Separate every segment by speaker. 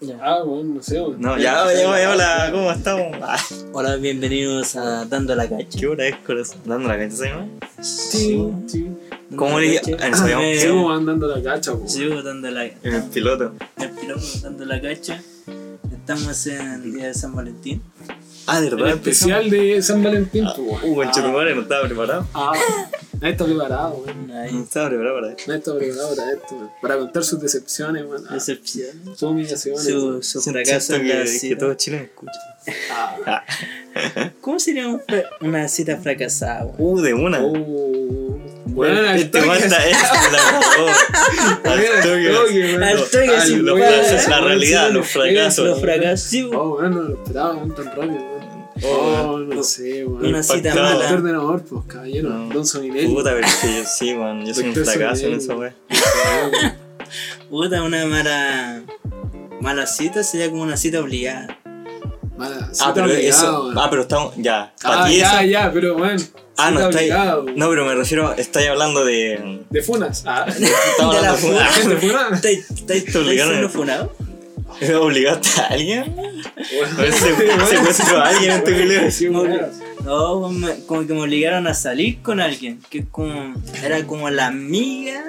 Speaker 1: Ya.
Speaker 2: Ah, bueno, no sé, weón.
Speaker 3: No, ya, ya, ya, hola, ¿cómo estamos? Ah,
Speaker 1: Hola, bienvenidos a Dando la Cacha.
Speaker 3: ¿Qué hora es, corazón? ¿Dando la cancha se llama?
Speaker 2: Sí, sí.
Speaker 1: Dando
Speaker 3: ¿Cómo
Speaker 1: la
Speaker 3: le-
Speaker 1: Cacha.
Speaker 3: ah, no sabíamos
Speaker 1: Eh,
Speaker 3: que
Speaker 2: Sí,
Speaker 3: Sí.
Speaker 2: weón, dando la cacha, weón.
Speaker 1: sí, Dando la Cacha.
Speaker 3: En el piloto.
Speaker 1: El piloto Dando la Cacha. Estamos en el día de San Valentín.
Speaker 3: Ah, de
Speaker 2: El
Speaker 3: verdad,
Speaker 2: especial de San Valentín, pues, weón.
Speaker 3: Uh, el churumare no estaba preparado.
Speaker 2: Ah, nadie está preparado, weón.
Speaker 3: No
Speaker 1: Ahí,
Speaker 3: estaba preparado para
Speaker 2: Nadie está preparado para esto, weón. Para contar sus decepciones, weón. Ah,
Speaker 1: decepción.
Speaker 2: sus humillaciones. weón.
Speaker 1: Su, su fracaso en la
Speaker 3: que, que
Speaker 1: cita.
Speaker 3: todos chilenos escuchan.
Speaker 2: Ah,
Speaker 1: ¿Cómo sería un fra- una cita fracasada, weón?
Speaker 3: Uh, de una.
Speaker 2: oh. Weón, al
Speaker 3: este
Speaker 2: toque,
Speaker 3: guanta
Speaker 2: así,
Speaker 3: es la
Speaker 2: weón, al
Speaker 3: cagó.
Speaker 2: toque, weón.
Speaker 1: Al toque,
Speaker 2: Al-
Speaker 1: sin
Speaker 3: Los
Speaker 2: weón,
Speaker 1: parar.
Speaker 3: fracasos, la realidad, los fracasos.
Speaker 1: Los fracasos, sí, weón.
Speaker 2: Oh, weón, no lo esperaba, weón, tan rápido, weón.
Speaker 3: Oh,
Speaker 2: Oh, no sé, weón.
Speaker 1: Una cita
Speaker 3: Impactado.
Speaker 1: mala.
Speaker 2: Doctor del amor, pues, caballero.
Speaker 3: No.
Speaker 2: Don Soninelli.
Speaker 3: Puta, pero es que yo sí, man. Yo soy un
Speaker 2: Doctor
Speaker 3: fracaso en
Speaker 2: Soninelli.
Speaker 3: esa wea.
Speaker 2: Ah,
Speaker 1: Puta, una mala. Mala cita sería como una cita obligada.
Speaker 2: Mala,
Speaker 3: Ah,
Speaker 2: cita
Speaker 3: pero
Speaker 2: obligada,
Speaker 3: eso.
Speaker 2: weón.
Speaker 3: Ah, pero estamos. Ya. Para
Speaker 2: Ah,
Speaker 3: ti
Speaker 2: ya,
Speaker 3: eso.
Speaker 2: ya, pero bueno.
Speaker 3: Ah, no,
Speaker 2: cita
Speaker 3: estáis.
Speaker 2: obligada, weón.
Speaker 3: No, pero me refiero. Estáis hablando de.
Speaker 2: De funas. Ah,
Speaker 3: Estamos
Speaker 1: De la
Speaker 3: hablando de.
Speaker 2: ¿de funas?
Speaker 1: ¿Estáis estáis- estáis
Speaker 3: obligaron.
Speaker 1: siendo funado?
Speaker 3: ¿Me obligaste a alguien?
Speaker 2: Bueno,
Speaker 3: ¿O se- secuestró a alguien en tu video?
Speaker 2: Sí, bueno.
Speaker 1: No, weón, me- como que me obligaron a salir con alguien. Que es como. Era como la amiga.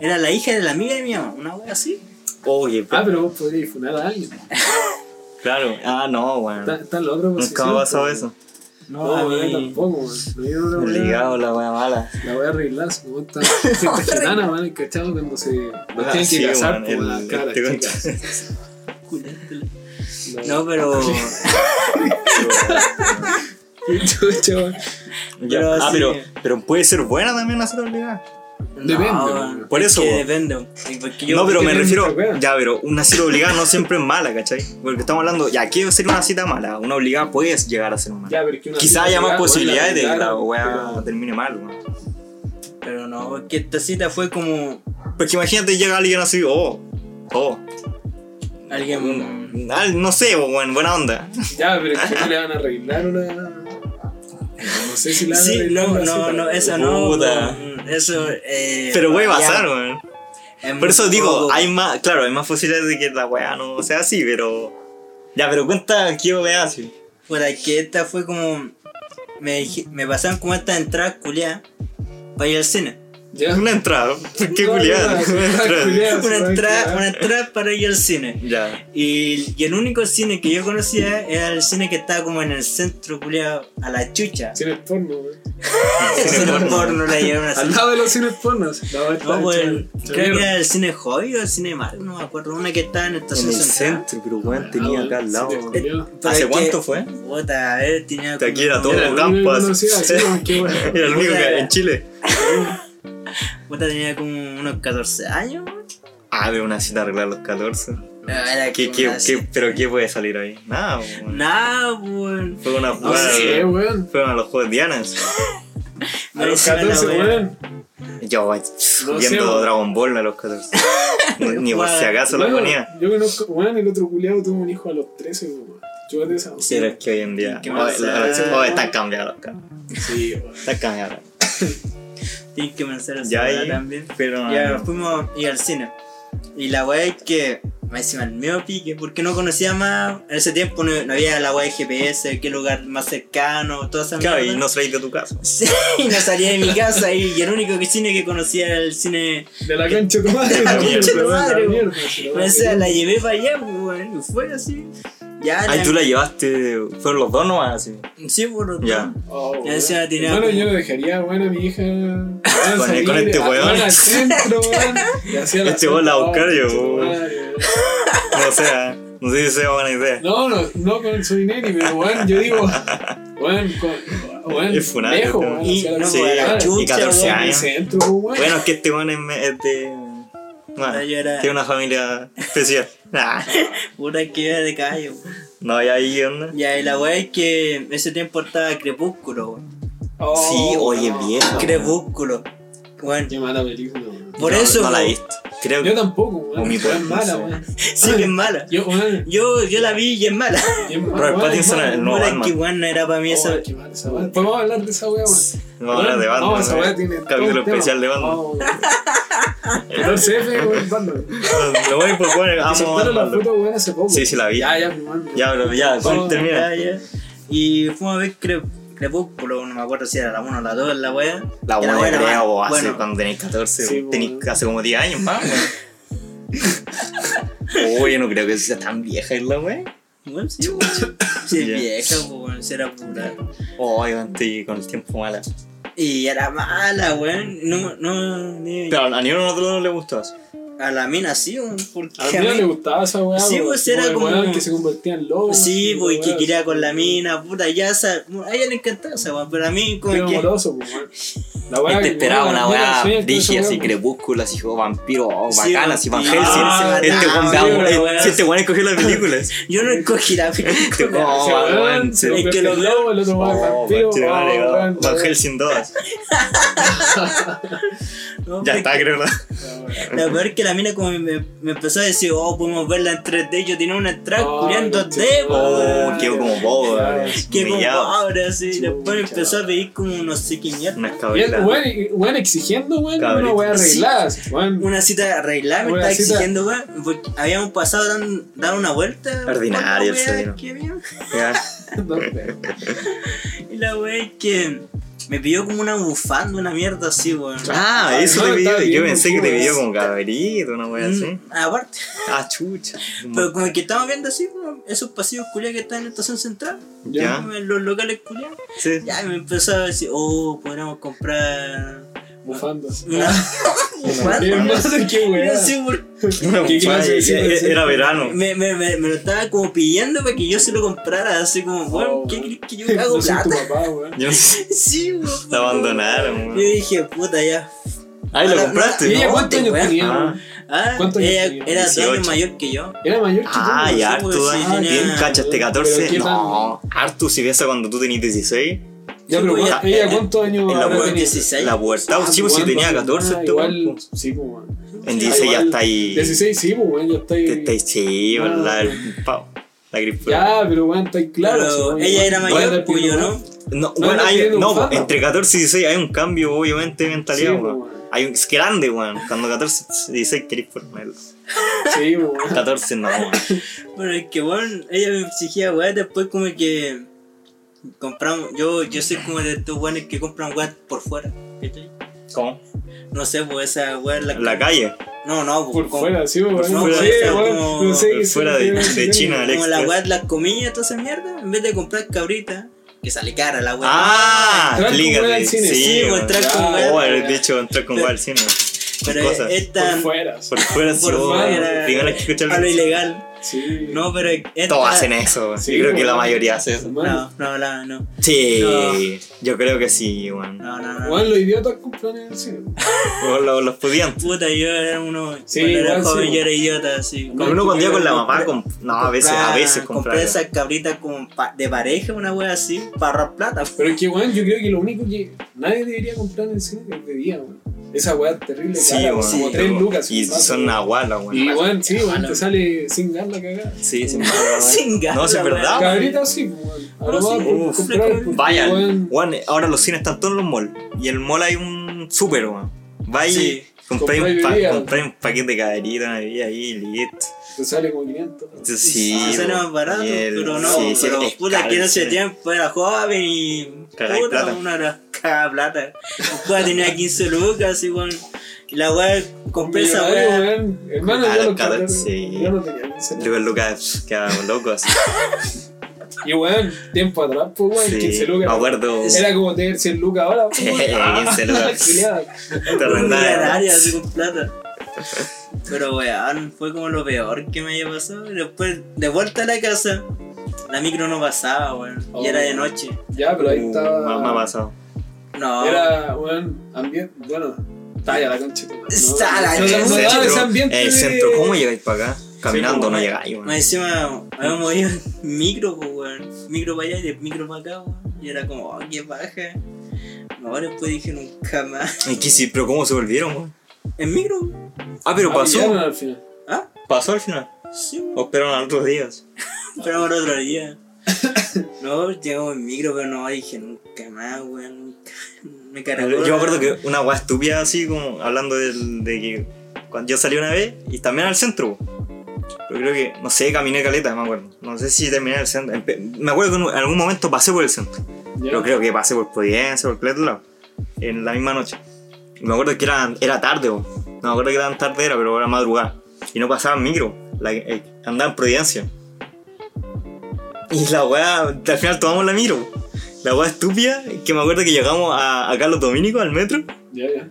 Speaker 1: Era la hija de la amiga de mi mamá. Una wea así.
Speaker 3: Oye,
Speaker 2: Ah,
Speaker 3: pero-
Speaker 2: pero vos podrías funar a alguien.
Speaker 3: claro. Ah, no, weón.
Speaker 2: Está está en la otra posición.
Speaker 3: Nunca me ha pasado
Speaker 2: pues.
Speaker 3: eso.
Speaker 2: No,
Speaker 1: a
Speaker 2: weón,
Speaker 1: mí-
Speaker 2: tampoco, weón. No, yo no la voy a-
Speaker 3: Obligado, la wea mala.
Speaker 2: La voy a arreglar, si me gusta. Gente gitana, weón, el cachado cuando se. Los tienen que
Speaker 3: sí,
Speaker 2: casar,
Speaker 3: weón,
Speaker 2: pues,
Speaker 3: el-
Speaker 2: las caras,
Speaker 3: este
Speaker 2: chicas.
Speaker 1: Culéntela.
Speaker 2: No,
Speaker 1: No, pero.
Speaker 2: chucha, weón.
Speaker 3: Ya,
Speaker 1: Pero
Speaker 3: ah,
Speaker 1: sí.
Speaker 3: pero, pero puede ser buena también la cita obligada.
Speaker 2: Depende,
Speaker 1: No,
Speaker 2: weón.
Speaker 1: weón,
Speaker 3: Por
Speaker 1: es
Speaker 3: eso,
Speaker 1: que
Speaker 3: weón.
Speaker 1: depende. Porque yo-
Speaker 3: no, pero me
Speaker 2: tenía
Speaker 3: refiero.
Speaker 2: mucha wea.
Speaker 3: Ya, pero una cita obligada no siempre es mala, ¿cachai? Porque estamos hablando. Ya, ¿qué ser una cita mala? Una obligada puede llegar a ser mala.
Speaker 2: Ya, pero es que una
Speaker 3: Quizá
Speaker 2: cita
Speaker 3: haya más
Speaker 2: obligada, weón,
Speaker 3: posibilidades de que la
Speaker 2: arreglaron,
Speaker 3: weá
Speaker 2: pero-
Speaker 3: termine mal, weón.
Speaker 1: Pero no, porque esta cita fue como.
Speaker 3: Porque imagínate llega alguien así, oh, oh.
Speaker 1: Alguien.
Speaker 3: mm, ah, no sé, weón, buena onda.
Speaker 2: Ya, pero es que no le van a arreglar una. No sé si la van a
Speaker 1: Sí,
Speaker 2: arreglar.
Speaker 1: no,
Speaker 2: una
Speaker 1: no,
Speaker 2: cita.
Speaker 1: no, eso no.
Speaker 3: Puta.
Speaker 1: weón. Eso. eh,
Speaker 3: Pero puede
Speaker 1: ya, Mm, oh,
Speaker 3: pasar, weón.
Speaker 1: es
Speaker 3: Por eso
Speaker 1: muy
Speaker 3: digo,
Speaker 1: poco.
Speaker 3: hay más, claro, hay más posibilidades de que la weá no sea así, pero. Ya, pero cuenta qué weá así.
Speaker 1: Por aquí esta fue como. Me, dije- me pasaron como esta entrada culiada para ir al cine.
Speaker 2: Ya.
Speaker 3: Una entrada, qué
Speaker 2: No, no,
Speaker 3: culiada.
Speaker 2: no,
Speaker 3: Una entrada.
Speaker 2: culiada,
Speaker 1: Una
Speaker 2: se va a
Speaker 1: entrada,
Speaker 2: quedar.
Speaker 1: una entrada para ir al cine.
Speaker 3: Ya.
Speaker 1: Y, y el único cine que yo conocía era el cine que estaba como en el centro culiado a la chucha.
Speaker 2: Cines porno, güey.
Speaker 1: Eso no es porno, la llevaron a
Speaker 2: Al
Speaker 1: cine.
Speaker 2: lado de los cines pornos. La
Speaker 1: No, pues,
Speaker 2: weá está
Speaker 1: creo que
Speaker 2: hecha-
Speaker 1: era el cine hobby o el cine mar, no me acuerdo. Una que estaba en
Speaker 3: En
Speaker 1: estación
Speaker 3: el
Speaker 1: central.
Speaker 3: centro, pero weón, tenía acá al lado.
Speaker 2: Cines
Speaker 3: weón.
Speaker 2: culiados.
Speaker 1: Ah, Pero
Speaker 3: ¿Hace
Speaker 1: es que-
Speaker 3: cuánto fue?
Speaker 1: Puta, a ver, tenía.
Speaker 3: Te
Speaker 1: como-
Speaker 3: quiero a todos.
Speaker 2: Era el
Speaker 3: Trampas.
Speaker 2: único que conocía, así como que, bueno.
Speaker 3: Era el único que en Chile.
Speaker 1: Puta, tenía como unos 14 años.
Speaker 3: Ah, pero una cita arreglar los 14.
Speaker 1: Era
Speaker 3: ¿Qué,
Speaker 1: como
Speaker 3: qué,
Speaker 1: una
Speaker 3: qué,
Speaker 1: cita.
Speaker 3: ¿Pero qué puede salir ahí? Nada, weón.
Speaker 1: Nada, weón.
Speaker 3: Fue una
Speaker 2: No
Speaker 3: jugada.
Speaker 2: sé, weón.
Speaker 3: Fueron a los juegos Dianas.
Speaker 2: A los 14, weón.
Speaker 3: Yo, weón,
Speaker 2: No sé,
Speaker 3: viendo
Speaker 2: weón.
Speaker 3: Dragon Ball a los 14. Ni- Ni por si acaso la
Speaker 2: Bueno,
Speaker 3: ponía.
Speaker 2: Yo conozco, weón, el otro culiado tuvo un hijo a los 13, weón. Yo de esa.
Speaker 3: Sí, pero es que hoy en día.
Speaker 1: ¿Qué
Speaker 3: oh,
Speaker 1: más?
Speaker 3: la- la- oh, están cambiados los cabros.
Speaker 2: Sí, weón.
Speaker 3: Están cambiados.
Speaker 1: Tienes que pensar así
Speaker 3: Ya ahí.
Speaker 1: también.
Speaker 3: Pero.
Speaker 1: Ya pues,
Speaker 3: ah,
Speaker 1: nos fuimos y al cine. Y la weá es que me encima el mío pique, porque no conocía más. En ese tiempo no, no había la weá de GPS, qué lugar más cercano, todas esas
Speaker 3: Claro, y
Speaker 1: mierdas.
Speaker 3: no salís de tu casa.
Speaker 1: Sí, y no salía de mi casa y, y el único que cine que conocía era el cine.
Speaker 2: De la cancha de tu madre.
Speaker 3: De la
Speaker 2: weón,
Speaker 3: cancha de tu
Speaker 2: weón,
Speaker 1: madre,
Speaker 2: la
Speaker 1: weón.
Speaker 2: mierda, se la
Speaker 1: O sea,
Speaker 2: weón.
Speaker 1: la llevé para allá, pues, weón, y fue así. Ya,
Speaker 3: Ay,
Speaker 1: la-
Speaker 3: tú la llevaste. Fueron los dos nomás así.
Speaker 1: Sí, por
Speaker 3: Ya.
Speaker 2: Oh,
Speaker 1: Ya
Speaker 2: weón.
Speaker 1: se la tenía
Speaker 2: Hermano,
Speaker 1: como-
Speaker 2: yo lo dejaría, bueno, a mi hija. weón, salir
Speaker 3: con este
Speaker 2: a-
Speaker 3: weón.
Speaker 2: al centro, weón, y hacía
Speaker 3: Este
Speaker 2: la
Speaker 3: weón la
Speaker 2: oh,
Speaker 3: buscar yo,
Speaker 2: concha tu
Speaker 3: weón.
Speaker 2: madre,
Speaker 3: No sea, no sé si sea buena idea.
Speaker 2: No, no, no con su dinero, pero weón, yo digo, weón, con, weón,
Speaker 3: Es funable,
Speaker 2: lejos,
Speaker 3: weón.
Speaker 2: weón,
Speaker 1: Y
Speaker 2: hacia la
Speaker 1: no,
Speaker 3: sí,
Speaker 1: pues, a la
Speaker 2: weón,
Speaker 1: chucha,
Speaker 3: y 14
Speaker 1: weón.
Speaker 2: en el
Speaker 3: años.
Speaker 2: centro, pues, weón.
Speaker 3: Bueno, es que este weón es me- es de. Bueno,
Speaker 1: Yo era-
Speaker 3: tiene una familia especial. Nah,
Speaker 1: Puta que era de calle, weón.
Speaker 3: no, ya ahí onda.
Speaker 1: Ya, y la weá es que en ese tiempo estaba Crepúsculo, weón.
Speaker 2: Oh,
Speaker 3: Sí, oye,
Speaker 2: no.
Speaker 3: viejo.
Speaker 1: Crepúsculo. Weón,
Speaker 2: Qué mala película, weón.
Speaker 1: por
Speaker 3: No,
Speaker 1: eso.
Speaker 3: No la he
Speaker 1: weón,
Speaker 3: visto. Creo
Speaker 2: Yo
Speaker 3: que.
Speaker 2: tampoco, weón.
Speaker 3: Omito,
Speaker 2: Es mala,
Speaker 3: no sé.
Speaker 2: weón.
Speaker 1: Sí, que es mala.
Speaker 2: Yo, weón.
Speaker 1: Yo, yo la vi y es mala.
Speaker 2: qué mala,
Speaker 3: Robert
Speaker 2: weón,
Speaker 3: Pattinson,
Speaker 2: es mala,
Speaker 3: el
Speaker 2: weón.
Speaker 3: No,
Speaker 1: Puta,
Speaker 3: Batman.
Speaker 1: que weón no era para mí esa.
Speaker 2: Oh, qué mala esa weón. Podemos hablar de esa weá, weón.
Speaker 3: Vamos a hablar de
Speaker 2: No, esa weá
Speaker 3: Batman. eh.
Speaker 2: tiene.
Speaker 3: Capítulo
Speaker 2: todo un tema.
Speaker 3: especial de Batman.
Speaker 2: Oh, weón. 14F, weón, Batman.
Speaker 3: Lo voy por poner.
Speaker 2: Que
Speaker 3: Vamos.
Speaker 2: soltaron la
Speaker 3: Batman.
Speaker 2: foto, weón, hace poco.
Speaker 3: Sí, sí, la vi.
Speaker 2: Ya, ya,
Speaker 3: Ya,
Speaker 2: mi man.
Speaker 3: bro, ya,
Speaker 2: Vamos.
Speaker 3: termina.
Speaker 1: Ya, ya. Y fuimos a ver Cre- Crepúsculo, no me acuerdo si era la 1 o la 2, la wea.
Speaker 3: La
Speaker 1: Que
Speaker 3: buena
Speaker 1: wea era
Speaker 3: creo,
Speaker 1: más-
Speaker 3: vos, hace
Speaker 1: bueno,
Speaker 3: cuando tenéis 14,
Speaker 2: Sí,
Speaker 3: vos, tenéis
Speaker 2: bueno.
Speaker 3: hace como 10 años más, weón. Oye, no creo que sea tan vieja la weón.
Speaker 1: bueno, sí, weón. Sí, es
Speaker 3: Ya.
Speaker 1: vieja, pues, weón, sí era pura.
Speaker 3: Oye, weón, estoy con el tiempo mala.
Speaker 1: Y era mala, weón. No, no, ni-
Speaker 3: Pero a ninguno de nosotros no le gustó eso.
Speaker 1: A la mina sí, weón, porque
Speaker 2: A mí no le gustaba esa weá.
Speaker 1: Sí,
Speaker 2: weón,
Speaker 1: pues, era
Speaker 2: el
Speaker 1: como-
Speaker 2: weón que se convertía en lobo.
Speaker 1: Sí, pues, y que
Speaker 2: weón,
Speaker 1: quería
Speaker 2: así,
Speaker 1: con la
Speaker 2: weón.
Speaker 1: mina, puta, ya esa. A ella le encantaba esa weón, pero a mí como
Speaker 2: Era
Speaker 1: que. este
Speaker 2: amoroso, pues, weón. La weá que-
Speaker 3: Te Este esperaba
Speaker 2: weón,
Speaker 3: una
Speaker 2: mira,
Speaker 3: weá
Speaker 2: sueña con
Speaker 3: dije
Speaker 2: esa
Speaker 3: así,
Speaker 2: weá,
Speaker 3: crepúsculo, así como vampiro, oh,
Speaker 1: Sí,
Speaker 3: bacana, así Van
Speaker 1: vampiro.
Speaker 3: Helsing.
Speaker 2: Ah,
Speaker 3: Este
Speaker 1: ah,
Speaker 3: weón
Speaker 1: sí,
Speaker 3: da-
Speaker 1: una
Speaker 3: eh,
Speaker 1: weá.
Speaker 3: si este weón escogió las películas.
Speaker 1: Yo no escogí la película.
Speaker 3: Oh,
Speaker 2: Ese weón
Speaker 3: weón,
Speaker 2: se
Speaker 3: sí.
Speaker 2: convierte
Speaker 1: Es que
Speaker 2: en
Speaker 1: los
Speaker 2: lobo, el otro weón es
Speaker 3: Oh,
Speaker 2: vampiro,
Speaker 3: conche,
Speaker 2: oh,
Speaker 3: vale,
Speaker 2: weón,
Speaker 3: Van
Speaker 2: weón.
Speaker 3: Helsing 2.
Speaker 1: No,
Speaker 3: Ya
Speaker 1: porque
Speaker 3: está, creo. ¿no?
Speaker 2: La weá.
Speaker 1: La peor es que la mina como me, me empezó a decir, oh, podemos verla en 3D. Yo tenía una entrada
Speaker 2: Oh,
Speaker 1: culiada en 2D,
Speaker 2: conchetumare.
Speaker 1: weón.
Speaker 3: Oh, quedó como bobo,
Speaker 2: Claro.
Speaker 3: weón.
Speaker 1: Que como
Speaker 3: Humillado.
Speaker 1: ahora así.
Speaker 2: Chucha.
Speaker 1: Después me empezó a pedir como no sé qué mierda.
Speaker 3: Una
Speaker 2: Y el
Speaker 3: escabela.
Speaker 2: weón- y- weón exigiendo, weón, una
Speaker 3: Cabrito.
Speaker 2: weá arreglada. así, weón.
Speaker 1: Una cita arreglada, me
Speaker 2: Una
Speaker 1: estaba
Speaker 2: cita-
Speaker 1: exigiendo, weón. Porque habíamos pasado dan, dar una vuelta. por
Speaker 3: Ordinario el
Speaker 1: la wea
Speaker 3: Sabino.
Speaker 1: que había.
Speaker 3: Ya.
Speaker 2: No, weón.
Speaker 1: Y la wea es que me pidió como una bufanda, una mierda así, weón.
Speaker 3: Ah,
Speaker 2: Ah,
Speaker 3: eso
Speaker 2: no,
Speaker 3: te
Speaker 2: está
Speaker 3: pidió. Yo
Speaker 2: bien,
Speaker 3: pensé que te
Speaker 2: weón.
Speaker 3: pidió con cabrito, una wea así.
Speaker 1: Mm, Aparte,
Speaker 3: Ah, chucha.
Speaker 1: pero como que estamos viendo así, weón, esos pasillos culiados que están en la estación central,
Speaker 3: Ya.
Speaker 1: los locales culiados.
Speaker 3: Sí.
Speaker 1: Ya y me empezó a decir, oh, podríamos comprar
Speaker 2: bufandas.
Speaker 1: una
Speaker 2: Qué
Speaker 1: bufanda.
Speaker 2: mierda, qué
Speaker 1: Y
Speaker 2: weá.
Speaker 1: así, por-
Speaker 2: ¿Qué clase de
Speaker 3: Ay,
Speaker 2: cine
Speaker 1: eh,
Speaker 2: es
Speaker 3: eh, Era
Speaker 2: este?
Speaker 3: verano.
Speaker 1: me, me, me, me lo estaba como pidiendo para que yo se lo comprara, así como, bueno,
Speaker 2: Oh,
Speaker 1: ¿qué
Speaker 2: weón.
Speaker 1: crees que yo hago
Speaker 2: No soy tu
Speaker 1: plata?
Speaker 2: papá, weón.
Speaker 3: Yo no sé.
Speaker 1: Sí, weón.
Speaker 3: Te abandonaron,
Speaker 1: Yo
Speaker 3: weón.
Speaker 1: dije, puta, ya.
Speaker 3: Ahí lo
Speaker 1: Ahora,
Speaker 3: compraste.
Speaker 1: no,
Speaker 2: ¿Y ella
Speaker 1: no,
Speaker 2: cuántos
Speaker 1: te
Speaker 2: años
Speaker 1: weas.
Speaker 2: tenía?
Speaker 3: Ah.
Speaker 2: weón?
Speaker 1: Ah,
Speaker 2: ¿Cuántos años
Speaker 1: ella
Speaker 2: tenía?
Speaker 1: era dos años
Speaker 3: 18.
Speaker 1: mayor que yo.
Speaker 2: Era mayor que
Speaker 3: Ah,
Speaker 2: yo,
Speaker 3: ya,
Speaker 1: sí,
Speaker 3: Artu,
Speaker 1: pues, sí,
Speaker 3: ah, bien,
Speaker 1: tenía-
Speaker 3: cacha, este
Speaker 2: pero
Speaker 3: 14.
Speaker 2: ¿qué tan-
Speaker 3: No, Artu, si ves cuando tú tenías 16,
Speaker 2: Ya,
Speaker 1: Sí,
Speaker 2: pero
Speaker 1: pues,
Speaker 2: ¿cuán-
Speaker 1: ya-
Speaker 2: ella
Speaker 1: en-
Speaker 2: cuántos años
Speaker 3: en la
Speaker 2: habrá
Speaker 1: Como
Speaker 3: web
Speaker 2: tenido?
Speaker 1: 16.
Speaker 3: la pubertad,
Speaker 2: Ah,
Speaker 3: sí, pues si
Speaker 2: igual,
Speaker 3: tenía 14,
Speaker 2: ah,
Speaker 3: este
Speaker 2: igual,
Speaker 3: weón.
Speaker 2: sí, pues, weón.
Speaker 3: En 16 ya
Speaker 2: Igual,
Speaker 3: está ahí.
Speaker 2: 16, sí, pues, weón, ya está ahí.
Speaker 3: Te estáis sí,
Speaker 2: Ah.
Speaker 3: la el pavo, la gripe.
Speaker 2: Ya, pero weón, está ahí claro.
Speaker 1: Pero
Speaker 2: sí, weón,
Speaker 1: ella
Speaker 2: igual.
Speaker 1: era
Speaker 2: Igual
Speaker 1: mayor,
Speaker 2: era
Speaker 1: pues yo
Speaker 2: pico,
Speaker 1: no.
Speaker 2: weón.
Speaker 3: No,
Speaker 2: No,
Speaker 3: bueno,
Speaker 2: no
Speaker 3: hay,
Speaker 2: tiene
Speaker 3: no,
Speaker 2: bufanda.
Speaker 3: entre 14 y 16 hay un cambio, obviamente, de mentalidad,
Speaker 2: Sí,
Speaker 3: weón.
Speaker 2: weón.
Speaker 3: Hay un, es grande, weón. Cuando 14 y 16 querés ponerlo.
Speaker 2: Sí, pues, weón.
Speaker 3: 14 no, weón.
Speaker 1: Pero es que bueno, ella me exigía weá, después como que compramos, yo, yo soy como de estos weones que compran weá por fuera. ¿cachai?
Speaker 3: ¿Cómo?
Speaker 1: No sé, pues esa weá en la,
Speaker 3: En la calle.
Speaker 1: No, no, pues,
Speaker 2: Por
Speaker 1: como-
Speaker 2: fuera, sí, weón.
Speaker 1: por
Speaker 2: Sí,
Speaker 1: fuera,
Speaker 2: weón,
Speaker 1: como-
Speaker 2: no sé qué
Speaker 3: fuera de-
Speaker 2: sí,
Speaker 3: de
Speaker 2: sí,
Speaker 3: China,
Speaker 2: weón.
Speaker 3: Alex. pues.
Speaker 1: como la
Speaker 3: Express.
Speaker 1: weá de las comillas, toda esa mierda, en vez de comprar cabrita, que sale cara la weá.
Speaker 3: Ah,
Speaker 2: Entrar con weá
Speaker 3: explícate.
Speaker 2: al cine.
Speaker 3: Sí,
Speaker 1: Sí,
Speaker 3: weón.
Speaker 1: entrar
Speaker 2: con
Speaker 3: Ah,
Speaker 2: weá.
Speaker 3: oh, el dicho, entrar con
Speaker 1: Pero-
Speaker 3: weá al cine.
Speaker 1: pero
Speaker 3: cosas.
Speaker 1: esta.
Speaker 2: Por fuera, sí.
Speaker 3: Por fuera, sí,
Speaker 1: por fuera,
Speaker 3: weón. Primera que escuchar
Speaker 1: a lo ilegal.
Speaker 2: Sí.
Speaker 1: No, pero esta.
Speaker 3: Todos hacen eso, weón.
Speaker 2: Sí,
Speaker 3: Yo creo que la
Speaker 2: weón.
Speaker 3: mayoría hace eso.
Speaker 2: Hermano.
Speaker 1: No, no, no, no.
Speaker 3: Sí,
Speaker 1: No.
Speaker 3: yo creo que sí, weón.
Speaker 1: No, no, no.
Speaker 2: Weón, los idiotas compran en el cine.
Speaker 3: O lo- Los podían.
Speaker 1: Puta, yo era uno.
Speaker 2: Sí,
Speaker 1: cuando era
Speaker 2: igual
Speaker 1: joven,
Speaker 2: sí.
Speaker 1: yo era idiota, así.
Speaker 2: No,
Speaker 3: Uno cuando iba con la
Speaker 2: no,
Speaker 3: mamá, con- no, a veces, a veces comprar.
Speaker 1: compré esas cabritas como pa- de pareja, una wea así, para ahorrar plata.
Speaker 2: Pero es que, weón, yo creo que lo único que nadie debería comprar en el cine es de día, weón. Esa weá terrible,
Speaker 3: Sí,
Speaker 2: cara,
Speaker 3: weón.
Speaker 2: weón, como
Speaker 1: sí,
Speaker 2: tres lucas.
Speaker 3: Y
Speaker 2: un vaso,
Speaker 3: son
Speaker 2: weón.
Speaker 3: nahuala,
Speaker 2: Y
Speaker 3: weón.
Speaker 2: weón, sí, weón,
Speaker 1: Ojalá.
Speaker 2: te sale sin ganas la cagada.
Speaker 3: Sí, sin mala, weón.
Speaker 1: Sin ganas,
Speaker 3: No, sí, es
Speaker 1: la
Speaker 3: verdad.
Speaker 1: weá.
Speaker 2: Cabrita, sí, pues, weón. Ahora
Speaker 1: No, Ah, sí,
Speaker 2: vamos
Speaker 1: uf,
Speaker 2: a comprar.
Speaker 1: flaco.
Speaker 2: porque,
Speaker 3: Vayan,
Speaker 2: weón,
Speaker 3: weón, ahora los cines están todos en los malls. Y en el mall hay un super, weón. Vaya,
Speaker 1: Sí.
Speaker 3: compré,
Speaker 2: Compráis
Speaker 3: un pa-
Speaker 2: bebida.
Speaker 3: compráis un paquete de caderita, una bebida ahí, y listo.
Speaker 2: Te sale como 500. weón.
Speaker 3: Entonces, sí.
Speaker 1: Y sale
Speaker 3: weón.
Speaker 1: más barato,
Speaker 3: Y el-
Speaker 1: pero no.
Speaker 3: sí, sí,
Speaker 1: pero
Speaker 3: es
Speaker 1: puta,
Speaker 3: caro
Speaker 1: que en
Speaker 3: el
Speaker 1: ese
Speaker 3: cine.
Speaker 1: tiempo era joven y.
Speaker 3: Cagáis
Speaker 1: puta,
Speaker 3: plata.
Speaker 1: una era cagada plata. Puta, tenía 15 lucas, igual. Y la wea, compré esa
Speaker 2: Millonario,
Speaker 1: wea.
Speaker 2: weón. Hermano,
Speaker 3: Ah,
Speaker 2: yo
Speaker 3: los
Speaker 2: lo
Speaker 3: cabros,
Speaker 2: compré,
Speaker 3: sí.
Speaker 2: Yo no tenía el cine.
Speaker 3: Luego el Lucas quedaba loco así.
Speaker 2: Y weón, tiempo atrás, pues weón,
Speaker 3: Sí, Ah,
Speaker 2: 15
Speaker 3: me
Speaker 2: lucas.
Speaker 3: acuerdo.
Speaker 2: Era como tener 100 lucas ahora. pues, weón.
Speaker 3: Eh,
Speaker 2: Ah,
Speaker 3: 15 lucas.
Speaker 2: culiado.
Speaker 3: Te
Speaker 1: Un
Speaker 3: arrendaba.
Speaker 1: millonario, así con plata. Pero weón, fue como lo peor que me había pasado. Y después, de vuelta a la casa, la micro no pasaba, weón. Y era
Speaker 2: Oh.
Speaker 1: de noche.
Speaker 2: Ya, pero ahí
Speaker 3: Uh,
Speaker 2: estaba.
Speaker 3: más- más pasado.
Speaker 1: No.
Speaker 2: Era, weón, ambiente. Bueno, talla la concha. de tu madre, ¿no?
Speaker 1: Está la
Speaker 2: No,
Speaker 3: Eh,
Speaker 1: concha.
Speaker 2: no, no,
Speaker 1: El
Speaker 2: daba ese
Speaker 3: Centro,
Speaker 2: ambiente
Speaker 3: el
Speaker 2: de- pues,
Speaker 3: centro, eh, ¿cómo llegáis para acá? Caminando
Speaker 2: como-
Speaker 3: no llegáis, weón.
Speaker 1: Más encima habíamos ido en micro, pues, weón. Micro para allá y de micro para acá, weón. Y era como, oh, qué baja. No, después dije nunca más.
Speaker 3: Y que sí, pero ¿cómo se volvieron, weón?
Speaker 1: En micro, weón.
Speaker 3: Ah, pero
Speaker 2: Ah, pillaron
Speaker 3: pasó.
Speaker 2: al final.
Speaker 1: ¿ah?
Speaker 3: Pasó al final.
Speaker 1: Sí, weón.
Speaker 3: O esperaron a otros días.
Speaker 1: Esperamos el otro día. No, llegamos en micro, pero no, dije nunca más, weón. Nunca,
Speaker 3: Yo
Speaker 1: me cargó.
Speaker 3: me acuerdo que una weá estúpida así, como hablando del- de, que cuando yo salí una vez y también al centro. Pero creo que, no sé, caminé caleta, me acuerdo. No sé si terminé en el centro. Empe- Me acuerdo que en un- en algún momento pasé por el centro.
Speaker 2: ¿Ya?
Speaker 3: Pero creo que pasé por Providencia, por Cleto lado. En la misma noche. Y me acuerdo que era, era tarde, bo. No me acuerdo que tan tarde era, pero era madrugada. Y no pasaba en micro. La, eh, andaba en Providencia. Y la weá, al final tomamos la micro. La weá estúpida, que me acuerdo que llegamos a, a Carlos Domínico, al metro.
Speaker 2: Ya, ya.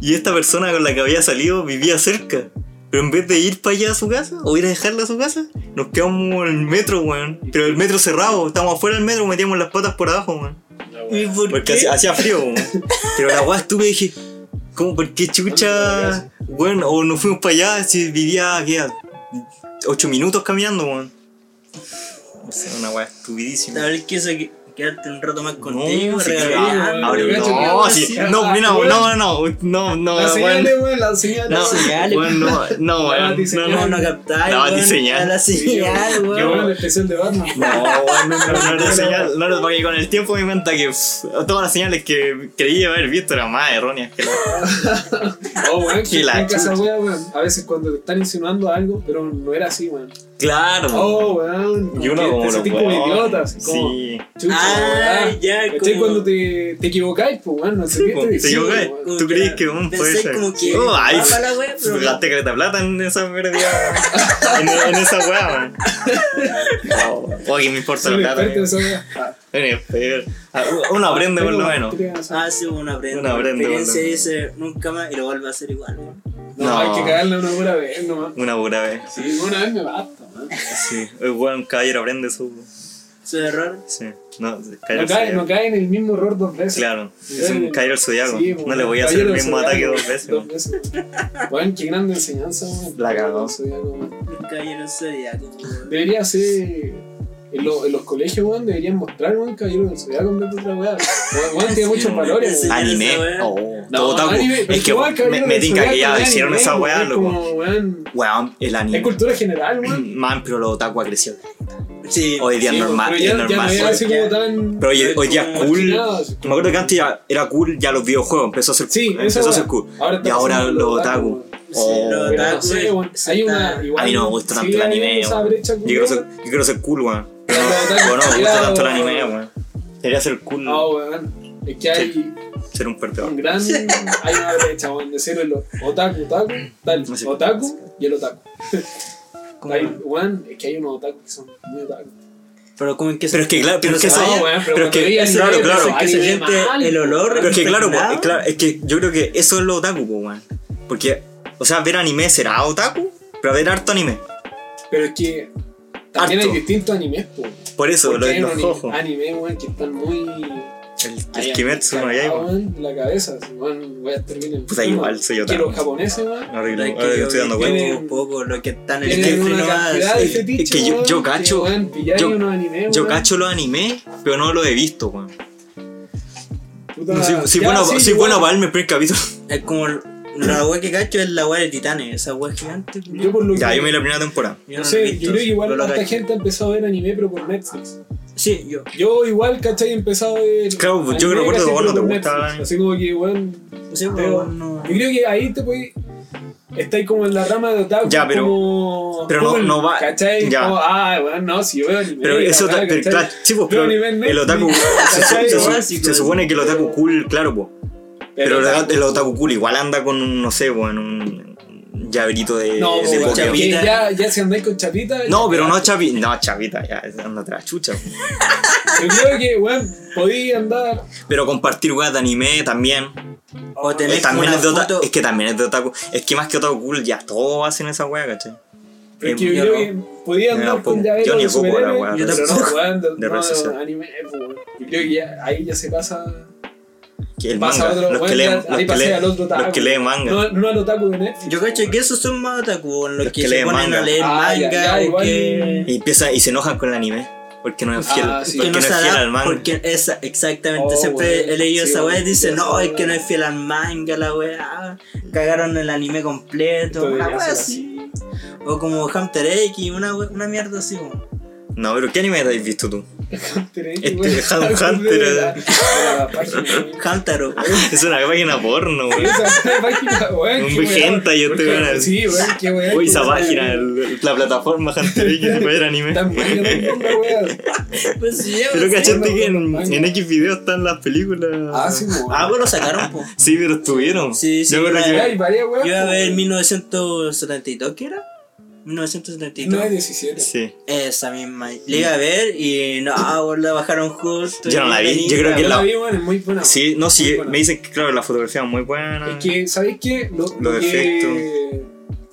Speaker 3: Y esta persona con la que había salido vivía cerca. Pero en vez de ir para allá a su casa o ir a dejarla a su casa, nos quedamos en el metro, weón. Pero el metro cerrado, estábamos afuera del metro, metíamos las patas por abajo, weón.
Speaker 2: La
Speaker 1: ¿Y
Speaker 2: wea.
Speaker 1: por
Speaker 3: Porque
Speaker 1: qué?
Speaker 3: hacía, hacía frío, weón. Pero la weá estuve y dije, ¿cómo? ¿Por qué chucha? Weón, o nos fuimos para allá si vivía aquí a 8 minutos caminando, weón. O sea, una weá estupidísima.
Speaker 1: Tal vez quiso que- quedarte un rato más
Speaker 3: No,
Speaker 1: contigo,
Speaker 3: sí,
Speaker 1: regalar.
Speaker 3: ah, ahora
Speaker 2: Yo cacho que
Speaker 3: no,
Speaker 2: ahora
Speaker 3: sí,
Speaker 2: sí.
Speaker 3: no, mira, no, no, no, no, no,
Speaker 2: Las
Speaker 3: weón.
Speaker 2: señales, weón, las señales.
Speaker 3: No,
Speaker 1: señales.
Speaker 3: weón, no, no,
Speaker 2: La
Speaker 3: weón,
Speaker 2: batiseñal.
Speaker 3: no,
Speaker 1: No,
Speaker 3: no,
Speaker 1: no captáis.
Speaker 3: La
Speaker 1: weón.
Speaker 3: batiseñal.
Speaker 1: A La señal,
Speaker 2: Qué bueno el
Speaker 1: weón.
Speaker 2: especial de Batman.
Speaker 3: No, weón, no, no, no, era señal, no, no, porque con el tiempo me di cuenta que pff, todas las señales que creí haber visto eran más erróneas que la...
Speaker 2: Oh, weón, que
Speaker 3: Y la
Speaker 2: nunca esa
Speaker 3: chucha.
Speaker 2: wea, weón. A veces cuando te están insinuando algo, pero no era así, weón.
Speaker 3: Claro,
Speaker 2: Oh, weón.
Speaker 3: y uno
Speaker 2: que
Speaker 3: como
Speaker 2: Te
Speaker 3: los
Speaker 2: sentís como
Speaker 3: weones.
Speaker 2: idiota, así como.
Speaker 3: Sí,
Speaker 2: Chucha,
Speaker 1: Ah,
Speaker 2: weón.
Speaker 1: ya,
Speaker 2: ¿Cachai?
Speaker 1: como-
Speaker 2: cuando te, te equivocáis, pues, weón? No sé qué
Speaker 3: como
Speaker 2: te
Speaker 3: te
Speaker 2: decís,
Speaker 3: equivocas.
Speaker 2: weón.
Speaker 1: weón.
Speaker 3: ¿Tú crees que un
Speaker 1: Pensé
Speaker 3: puede ser?
Speaker 1: como que-
Speaker 3: Oh, ay,
Speaker 1: baja la wea, pero no.
Speaker 3: gasté caleta de plata en esa pérdida. en, en esa weá, man. Oh, oh, que me importa
Speaker 2: Soy un
Speaker 3: la plata.
Speaker 2: experto en
Speaker 3: amigo.
Speaker 2: esa wea. Ah,
Speaker 3: Bueno, pero- ah, Uno aprende por lo
Speaker 2: tengo
Speaker 3: menos.
Speaker 2: bacterias.
Speaker 1: Ah, sí, uno aprende.
Speaker 3: Uno aprende,
Speaker 1: La experiencia
Speaker 3: weón.
Speaker 1: dice nunca más y lo vuelve a hacer igual, weón.
Speaker 2: No,
Speaker 3: No.
Speaker 2: hay que cagarla una pura vez nomás.
Speaker 3: Una pura vez.
Speaker 2: Sí, una vez me basta, man.
Speaker 3: Sí, el weón, un caballero aprende su.
Speaker 1: Su error.
Speaker 3: Sí, no,
Speaker 2: No
Speaker 3: caer
Speaker 2: cae, no
Speaker 3: al
Speaker 2: cae en el mismo error dos veces.
Speaker 3: Claro, es un caer al zodiaco.
Speaker 2: Sí,
Speaker 3: No
Speaker 2: bueno,
Speaker 3: le voy a hacer el
Speaker 2: caballero
Speaker 3: mismo
Speaker 2: zodiaco,
Speaker 3: ataque dos veces.
Speaker 2: Dos
Speaker 3: man.
Speaker 2: veces. Weón, qué grande enseñanza, weón.
Speaker 3: La cagó.
Speaker 2: Zodiaco, man.
Speaker 1: Nunca yo no sabía como. weón.
Speaker 2: Debería ser. En, lo- en los colegios, weón, deberían mostrar, weón, caballero del zodiaco en vez de otra weá. Weón, weón, tiene muchos valores,
Speaker 1: Sí.
Speaker 2: weón.
Speaker 3: Anime.
Speaker 1: esa weá.
Speaker 3: Oh,
Speaker 2: No,
Speaker 3: todo otaku.
Speaker 2: anime, pero
Speaker 3: Es que
Speaker 2: igual,
Speaker 3: me,
Speaker 2: Caballero
Speaker 3: me
Speaker 2: del
Speaker 3: tinca que
Speaker 2: Zodiaco
Speaker 3: ya
Speaker 2: es
Speaker 3: hicieron
Speaker 2: anime,
Speaker 3: esa weá,
Speaker 2: es
Speaker 3: loco.
Speaker 2: como, weón,
Speaker 3: Weón, el
Speaker 2: Es
Speaker 3: anime. Mm,
Speaker 2: cultura general, weón.
Speaker 3: Man, pero los otaku ha crecido.
Speaker 1: Sí.
Speaker 3: Hoy día
Speaker 2: Sí,
Speaker 3: es normal,
Speaker 2: pero
Speaker 3: es
Speaker 2: ya, ya no era
Speaker 3: normal.
Speaker 2: así como tan.
Speaker 3: Pero hoy, hoy día es cool.
Speaker 2: Marginado, así
Speaker 3: Me acuerdo que antes ya era cool ya los videojuegos, empezó a ser,
Speaker 2: Sí, esa
Speaker 3: empezó a
Speaker 2: weá.
Speaker 3: ser cool.
Speaker 2: está
Speaker 3: Y ahora
Speaker 2: pasando
Speaker 3: los otaku. Oh,
Speaker 1: los
Speaker 2: Pero no
Speaker 1: otaku,
Speaker 2: sé,
Speaker 1: eh,
Speaker 2: weón,
Speaker 1: se
Speaker 2: hay una.
Speaker 1: está-
Speaker 2: Igual,
Speaker 3: a mí no me gusta tanto el
Speaker 2: sigue
Speaker 3: anime,
Speaker 2: esa
Speaker 3: weón.
Speaker 2: brecha
Speaker 3: Yo quiero ser,
Speaker 2: cultural.
Speaker 3: yo quiero ser cool, weón. Pero
Speaker 2: Los otaku,
Speaker 3: no, no me gusta
Speaker 2: cuidado,
Speaker 3: tanto el
Speaker 2: weón. Oh.
Speaker 3: anime, weón. Debería ser cool
Speaker 2: No, weón. Es que hay
Speaker 3: ser un perdedor.
Speaker 2: un gran. Hay una brecha, weón. De ser el otaku, otaku, tal.
Speaker 3: No sé.
Speaker 2: Otaku y el otaku.
Speaker 1: como-
Speaker 2: Hay, weón, es que hay unos otaku que son muy otaku.
Speaker 1: Pero como en qué
Speaker 3: Pero es que, claro, pero es que
Speaker 1: No,
Speaker 3: eso.
Speaker 2: weón, pero
Speaker 3: Pero es
Speaker 2: cuando veía
Speaker 3: que,
Speaker 2: el
Speaker 3: claro,
Speaker 2: anime,
Speaker 3: claro.
Speaker 2: pensaba
Speaker 1: que se siente
Speaker 2: mal,
Speaker 1: el olor.
Speaker 2: weón.
Speaker 3: Pero es que claro, po,
Speaker 1: impregnado.
Speaker 3: es, claro, es que yo creo que eso es lo otaku, po, weón. Porque, o sea, ver anime será otaku, pero ver harto anime.
Speaker 2: Pero es que. También
Speaker 3: Harto.
Speaker 2: hay distintos animes, po.
Speaker 3: Por eso,
Speaker 2: Porque
Speaker 3: lo de
Speaker 2: hay
Speaker 3: los
Speaker 2: unos
Speaker 3: ojos.
Speaker 2: Anime, weón, que están muy.
Speaker 3: El,
Speaker 2: Ay,
Speaker 3: el Kimetsu no hay,
Speaker 2: cagado,
Speaker 3: weón.
Speaker 2: weón, La cabeza, así, weón, voy a estar bien enfermo.
Speaker 3: Puta, igual soy
Speaker 2: Que
Speaker 3: otaku.
Speaker 2: los japoneses, weón,
Speaker 1: Pero
Speaker 3: Horrible,
Speaker 1: es que
Speaker 3: ahora que
Speaker 1: yo
Speaker 3: estoy dando
Speaker 1: vi
Speaker 3: cuenta.
Speaker 2: tiene-
Speaker 1: un poco lo que están en el
Speaker 2: tienen
Speaker 1: jefe
Speaker 2: una cantidad de
Speaker 1: nomás.
Speaker 2: fetiche,
Speaker 3: es que yo-
Speaker 2: weón,
Speaker 3: yo cacho-
Speaker 2: weón, pilláis
Speaker 3: yo-
Speaker 2: unos animes,
Speaker 3: Yo
Speaker 2: weón,
Speaker 3: cacho los animes, pero no los he visto, weón.
Speaker 2: puta,
Speaker 3: Sí, sí,
Speaker 2: ya,
Speaker 3: bueno,
Speaker 2: sí,
Speaker 3: sí,
Speaker 2: igual,
Speaker 3: bueno para verme el primer capítulo.
Speaker 1: Es como la weá que cacho es la weá de Titanes, esa weá gigante. culiao.
Speaker 2: Yo por lo
Speaker 3: Ya,
Speaker 2: que-
Speaker 3: yo me vi la primera temporada.
Speaker 1: Yo
Speaker 2: No
Speaker 1: lo he
Speaker 2: sé,
Speaker 1: visto,
Speaker 2: yo creo que igual
Speaker 1: pero lo
Speaker 2: tanta
Speaker 1: cacho.
Speaker 2: gente ha empezado a ver anime, pero por Netflix.
Speaker 1: Sí, yo.
Speaker 2: Yo igual, ¿cachai? He empezado a ver.
Speaker 3: Claro, pues, yo
Speaker 2: anime
Speaker 3: recuerdo
Speaker 2: casi
Speaker 3: que vos
Speaker 2: por
Speaker 3: no te eh. gustaba
Speaker 2: Netflix.
Speaker 3: el-
Speaker 2: Así como que, weón.
Speaker 1: Sí,
Speaker 2: te-
Speaker 1: pero no.
Speaker 2: Yo creo que ahí te puedes. Estáis como en la rama de otaku.
Speaker 3: Ya, pero-
Speaker 2: como-
Speaker 3: pero no-
Speaker 2: como el-
Speaker 3: no va-
Speaker 2: ¿Cachai?
Speaker 3: ya.
Speaker 2: Como, ah, weón, no, si yo veo anime.
Speaker 3: Pero
Speaker 2: la
Speaker 3: eso,
Speaker 2: weá,
Speaker 3: ta- pero
Speaker 2: ¿cachai?
Speaker 3: claro, sí, pues,
Speaker 2: Veo
Speaker 3: pero
Speaker 2: anime en
Speaker 3: el otaku.
Speaker 2: Netflix,
Speaker 3: se-
Speaker 2: ¿cachai?
Speaker 3: se- se-
Speaker 1: Igual,
Speaker 3: se-
Speaker 1: sí,
Speaker 3: Se
Speaker 2: pues.
Speaker 3: supone que el otaku cool, claro, po. Pero el, el otaku cool igual anda con un, no sé, weón, un un llaverito de,
Speaker 2: No,
Speaker 3: de
Speaker 2: weón,
Speaker 3: Pokémon.
Speaker 1: chapita.
Speaker 2: que ya, ya si andáis con chapita.
Speaker 3: No,
Speaker 2: ya-
Speaker 3: pero no chavita. No, chavita, ya, anda atrás, chucha. po.
Speaker 2: Yo creo que, weón, podía andar.
Speaker 3: Pero compartir weas de anime también.
Speaker 1: O tenés
Speaker 3: Es, también
Speaker 1: una
Speaker 3: es, de ota-
Speaker 1: foto-
Speaker 3: es que también es de otaku. Es que más que otaku cool, ya todos hacen esa wea, ¿cachai?
Speaker 2: Pero es que
Speaker 3: Eh,
Speaker 2: yo
Speaker 1: yo
Speaker 2: creo
Speaker 1: no.
Speaker 2: que podía
Speaker 3: Yo
Speaker 2: andar
Speaker 3: no
Speaker 2: con
Speaker 3: ocupo-
Speaker 2: llaveros
Speaker 3: yo ni
Speaker 2: de
Speaker 3: ocupo la
Speaker 2: superhéroes,
Speaker 3: weá,
Speaker 1: yo
Speaker 2: pero no,
Speaker 1: tampoco.
Speaker 2: weón, de,
Speaker 3: De
Speaker 2: no,
Speaker 3: red social.
Speaker 2: anime, eh, pues, weón. Yo creo que ya, ahí ya se pasa.
Speaker 3: Que el
Speaker 2: Pasa
Speaker 3: manga,
Speaker 2: otro,
Speaker 3: los,
Speaker 2: bueno,
Speaker 3: que leen,
Speaker 2: ya,
Speaker 3: los,
Speaker 2: ahí
Speaker 3: que
Speaker 2: pasé
Speaker 3: leen-
Speaker 2: al otro otaku.
Speaker 3: los que leen manga.
Speaker 2: No, no al otaku de Netflix.
Speaker 1: Yo cacho que esos son más otaku, en los,
Speaker 3: Los
Speaker 1: que,
Speaker 3: que
Speaker 1: se
Speaker 3: leen
Speaker 1: ponen
Speaker 3: manga.
Speaker 1: a leer
Speaker 2: Ah, ya,
Speaker 1: manga
Speaker 2: ya,
Speaker 1: o
Speaker 2: igual-
Speaker 1: que.
Speaker 3: Y, empieza, y se enojan con el anime. Porque no es
Speaker 2: Ah,
Speaker 3: fiel,
Speaker 2: sí.
Speaker 1: Que
Speaker 3: porque
Speaker 1: no se
Speaker 3: es fiel al
Speaker 1: adapta,
Speaker 3: manga.
Speaker 1: porque esa, exactamente,
Speaker 2: Oh,
Speaker 1: siempre
Speaker 2: weón,
Speaker 1: he leído
Speaker 2: sí,
Speaker 1: esa weá y
Speaker 2: weón,
Speaker 1: dice,
Speaker 2: esa
Speaker 1: no, es
Speaker 2: weá.
Speaker 1: que no es fiel al manga, la weá, cagaron el anime completo,
Speaker 2: Esto
Speaker 1: una
Speaker 2: debería
Speaker 1: weá
Speaker 2: ser
Speaker 1: así. O como Hunter X, una, we- una mierda así, weón.
Speaker 3: No, pero ¿qué anime habéis visto tú?
Speaker 2: Hunter X,
Speaker 3: Este
Speaker 2: weón.
Speaker 3: Hunter,
Speaker 2: Hunter de la-
Speaker 3: eh.
Speaker 2: de la página, weón.
Speaker 1: Hamtaro.
Speaker 3: Es una página porno, güey.
Speaker 2: Esa página, weón,
Speaker 3: Un
Speaker 2: qué weá.
Speaker 3: vigenta, yo
Speaker 2: Porque-
Speaker 3: te voy a decir.
Speaker 2: Sí, weón, qué weón.
Speaker 3: Uy,
Speaker 2: qué
Speaker 3: esa
Speaker 2: weá,
Speaker 3: página,
Speaker 2: weón.
Speaker 3: el- el- la plataforma Hunter X para ver anime.
Speaker 2: Tan bueno, weón, la weá.
Speaker 1: Pues sí,
Speaker 3: Pero
Speaker 1: pues, sí.
Speaker 3: cachaste que en, en X video están las películas.
Speaker 2: Ah, sí, weón.
Speaker 1: Ah, pues lo sacaron, po.
Speaker 3: Sí, pero estuvieron.
Speaker 1: Sí, sí,
Speaker 3: Yo creo
Speaker 1: era-
Speaker 3: que-
Speaker 2: Ya, hay varias weas, pues,
Speaker 1: Yo iba a ver
Speaker 2: weón.
Speaker 1: 1972, ¿qué era? 1972.
Speaker 2: 9.17.
Speaker 3: Sí.
Speaker 1: Esa misma. Le iba a ver y no, ah, weón, la bajaron justo.
Speaker 3: Yo no la vi,
Speaker 1: tenía-
Speaker 3: yo creo que
Speaker 2: Yo
Speaker 3: la-
Speaker 2: la vi, weón, es muy buena.
Speaker 3: Sí, no,
Speaker 2: Muy
Speaker 3: sí,
Speaker 2: buena.
Speaker 3: me dicen que, claro, la fotografía es muy buena.
Speaker 2: Es que, ¿sabéis qué? Lo, lo
Speaker 3: Los
Speaker 2: que,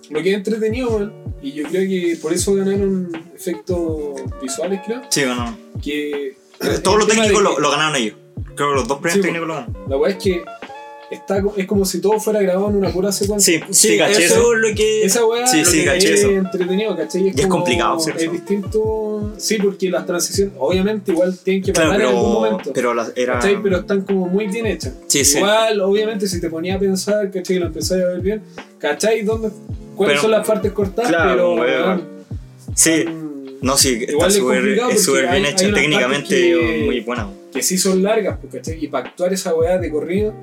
Speaker 2: lo que es entretenido, weón, y yo creo que por eso ganaron efectos visuales, creo,
Speaker 3: Sí, bueno.
Speaker 2: que...
Speaker 3: Todo
Speaker 2: el
Speaker 3: lo
Speaker 2: tema
Speaker 3: técnico
Speaker 2: de
Speaker 3: lo,
Speaker 2: que-
Speaker 3: lo ganaron ellos. Creo que los dos premios
Speaker 2: Sí,
Speaker 3: técnicos lo ganaron.
Speaker 2: La weá es que está, co- es como si todo fuera grabado en una pura secuencia.
Speaker 3: Sí, sí,
Speaker 1: Sí,
Speaker 3: caché eso.
Speaker 1: eso es lo que.
Speaker 2: Esa weá
Speaker 3: Sí,
Speaker 2: lo
Speaker 3: sí,
Speaker 2: que
Speaker 3: caché
Speaker 2: es
Speaker 3: eso.
Speaker 2: entretenido, ¿cachai?
Speaker 3: Y es complicado, sí,
Speaker 2: Es
Speaker 3: eso.
Speaker 2: distinto... Sí, porque las transiciones, obviamente, igual tienen que
Speaker 3: Claro,
Speaker 2: parar en algún
Speaker 3: pero,
Speaker 2: momento.
Speaker 3: pero las- era.
Speaker 2: ¿cachai? Pero están como muy bien hechas.
Speaker 3: Sí, sí.
Speaker 2: Igual, obviamente, si te ponía a pensar, ¿cachai? Y lo empezás a ver bien, ¿cachai? ¿Dónde, ¿Cuáles
Speaker 3: Pero-
Speaker 2: son las partes cortadas?
Speaker 3: claro,
Speaker 2: pero,
Speaker 3: weón.
Speaker 2: weón,
Speaker 3: Sí.
Speaker 2: mm,
Speaker 3: No, sí,
Speaker 2: Igual
Speaker 3: está
Speaker 2: es
Speaker 3: súper
Speaker 2: complicado
Speaker 3: es súper
Speaker 2: porque
Speaker 3: bien
Speaker 2: hay-
Speaker 3: hecha.
Speaker 2: hay unas
Speaker 3: Técnicamente
Speaker 2: partes que-
Speaker 3: muy buena.
Speaker 2: que sí son largas, pues, ¿cachai? Y para actuar esa weá de corrido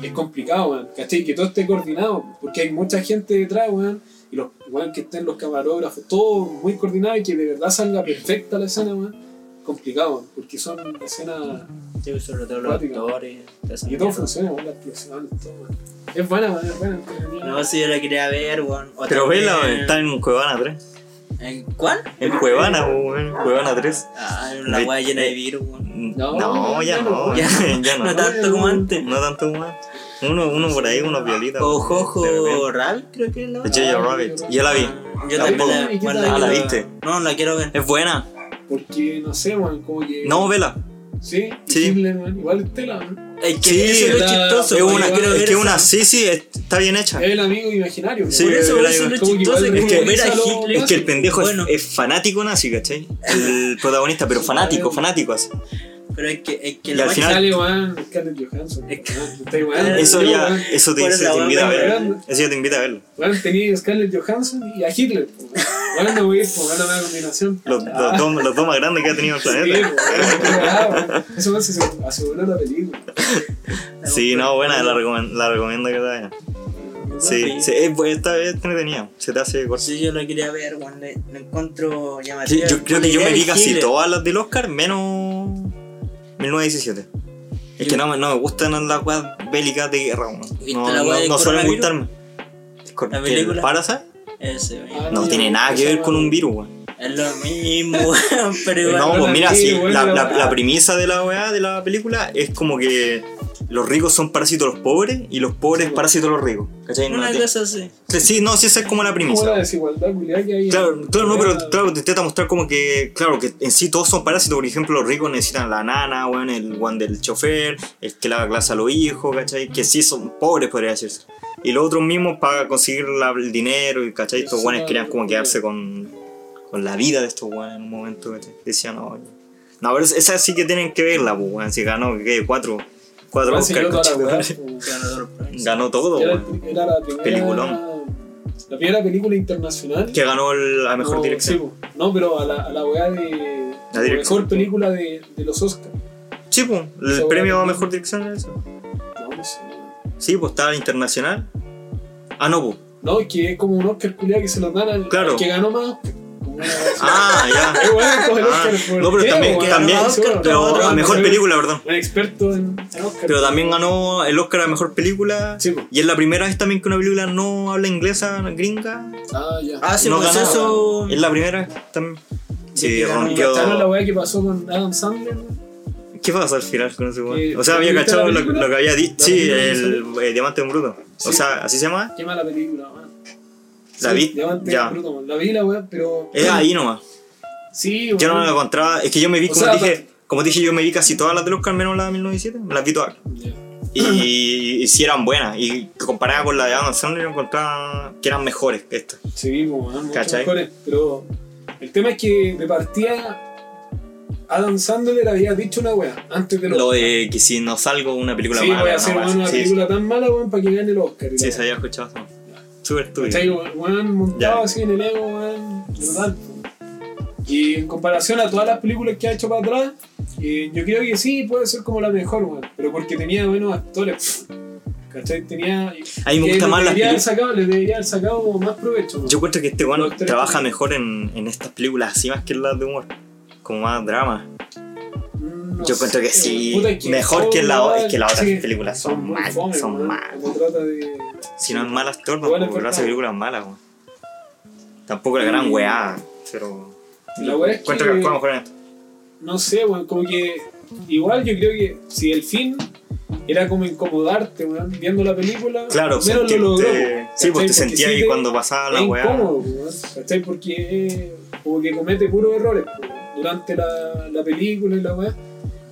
Speaker 2: es complicado, weón, ¿cachai? Que todo esté coordinado, porque hay mucha gente detrás, weón, y los weón que estén los camarógrafos, todo muy coordinado y que de verdad salga perfecta la escena, weón. Complicado, weón, porque son escenas
Speaker 1: Sí, sobre todo los
Speaker 2: Cuática.
Speaker 1: actores. toda esa
Speaker 2: y todo
Speaker 1: mierda.
Speaker 2: funciona, weón, la explosión, todo, weón. Es buena, weón, es buena. entretenida.
Speaker 1: No, si yo la quería ver, weón. O
Speaker 3: Pero
Speaker 1: también-
Speaker 3: vela, eh. está en Cuevana 3.
Speaker 1: ¿En cuál?
Speaker 3: En Cuevana, o en Cuevana 3.
Speaker 1: Ah, en la
Speaker 3: Ve-
Speaker 1: weá llena de virus, weón.
Speaker 3: No,
Speaker 2: no,
Speaker 3: ya
Speaker 2: ya
Speaker 3: no.
Speaker 2: no.
Speaker 3: Ya, ya
Speaker 1: No
Speaker 3: no.
Speaker 1: tanto como antes.
Speaker 3: No tanto más. Uno, uno por ahí, unos violitas.
Speaker 1: O
Speaker 3: de repente.
Speaker 1: Jojo Ral, creo que es la
Speaker 3: De
Speaker 1: otra.
Speaker 3: Jojo Rabbit. Yo la vi.
Speaker 1: Yo también
Speaker 3: Tampoco.
Speaker 1: la, bueno,
Speaker 2: Ah,
Speaker 3: ¿la
Speaker 1: quiero-
Speaker 3: viste? Eh,
Speaker 1: No, la quiero ver.
Speaker 3: Es buena.
Speaker 2: Porque, no sé, weón, como que...
Speaker 3: No, vela.
Speaker 2: Sí, y
Speaker 3: Sí.
Speaker 2: Hitler, weón, igual es tela, weón.
Speaker 1: Es que
Speaker 3: Sí,
Speaker 1: eso es lo
Speaker 2: la-
Speaker 1: chistoso.
Speaker 3: Es
Speaker 1: weón,
Speaker 3: una,
Speaker 1: yo quiero
Speaker 3: es
Speaker 1: ver
Speaker 3: que
Speaker 1: esa-
Speaker 3: una, sí, sí, es- está bien hecha.
Speaker 2: Es el amigo imaginario,
Speaker 3: Sí,
Speaker 1: Por
Speaker 2: weón.
Speaker 1: eso,
Speaker 3: la-
Speaker 1: eso es lo
Speaker 2: como que
Speaker 1: chistoso. Es
Speaker 2: igual
Speaker 3: es
Speaker 1: como
Speaker 3: que-
Speaker 1: ver a
Speaker 2: lo-
Speaker 1: Hitler.
Speaker 3: Es que el pendejo es-
Speaker 1: Bueno.
Speaker 3: es, fanático nazi, ¿cachai? El protagonista, pero fanático, fanático así.
Speaker 1: Pero es que, es que
Speaker 3: Y
Speaker 1: la
Speaker 3: al
Speaker 1: weá-
Speaker 3: final-
Speaker 2: Sale, weón, Scarlett Johansson.
Speaker 1: Es que-
Speaker 2: weón, está igual,
Speaker 3: Eso
Speaker 2: weón,
Speaker 3: ya,
Speaker 2: weón.
Speaker 3: eso te,
Speaker 1: Por
Speaker 3: eso
Speaker 1: esa
Speaker 3: te
Speaker 1: weá
Speaker 3: invita a
Speaker 1: me
Speaker 3: verlo.
Speaker 2: regalando.
Speaker 3: Eso ya te invita a verlo.
Speaker 2: Weón, tenía a Scarlett Johansson y a Hitler. po, weón. Weón, no voy a ir por weón, una combinación. Ah,
Speaker 3: Los,
Speaker 1: Ah.
Speaker 3: los dos, los dos más grandes que ha tenido el
Speaker 2: Sí,
Speaker 3: planeta.
Speaker 2: weón, qué weá, weón. Eso weón, se aseguró la película.
Speaker 3: Sí, no, buena, la, recomen- la recomiendo que la vean. Sí, sí, es, bu- esta vez entretenida. Se te hace corto.
Speaker 1: Sí, yo la quería ver, weón. Le, la encuentro
Speaker 3: Sí,
Speaker 1: llamativa.
Speaker 3: yo creo
Speaker 1: La
Speaker 3: que yo
Speaker 1: idea
Speaker 3: me
Speaker 1: de
Speaker 3: vi casi
Speaker 1: Hitler.
Speaker 3: todas las del Oscar, menos 1917. Es que no, me- no me gustan las weas bélicas de guerra, weón.
Speaker 1: ¿Viste
Speaker 3: No,
Speaker 1: la
Speaker 3: no,
Speaker 1: wea del
Speaker 3: no suelen
Speaker 1: coronavirus?
Speaker 3: gustarme. Porque el
Speaker 1: película?
Speaker 3: Parasite
Speaker 1: Ese, weón.
Speaker 2: Ah,
Speaker 3: no
Speaker 2: ya,
Speaker 3: tiene nada que
Speaker 2: esa
Speaker 3: ver con
Speaker 2: wea.
Speaker 3: un virus, weón.
Speaker 1: Es lo mismo, weón. Pero igual.
Speaker 3: No,
Speaker 2: no
Speaker 3: pues
Speaker 2: la
Speaker 3: mira,
Speaker 2: vi,
Speaker 3: sí,
Speaker 2: weón,
Speaker 3: la,
Speaker 2: la
Speaker 3: la-
Speaker 2: wea.
Speaker 3: la premisa de la wea de la película es como que los ricos son parásitos de los pobres y los pobres
Speaker 2: Sí,
Speaker 3: parásitos de los ricos. ¿Cachai? No
Speaker 1: una
Speaker 3: te-
Speaker 1: cosa así.
Speaker 3: Sí, no, sí, esa es como
Speaker 2: Como
Speaker 3: la
Speaker 2: la
Speaker 3: premisa.
Speaker 2: desigualdad culiá que hay.
Speaker 3: Claro,
Speaker 2: en-
Speaker 3: claro, no,
Speaker 2: weón.
Speaker 3: pero claro, te intenta mostrar como que, claro, que en sí todos son parásitos. Por ejemplo, los ricos necesitan la nana, weón, el guan del chofer, el que lava clase a los hijos, ¿cachai? Que sí son pobres, podría decirse. Y los otros mismos para conseguir la- el dinero, y ¿cachai? Estos
Speaker 2: Eso
Speaker 3: guanes
Speaker 2: no-
Speaker 3: querían como quedarse con, con la vida de estos guanes en un momento, ¿cachai? Decían, no, yo- no, pero esa sí que tienen que verla, pues, weón. Si ganó, ¿qué? Cuatro, cuatro
Speaker 2: Weón, se
Speaker 3: Oscar,
Speaker 2: llevó toda la
Speaker 3: coche,
Speaker 2: weá,
Speaker 3: weón.
Speaker 2: po, weón.
Speaker 1: Ganador Prize.
Speaker 3: Ganó todo,
Speaker 2: Era,
Speaker 3: weón.
Speaker 2: el- era la primera.
Speaker 3: Peliculón.
Speaker 2: La primera película internacional.
Speaker 3: Que ganó el- la mejor
Speaker 2: no,
Speaker 3: dirección.
Speaker 2: sí, po. no, pero a la, a la weá de.
Speaker 3: La dirección.
Speaker 2: Mejor película de, de los Oscars.
Speaker 3: Sí, pues, el
Speaker 2: Esa
Speaker 3: premio
Speaker 2: weá.
Speaker 3: a mejor dirección era eso.
Speaker 2: No, no sé, weón.
Speaker 3: Sí, pues estaba internacional. Ah, no, pues.
Speaker 2: No, es que es como un Oscar culiado que se lo dan al
Speaker 3: Claro.
Speaker 2: al que ganó más. Como una-
Speaker 3: Ah, ya.
Speaker 2: Es bueno, como pues, el
Speaker 3: Ah,
Speaker 2: Oscar por
Speaker 3: no, pero
Speaker 2: qué,
Speaker 3: también-
Speaker 2: weón.
Speaker 3: también-
Speaker 2: Ah, sí, bueno,
Speaker 3: Pero
Speaker 2: otro-
Speaker 3: a mejor
Speaker 2: otro-
Speaker 3: película, perdón.
Speaker 2: Un experto en, en Oscar.
Speaker 3: Pero también ganó el Oscar a mejor película.
Speaker 2: Sí, pues. po.
Speaker 3: Y es la primera vez también que una película no habla inglesa, gringa.
Speaker 2: Ah, ya.
Speaker 1: Ah, sí,
Speaker 3: no
Speaker 1: pues
Speaker 3: gana.
Speaker 1: eso.
Speaker 3: Es la primera vez también. Sí,
Speaker 1: que ganó-
Speaker 3: rompió.
Speaker 2: ¿Cacharon la weá que pasó con Adam Sandler? weón?
Speaker 3: ¿Qué pasa al final con ese weón?
Speaker 2: Eh,
Speaker 3: O sea, había
Speaker 2: ¿viste la
Speaker 3: cachado lo,
Speaker 2: película?
Speaker 3: lo que había dicho.
Speaker 2: ¿La
Speaker 3: Sí,
Speaker 2: película que
Speaker 3: el eh, Diamante en Bruto. O
Speaker 2: Sí.
Speaker 3: sea, ¿así se llama?
Speaker 2: Qué mala película, weón.
Speaker 3: ¿La
Speaker 2: Sí,
Speaker 3: vi?
Speaker 2: Diamante
Speaker 3: Ya.
Speaker 2: Bruto, weón. La vi la weá, pero.
Speaker 3: Es ahí nomás.
Speaker 2: Sí,
Speaker 3: Yo no
Speaker 2: weón.
Speaker 3: la encontraba. Es que yo me vi,
Speaker 2: O
Speaker 3: como
Speaker 2: sea,
Speaker 3: dije, como dije, yo me vi casi todas las del Oscar, menos la de 1907. Me las vi todas.
Speaker 2: Ya.
Speaker 3: y, y sí eran buenas. Y comparada con la de Adam Sandler, yo encontraba que eran mejores que esta.
Speaker 2: Sí, po, weón, mucho
Speaker 3: ¿Cachai?
Speaker 2: mejores. Pero el tema es que de partida. Adam Sandler había dicho una weá antes de los
Speaker 3: Lo de que si no salgo, una película
Speaker 2: sí,
Speaker 3: mala.
Speaker 2: voy a
Speaker 3: no,
Speaker 2: hacer
Speaker 3: más.
Speaker 2: weón, una
Speaker 3: sí,
Speaker 2: película tan mala, weón, para que gane el Oscar. y
Speaker 3: sí,
Speaker 2: la
Speaker 3: se había escuchado eso. Súper
Speaker 2: weá.
Speaker 3: estúpido.
Speaker 2: ¿Cachai? Weón, montado
Speaker 3: Ya.
Speaker 2: así en el ego, weón, brutal. po. Y en comparación a todas las películas que ha hecho para atrás, eh, yo creo que sí, puede ser como la mejor, weón. Pero porque tenía buenos actores, weón. ¿cachai? Tenía.
Speaker 3: A mí me
Speaker 2: que
Speaker 3: gustan
Speaker 2: les debería
Speaker 3: más las
Speaker 2: haber
Speaker 3: películas.
Speaker 2: sacado, Les debería haber sacado como más provecho, weón.
Speaker 3: Yo encuentro que este weón
Speaker 2: Los tres
Speaker 3: trabaja
Speaker 2: primeros.
Speaker 3: mejor en, en estas películas así más que en las de humor. Como más drama.
Speaker 2: Mm, no
Speaker 3: Yo encuentro
Speaker 2: sé,
Speaker 3: que sí.
Speaker 2: puta,
Speaker 3: mejor que
Speaker 2: son
Speaker 3: la o- es que las
Speaker 2: malas,
Speaker 3: otras
Speaker 2: sí.
Speaker 3: películas son
Speaker 2: muy
Speaker 3: mal-
Speaker 2: fome,
Speaker 3: son
Speaker 2: weón.
Speaker 3: mal.
Speaker 2: Como trata de-
Speaker 3: Si no es mal actor,
Speaker 2: Igual es
Speaker 3: tampoco lo hace
Speaker 2: verdad.
Speaker 3: películas malas, weón. Tampoco la gran
Speaker 2: Mm.
Speaker 3: weá, pero.
Speaker 2: La weá es
Speaker 3: Encuentro
Speaker 2: que-
Speaker 3: que actúa mejor en esto.
Speaker 2: no sé, weón, como que igual yo creo que si el fin era como incomodarte, weón, viendo la película,
Speaker 3: Claro,
Speaker 2: al menos
Speaker 3: sentí-
Speaker 2: lo logró.
Speaker 3: te- sí, pues te sentías ahí cuando pasaba la
Speaker 2: weá.
Speaker 3: weá.
Speaker 2: incómodo, weón, ¿cachai? Porque eh, como que comete puros errores weón, durante la, la película y la weá,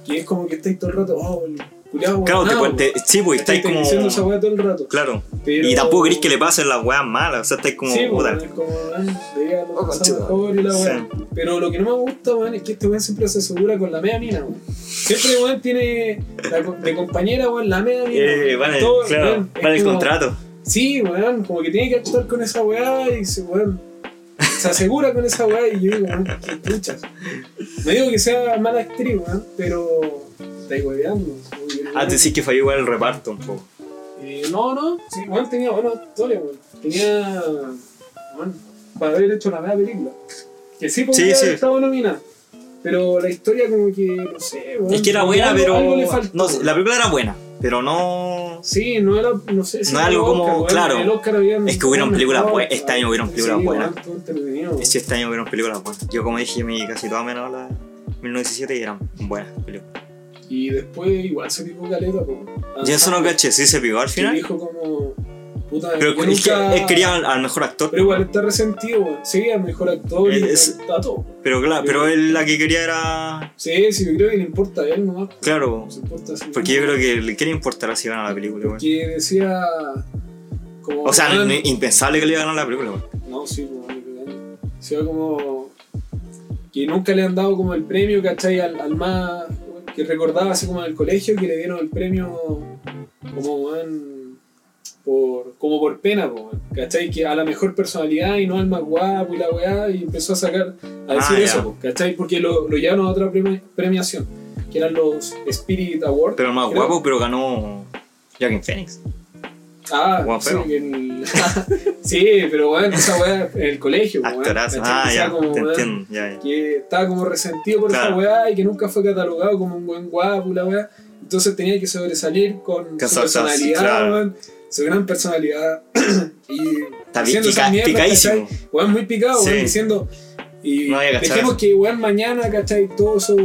Speaker 2: que es como que estáis todo el rato, oh, el culiao,
Speaker 3: Claro, te,
Speaker 2: weón,
Speaker 3: cuen- te- sí, pues estáis como.
Speaker 2: diciendo esa weá todo el rato.
Speaker 3: Claro.
Speaker 2: Pero-
Speaker 3: Y tampoco querés que le pasen las weas malas, o sea, estáis como.
Speaker 2: sí, pues,
Speaker 3: puta.
Speaker 2: weón, es como, ah, weón, veía lo
Speaker 3: Oh,
Speaker 2: pasaba
Speaker 3: conchetumare.
Speaker 2: mejor y la weá.
Speaker 3: Sí.
Speaker 2: Pero lo que no me gusta, weón, es que este weón siempre se asegura con la media mina, weón. Siempre, weón, tiene la co- de compañera, weón, la media mina.
Speaker 3: Eh,
Speaker 2: weón.
Speaker 3: vale,
Speaker 2: Todo,
Speaker 3: claro,
Speaker 2: weón, es
Speaker 3: vale el
Speaker 2: como-
Speaker 3: contrato.
Speaker 2: Sí, weón, como que tiene que actuar con esa weá y se, weón, se asegura con esa weá y yo digo, weón, qué truchas. No digo que sea mala actriz, weón, pero estáis hueveando. como que,
Speaker 3: Ah,
Speaker 2: weón,
Speaker 3: te decís que falló igual el reparto un poco.
Speaker 2: eh, no, no, sí, weón tenía buena historia, weón. Tenía. Weón, para haber hecho una mala película. Que sí podría
Speaker 3: Sí,
Speaker 2: haber
Speaker 3: sí.
Speaker 2: estado nominada. Pero la historia, como que, no sé, weón.
Speaker 3: Es que era
Speaker 2: como
Speaker 3: buena,
Speaker 2: algo-
Speaker 3: pero.
Speaker 2: algo le faltó,
Speaker 3: No, sé,
Speaker 2: weón.
Speaker 3: la película era buena, pero no.
Speaker 2: Sí, no era. No sé si
Speaker 3: No
Speaker 2: era
Speaker 3: algo
Speaker 2: el
Speaker 3: como-
Speaker 2: Oscar, weón,
Speaker 3: claro.
Speaker 2: el Oscar habían-
Speaker 3: Es que hubieron
Speaker 2: habían
Speaker 3: películas
Speaker 2: mejor,
Speaker 3: buenas, este
Speaker 2: weón.
Speaker 3: año hubieron películas
Speaker 2: Sí, weón,
Speaker 3: buenas.
Speaker 2: todo entretenido, weón.
Speaker 3: Si este año vieron películas buenas. Yo, como dije, mi casi todas menos las de 1917 y eran buenas películas.
Speaker 2: Y después, igual se picó caleta, po, weón.
Speaker 3: Y eso no
Speaker 2: Adam
Speaker 3: caché, sí se picó al
Speaker 2: Sandler, que dijo
Speaker 3: final.
Speaker 2: como. Puta,
Speaker 3: Pero
Speaker 2: yo
Speaker 3: es que
Speaker 2: nunca-
Speaker 3: él quería al, al mejor actor.
Speaker 2: Pero igual está resentido, weón. Sí, el mejor actor y
Speaker 3: Es-
Speaker 2: está todo. weón.
Speaker 3: Pero claro, pero él la que quería era.
Speaker 2: Sí, sí, yo creo que le importa a él nomás.
Speaker 3: Claro,
Speaker 2: No se importa si-
Speaker 3: porque yo creo que le- ¿qué le importará si gana la película, weón?
Speaker 2: Porque decía. Como,
Speaker 3: O sea,
Speaker 2: weón,
Speaker 3: no- impensable que le iba a ganar la película, weón.
Speaker 2: No, sí, como. ni cagando. Decía como. Que nunca le han dado como el premio, ¿cachai? Al, al más. Que recordaba así como en el colegio que le dieron el premio. Como, weón. Por, como por pena, po, weón, ¿cachai? Que a la mejor personalidad y no al más guapo y la weá, y empezó a sacar, a
Speaker 3: Ah,
Speaker 2: decir
Speaker 3: ya.
Speaker 2: eso, po, ¿cachai? Porque lo, lo llevaron a otra premi- premiación, que eran los Spirit Awards.
Speaker 3: Pero el más
Speaker 2: creo.
Speaker 3: guapo, pero ganó. Joaquin Phoenix.
Speaker 2: Ah,
Speaker 3: Guau,
Speaker 2: sí,
Speaker 3: feo.
Speaker 2: que el- sí, pero bueno, esa weá en el colegio, pues, weón,
Speaker 3: Actorazo.
Speaker 2: ¿cachai?
Speaker 3: Ah,
Speaker 2: Que
Speaker 3: ya,
Speaker 2: sea como,
Speaker 3: te
Speaker 2: weón,
Speaker 3: entiendo. Ya, ya.
Speaker 2: Que estaba como resentido por esa
Speaker 3: Claro.
Speaker 2: weá y que nunca fue catalogado como un buen guapo, la weá. Entonces tenía que sobresalir con
Speaker 3: Con
Speaker 2: su
Speaker 3: su-
Speaker 2: personalidad,
Speaker 3: claro.
Speaker 2: weón, su gran personalidad. y
Speaker 3: Está bien
Speaker 2: haciendo esas
Speaker 3: pica-
Speaker 2: mierdas,
Speaker 3: picadísimo.
Speaker 2: ¿cachai? Weón, muy picado,
Speaker 3: Sí.
Speaker 2: weón, diciendo. Y
Speaker 3: No había cachado
Speaker 2: dejemos
Speaker 3: eso.
Speaker 2: que, weón, mañana, ¿cachai? Todos esos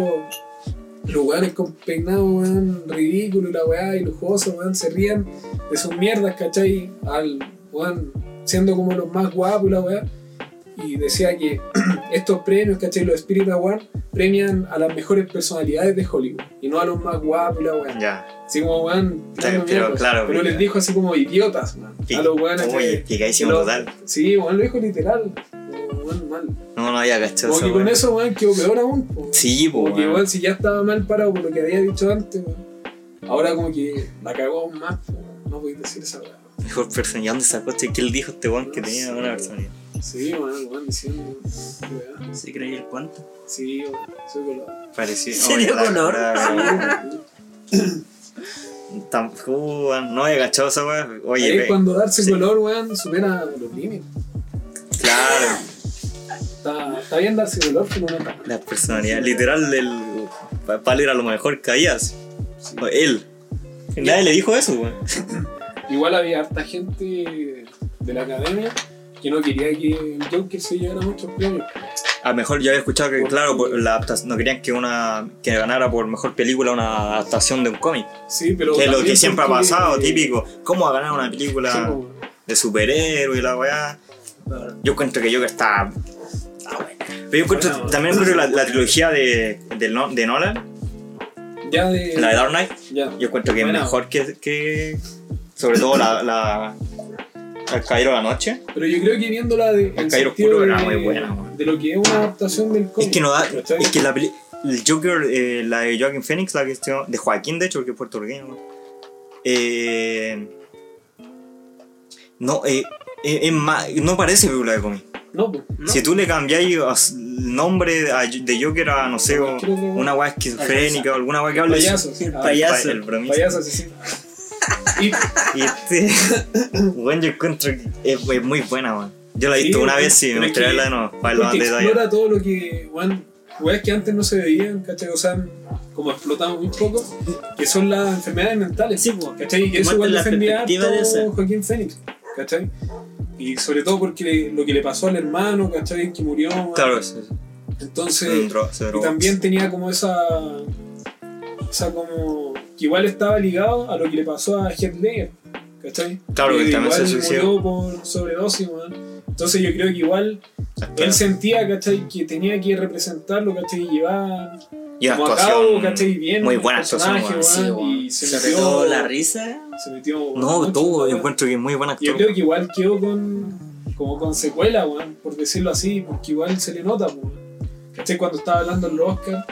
Speaker 2: lugares con peinado, weón, ridículo y la weá, y lujoso, weón, se rían de sus mierdas, ¿cachai? Al, weón, siendo como los más guapos y la weá. Y decía que estos premios, ¿cachai? Los Spirit Awards premian a las mejores personalidades de Hollywood y no a los más guapos y la weá.
Speaker 3: Ya.
Speaker 2: Así como, weón,
Speaker 3: Está
Speaker 2: tirando
Speaker 3: bien, pero
Speaker 2: mierdas.
Speaker 3: claro,
Speaker 2: pero
Speaker 3: mira.
Speaker 2: les dijo así como idiotas, man. A los weones.
Speaker 3: Uy,
Speaker 2: que-
Speaker 3: picadísimo
Speaker 2: lo-
Speaker 3: total.
Speaker 2: Sí, weón, lo dijo literal. Como, weón, mal.
Speaker 3: No, no había cachado
Speaker 2: Como
Speaker 3: esa
Speaker 2: que con
Speaker 3: weá.
Speaker 2: eso, weón, quedó peor aún. po.
Speaker 3: Sí, po,
Speaker 2: Como que,
Speaker 3: weón.
Speaker 2: weón, si ya estaba mal parado por lo que había dicho antes, weón. Ahora como que la cagó aún más, po, weón. No podéis decir esa weá.
Speaker 3: Mejor personalidad. ¿Dónde sacó este? ¿Qué le dijo este weón que
Speaker 2: No
Speaker 3: tenía
Speaker 2: sé.
Speaker 3: buena personalidad?
Speaker 2: Sí, weón, weón, diciendo. weá.
Speaker 1: ¿Se creía el cuánto?
Speaker 2: Sí, weón, soy colado.
Speaker 3: Parecía.
Speaker 1: ¿Sería
Speaker 3: Oye, la-
Speaker 1: color?
Speaker 3: la- Tampoco, weón. No había cachado esa weá.
Speaker 2: Ahí
Speaker 3: Oye,
Speaker 2: es
Speaker 3: ve,
Speaker 2: cuando darse
Speaker 3: sí.
Speaker 2: color, weón, supera los límites.
Speaker 3: claro.
Speaker 2: Está, está bien darse color, pero no tanto.
Speaker 3: La personalidad. Literal, el. Palo era lo mejor que había. así.
Speaker 2: Sí.
Speaker 3: O Él. Nadie le dijo eso, weón.
Speaker 2: Igual había harta gente de la academia que no quería que el Joker se llevara muchos premios.
Speaker 3: A lo mejor yo había escuchado que,
Speaker 2: Por-
Speaker 3: claro, por la adaptación- no querían que una que ganara por mejor película una adaptación de un cómic.
Speaker 2: Sí, pero.
Speaker 3: Que es lo
Speaker 2: también
Speaker 3: que siempre ha
Speaker 2: porque- eh,
Speaker 3: pasado, típico. ¿Cómo va a ganar una
Speaker 2: Sí,
Speaker 3: película
Speaker 2: como-
Speaker 3: de superhéroe y la weá? Yo encuentro que Joker está. está buena. Pero yo encuentro,
Speaker 2: Buena,
Speaker 3: también encuentro la, la trilogía de, de, No- de Nolan,
Speaker 2: ya de.
Speaker 3: la de Dark Knight,
Speaker 2: ya.
Speaker 3: yo encuentro que es
Speaker 2: Buena.
Speaker 3: mejor que, que- Sobre todo la. la el Caballero de la Noche.
Speaker 2: Pero yo creo que viendo la de. en
Speaker 3: Cairo
Speaker 2: sentido
Speaker 3: Oscuro
Speaker 2: de,
Speaker 3: era muy buena, weón.
Speaker 2: de lo que es una adaptación del cómic.
Speaker 3: Es que no da.
Speaker 2: ¿cachai?
Speaker 3: Es que la peli- El Joker, eh, la de Joaquin Phoenix, la que estoy, de Joaquín, de hecho, porque es puertorriqueño. ¿no? Eh, no, eh, eh, es ma- no parece película de cómic.
Speaker 2: No, pues.
Speaker 1: ¿no?
Speaker 3: Si tú le cambiáis as- el nombre a- de Joker a, no sé, o-
Speaker 2: Cualquier otro-
Speaker 3: una weá esquizofrénica o alguna weá que hable.
Speaker 2: Payaso, sí.
Speaker 1: El
Speaker 2: Ah,
Speaker 1: payaso.
Speaker 3: El bromista.
Speaker 2: Payaso asesino. Y
Speaker 3: Y este. bueno, yo encuentro que es, es muy buena, weón. Yo la he
Speaker 2: Sí,
Speaker 3: visto una
Speaker 2: weón,
Speaker 3: vez y me
Speaker 2: pero es
Speaker 3: gustaría
Speaker 2: que-
Speaker 3: verla de nuevo. Para ver los
Speaker 2: porque
Speaker 3: detalles.
Speaker 2: explora todo lo que, weón, weas que antes no se veían, ¿cachai? O sea, como explotamos un poco, que son las enfermedades mentales.
Speaker 1: Sí, po.
Speaker 2: ¿Cachai? Y eso
Speaker 1: Muestra
Speaker 2: igual
Speaker 1: la
Speaker 2: defendía
Speaker 1: perspectiva de
Speaker 2: harto
Speaker 1: esa.
Speaker 2: Joaquín Fénix, ¿cachai? Y sobre todo porque lo que le pasó al hermano, ¿cachai? Que murió. weón.
Speaker 3: Claro, sí, sí.
Speaker 2: Entonces,
Speaker 3: Mm, dro- se
Speaker 2: y
Speaker 3: drogó.
Speaker 2: también tenía como esa. Esa como. Que igual estaba ligado a lo que le pasó a Heath Ledger, ¿cachai?
Speaker 3: Claro, que también
Speaker 2: igual
Speaker 3: se suicidó.
Speaker 2: murió por sobredosis, weón. Entonces yo creo que igual
Speaker 3: Actúa.
Speaker 2: él sentía, ¿cachai? Que tenía que representarlo, ¿cachai? Y llevar
Speaker 3: Y la
Speaker 2: como a cabo,
Speaker 3: actuación.
Speaker 2: ¿cachai? Bien.
Speaker 3: muy
Speaker 2: el
Speaker 3: buena actuación,
Speaker 2: personaje,
Speaker 3: weón.
Speaker 1: Sí,
Speaker 2: weón,
Speaker 1: weón.
Speaker 2: Y se
Speaker 1: Se
Speaker 2: metió
Speaker 1: pegó la risa.
Speaker 2: Se metió. weón,
Speaker 3: No,
Speaker 2: mucho,
Speaker 3: todo. Yo
Speaker 2: weón.
Speaker 3: encuentro que es muy buena
Speaker 2: Yo
Speaker 3: actor.
Speaker 2: creo que igual quedó con. Como con secuela, weón, por decirlo así, porque igual se le nota, weón. ¿Cachai? Cuando estaba hablando en los Oscar,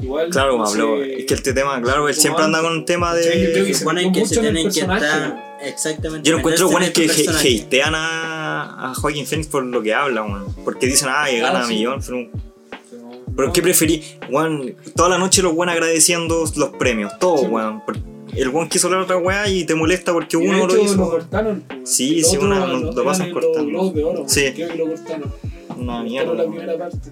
Speaker 2: igual.
Speaker 3: Claro,
Speaker 2: no
Speaker 3: habló.
Speaker 2: sé,
Speaker 3: Es que este tema, claro, él
Speaker 2: Como
Speaker 3: siempre anda
Speaker 2: antes.
Speaker 3: con el tema
Speaker 2: Sí, yo creo
Speaker 1: Se
Speaker 2: que
Speaker 3: de.
Speaker 2: se
Speaker 1: supone
Speaker 2: metió
Speaker 1: que
Speaker 2: mucho
Speaker 1: se
Speaker 2: en el
Speaker 1: tienen que
Speaker 2: personaje,
Speaker 1: estar. Exactamente.
Speaker 3: Yo lo encuentro bueno es
Speaker 1: meterse
Speaker 3: que
Speaker 1: en este
Speaker 3: he-
Speaker 1: estos
Speaker 2: este
Speaker 1: personajes.
Speaker 3: hatean a, a Joaquin Phoenix por lo que habla, weón. Porque dicen, ah, que
Speaker 2: Claro,
Speaker 3: gana
Speaker 2: sí.
Speaker 3: millón. Pero,
Speaker 2: pero
Speaker 3: pero
Speaker 2: no,
Speaker 3: ¿qué preferí? Weón, toda la noche los weón agradeciendo los premios, todo,
Speaker 2: Sí.
Speaker 3: weón. Por- El weón quiso la otra weá y te molesta porque
Speaker 2: Y de
Speaker 3: uno
Speaker 2: hecho,
Speaker 3: lo hizo.
Speaker 2: cortaron. pues,
Speaker 3: Sí,
Speaker 2: el
Speaker 3: sí,
Speaker 2: otro
Speaker 3: una- lo
Speaker 2: eran
Speaker 3: pasan
Speaker 2: en
Speaker 3: cortando.
Speaker 2: Los globos de oro,
Speaker 3: Sí.
Speaker 2: creo que lo cortaron.
Speaker 3: Una mierda.
Speaker 2: Cortaron la
Speaker 3: weón.
Speaker 2: primera parte.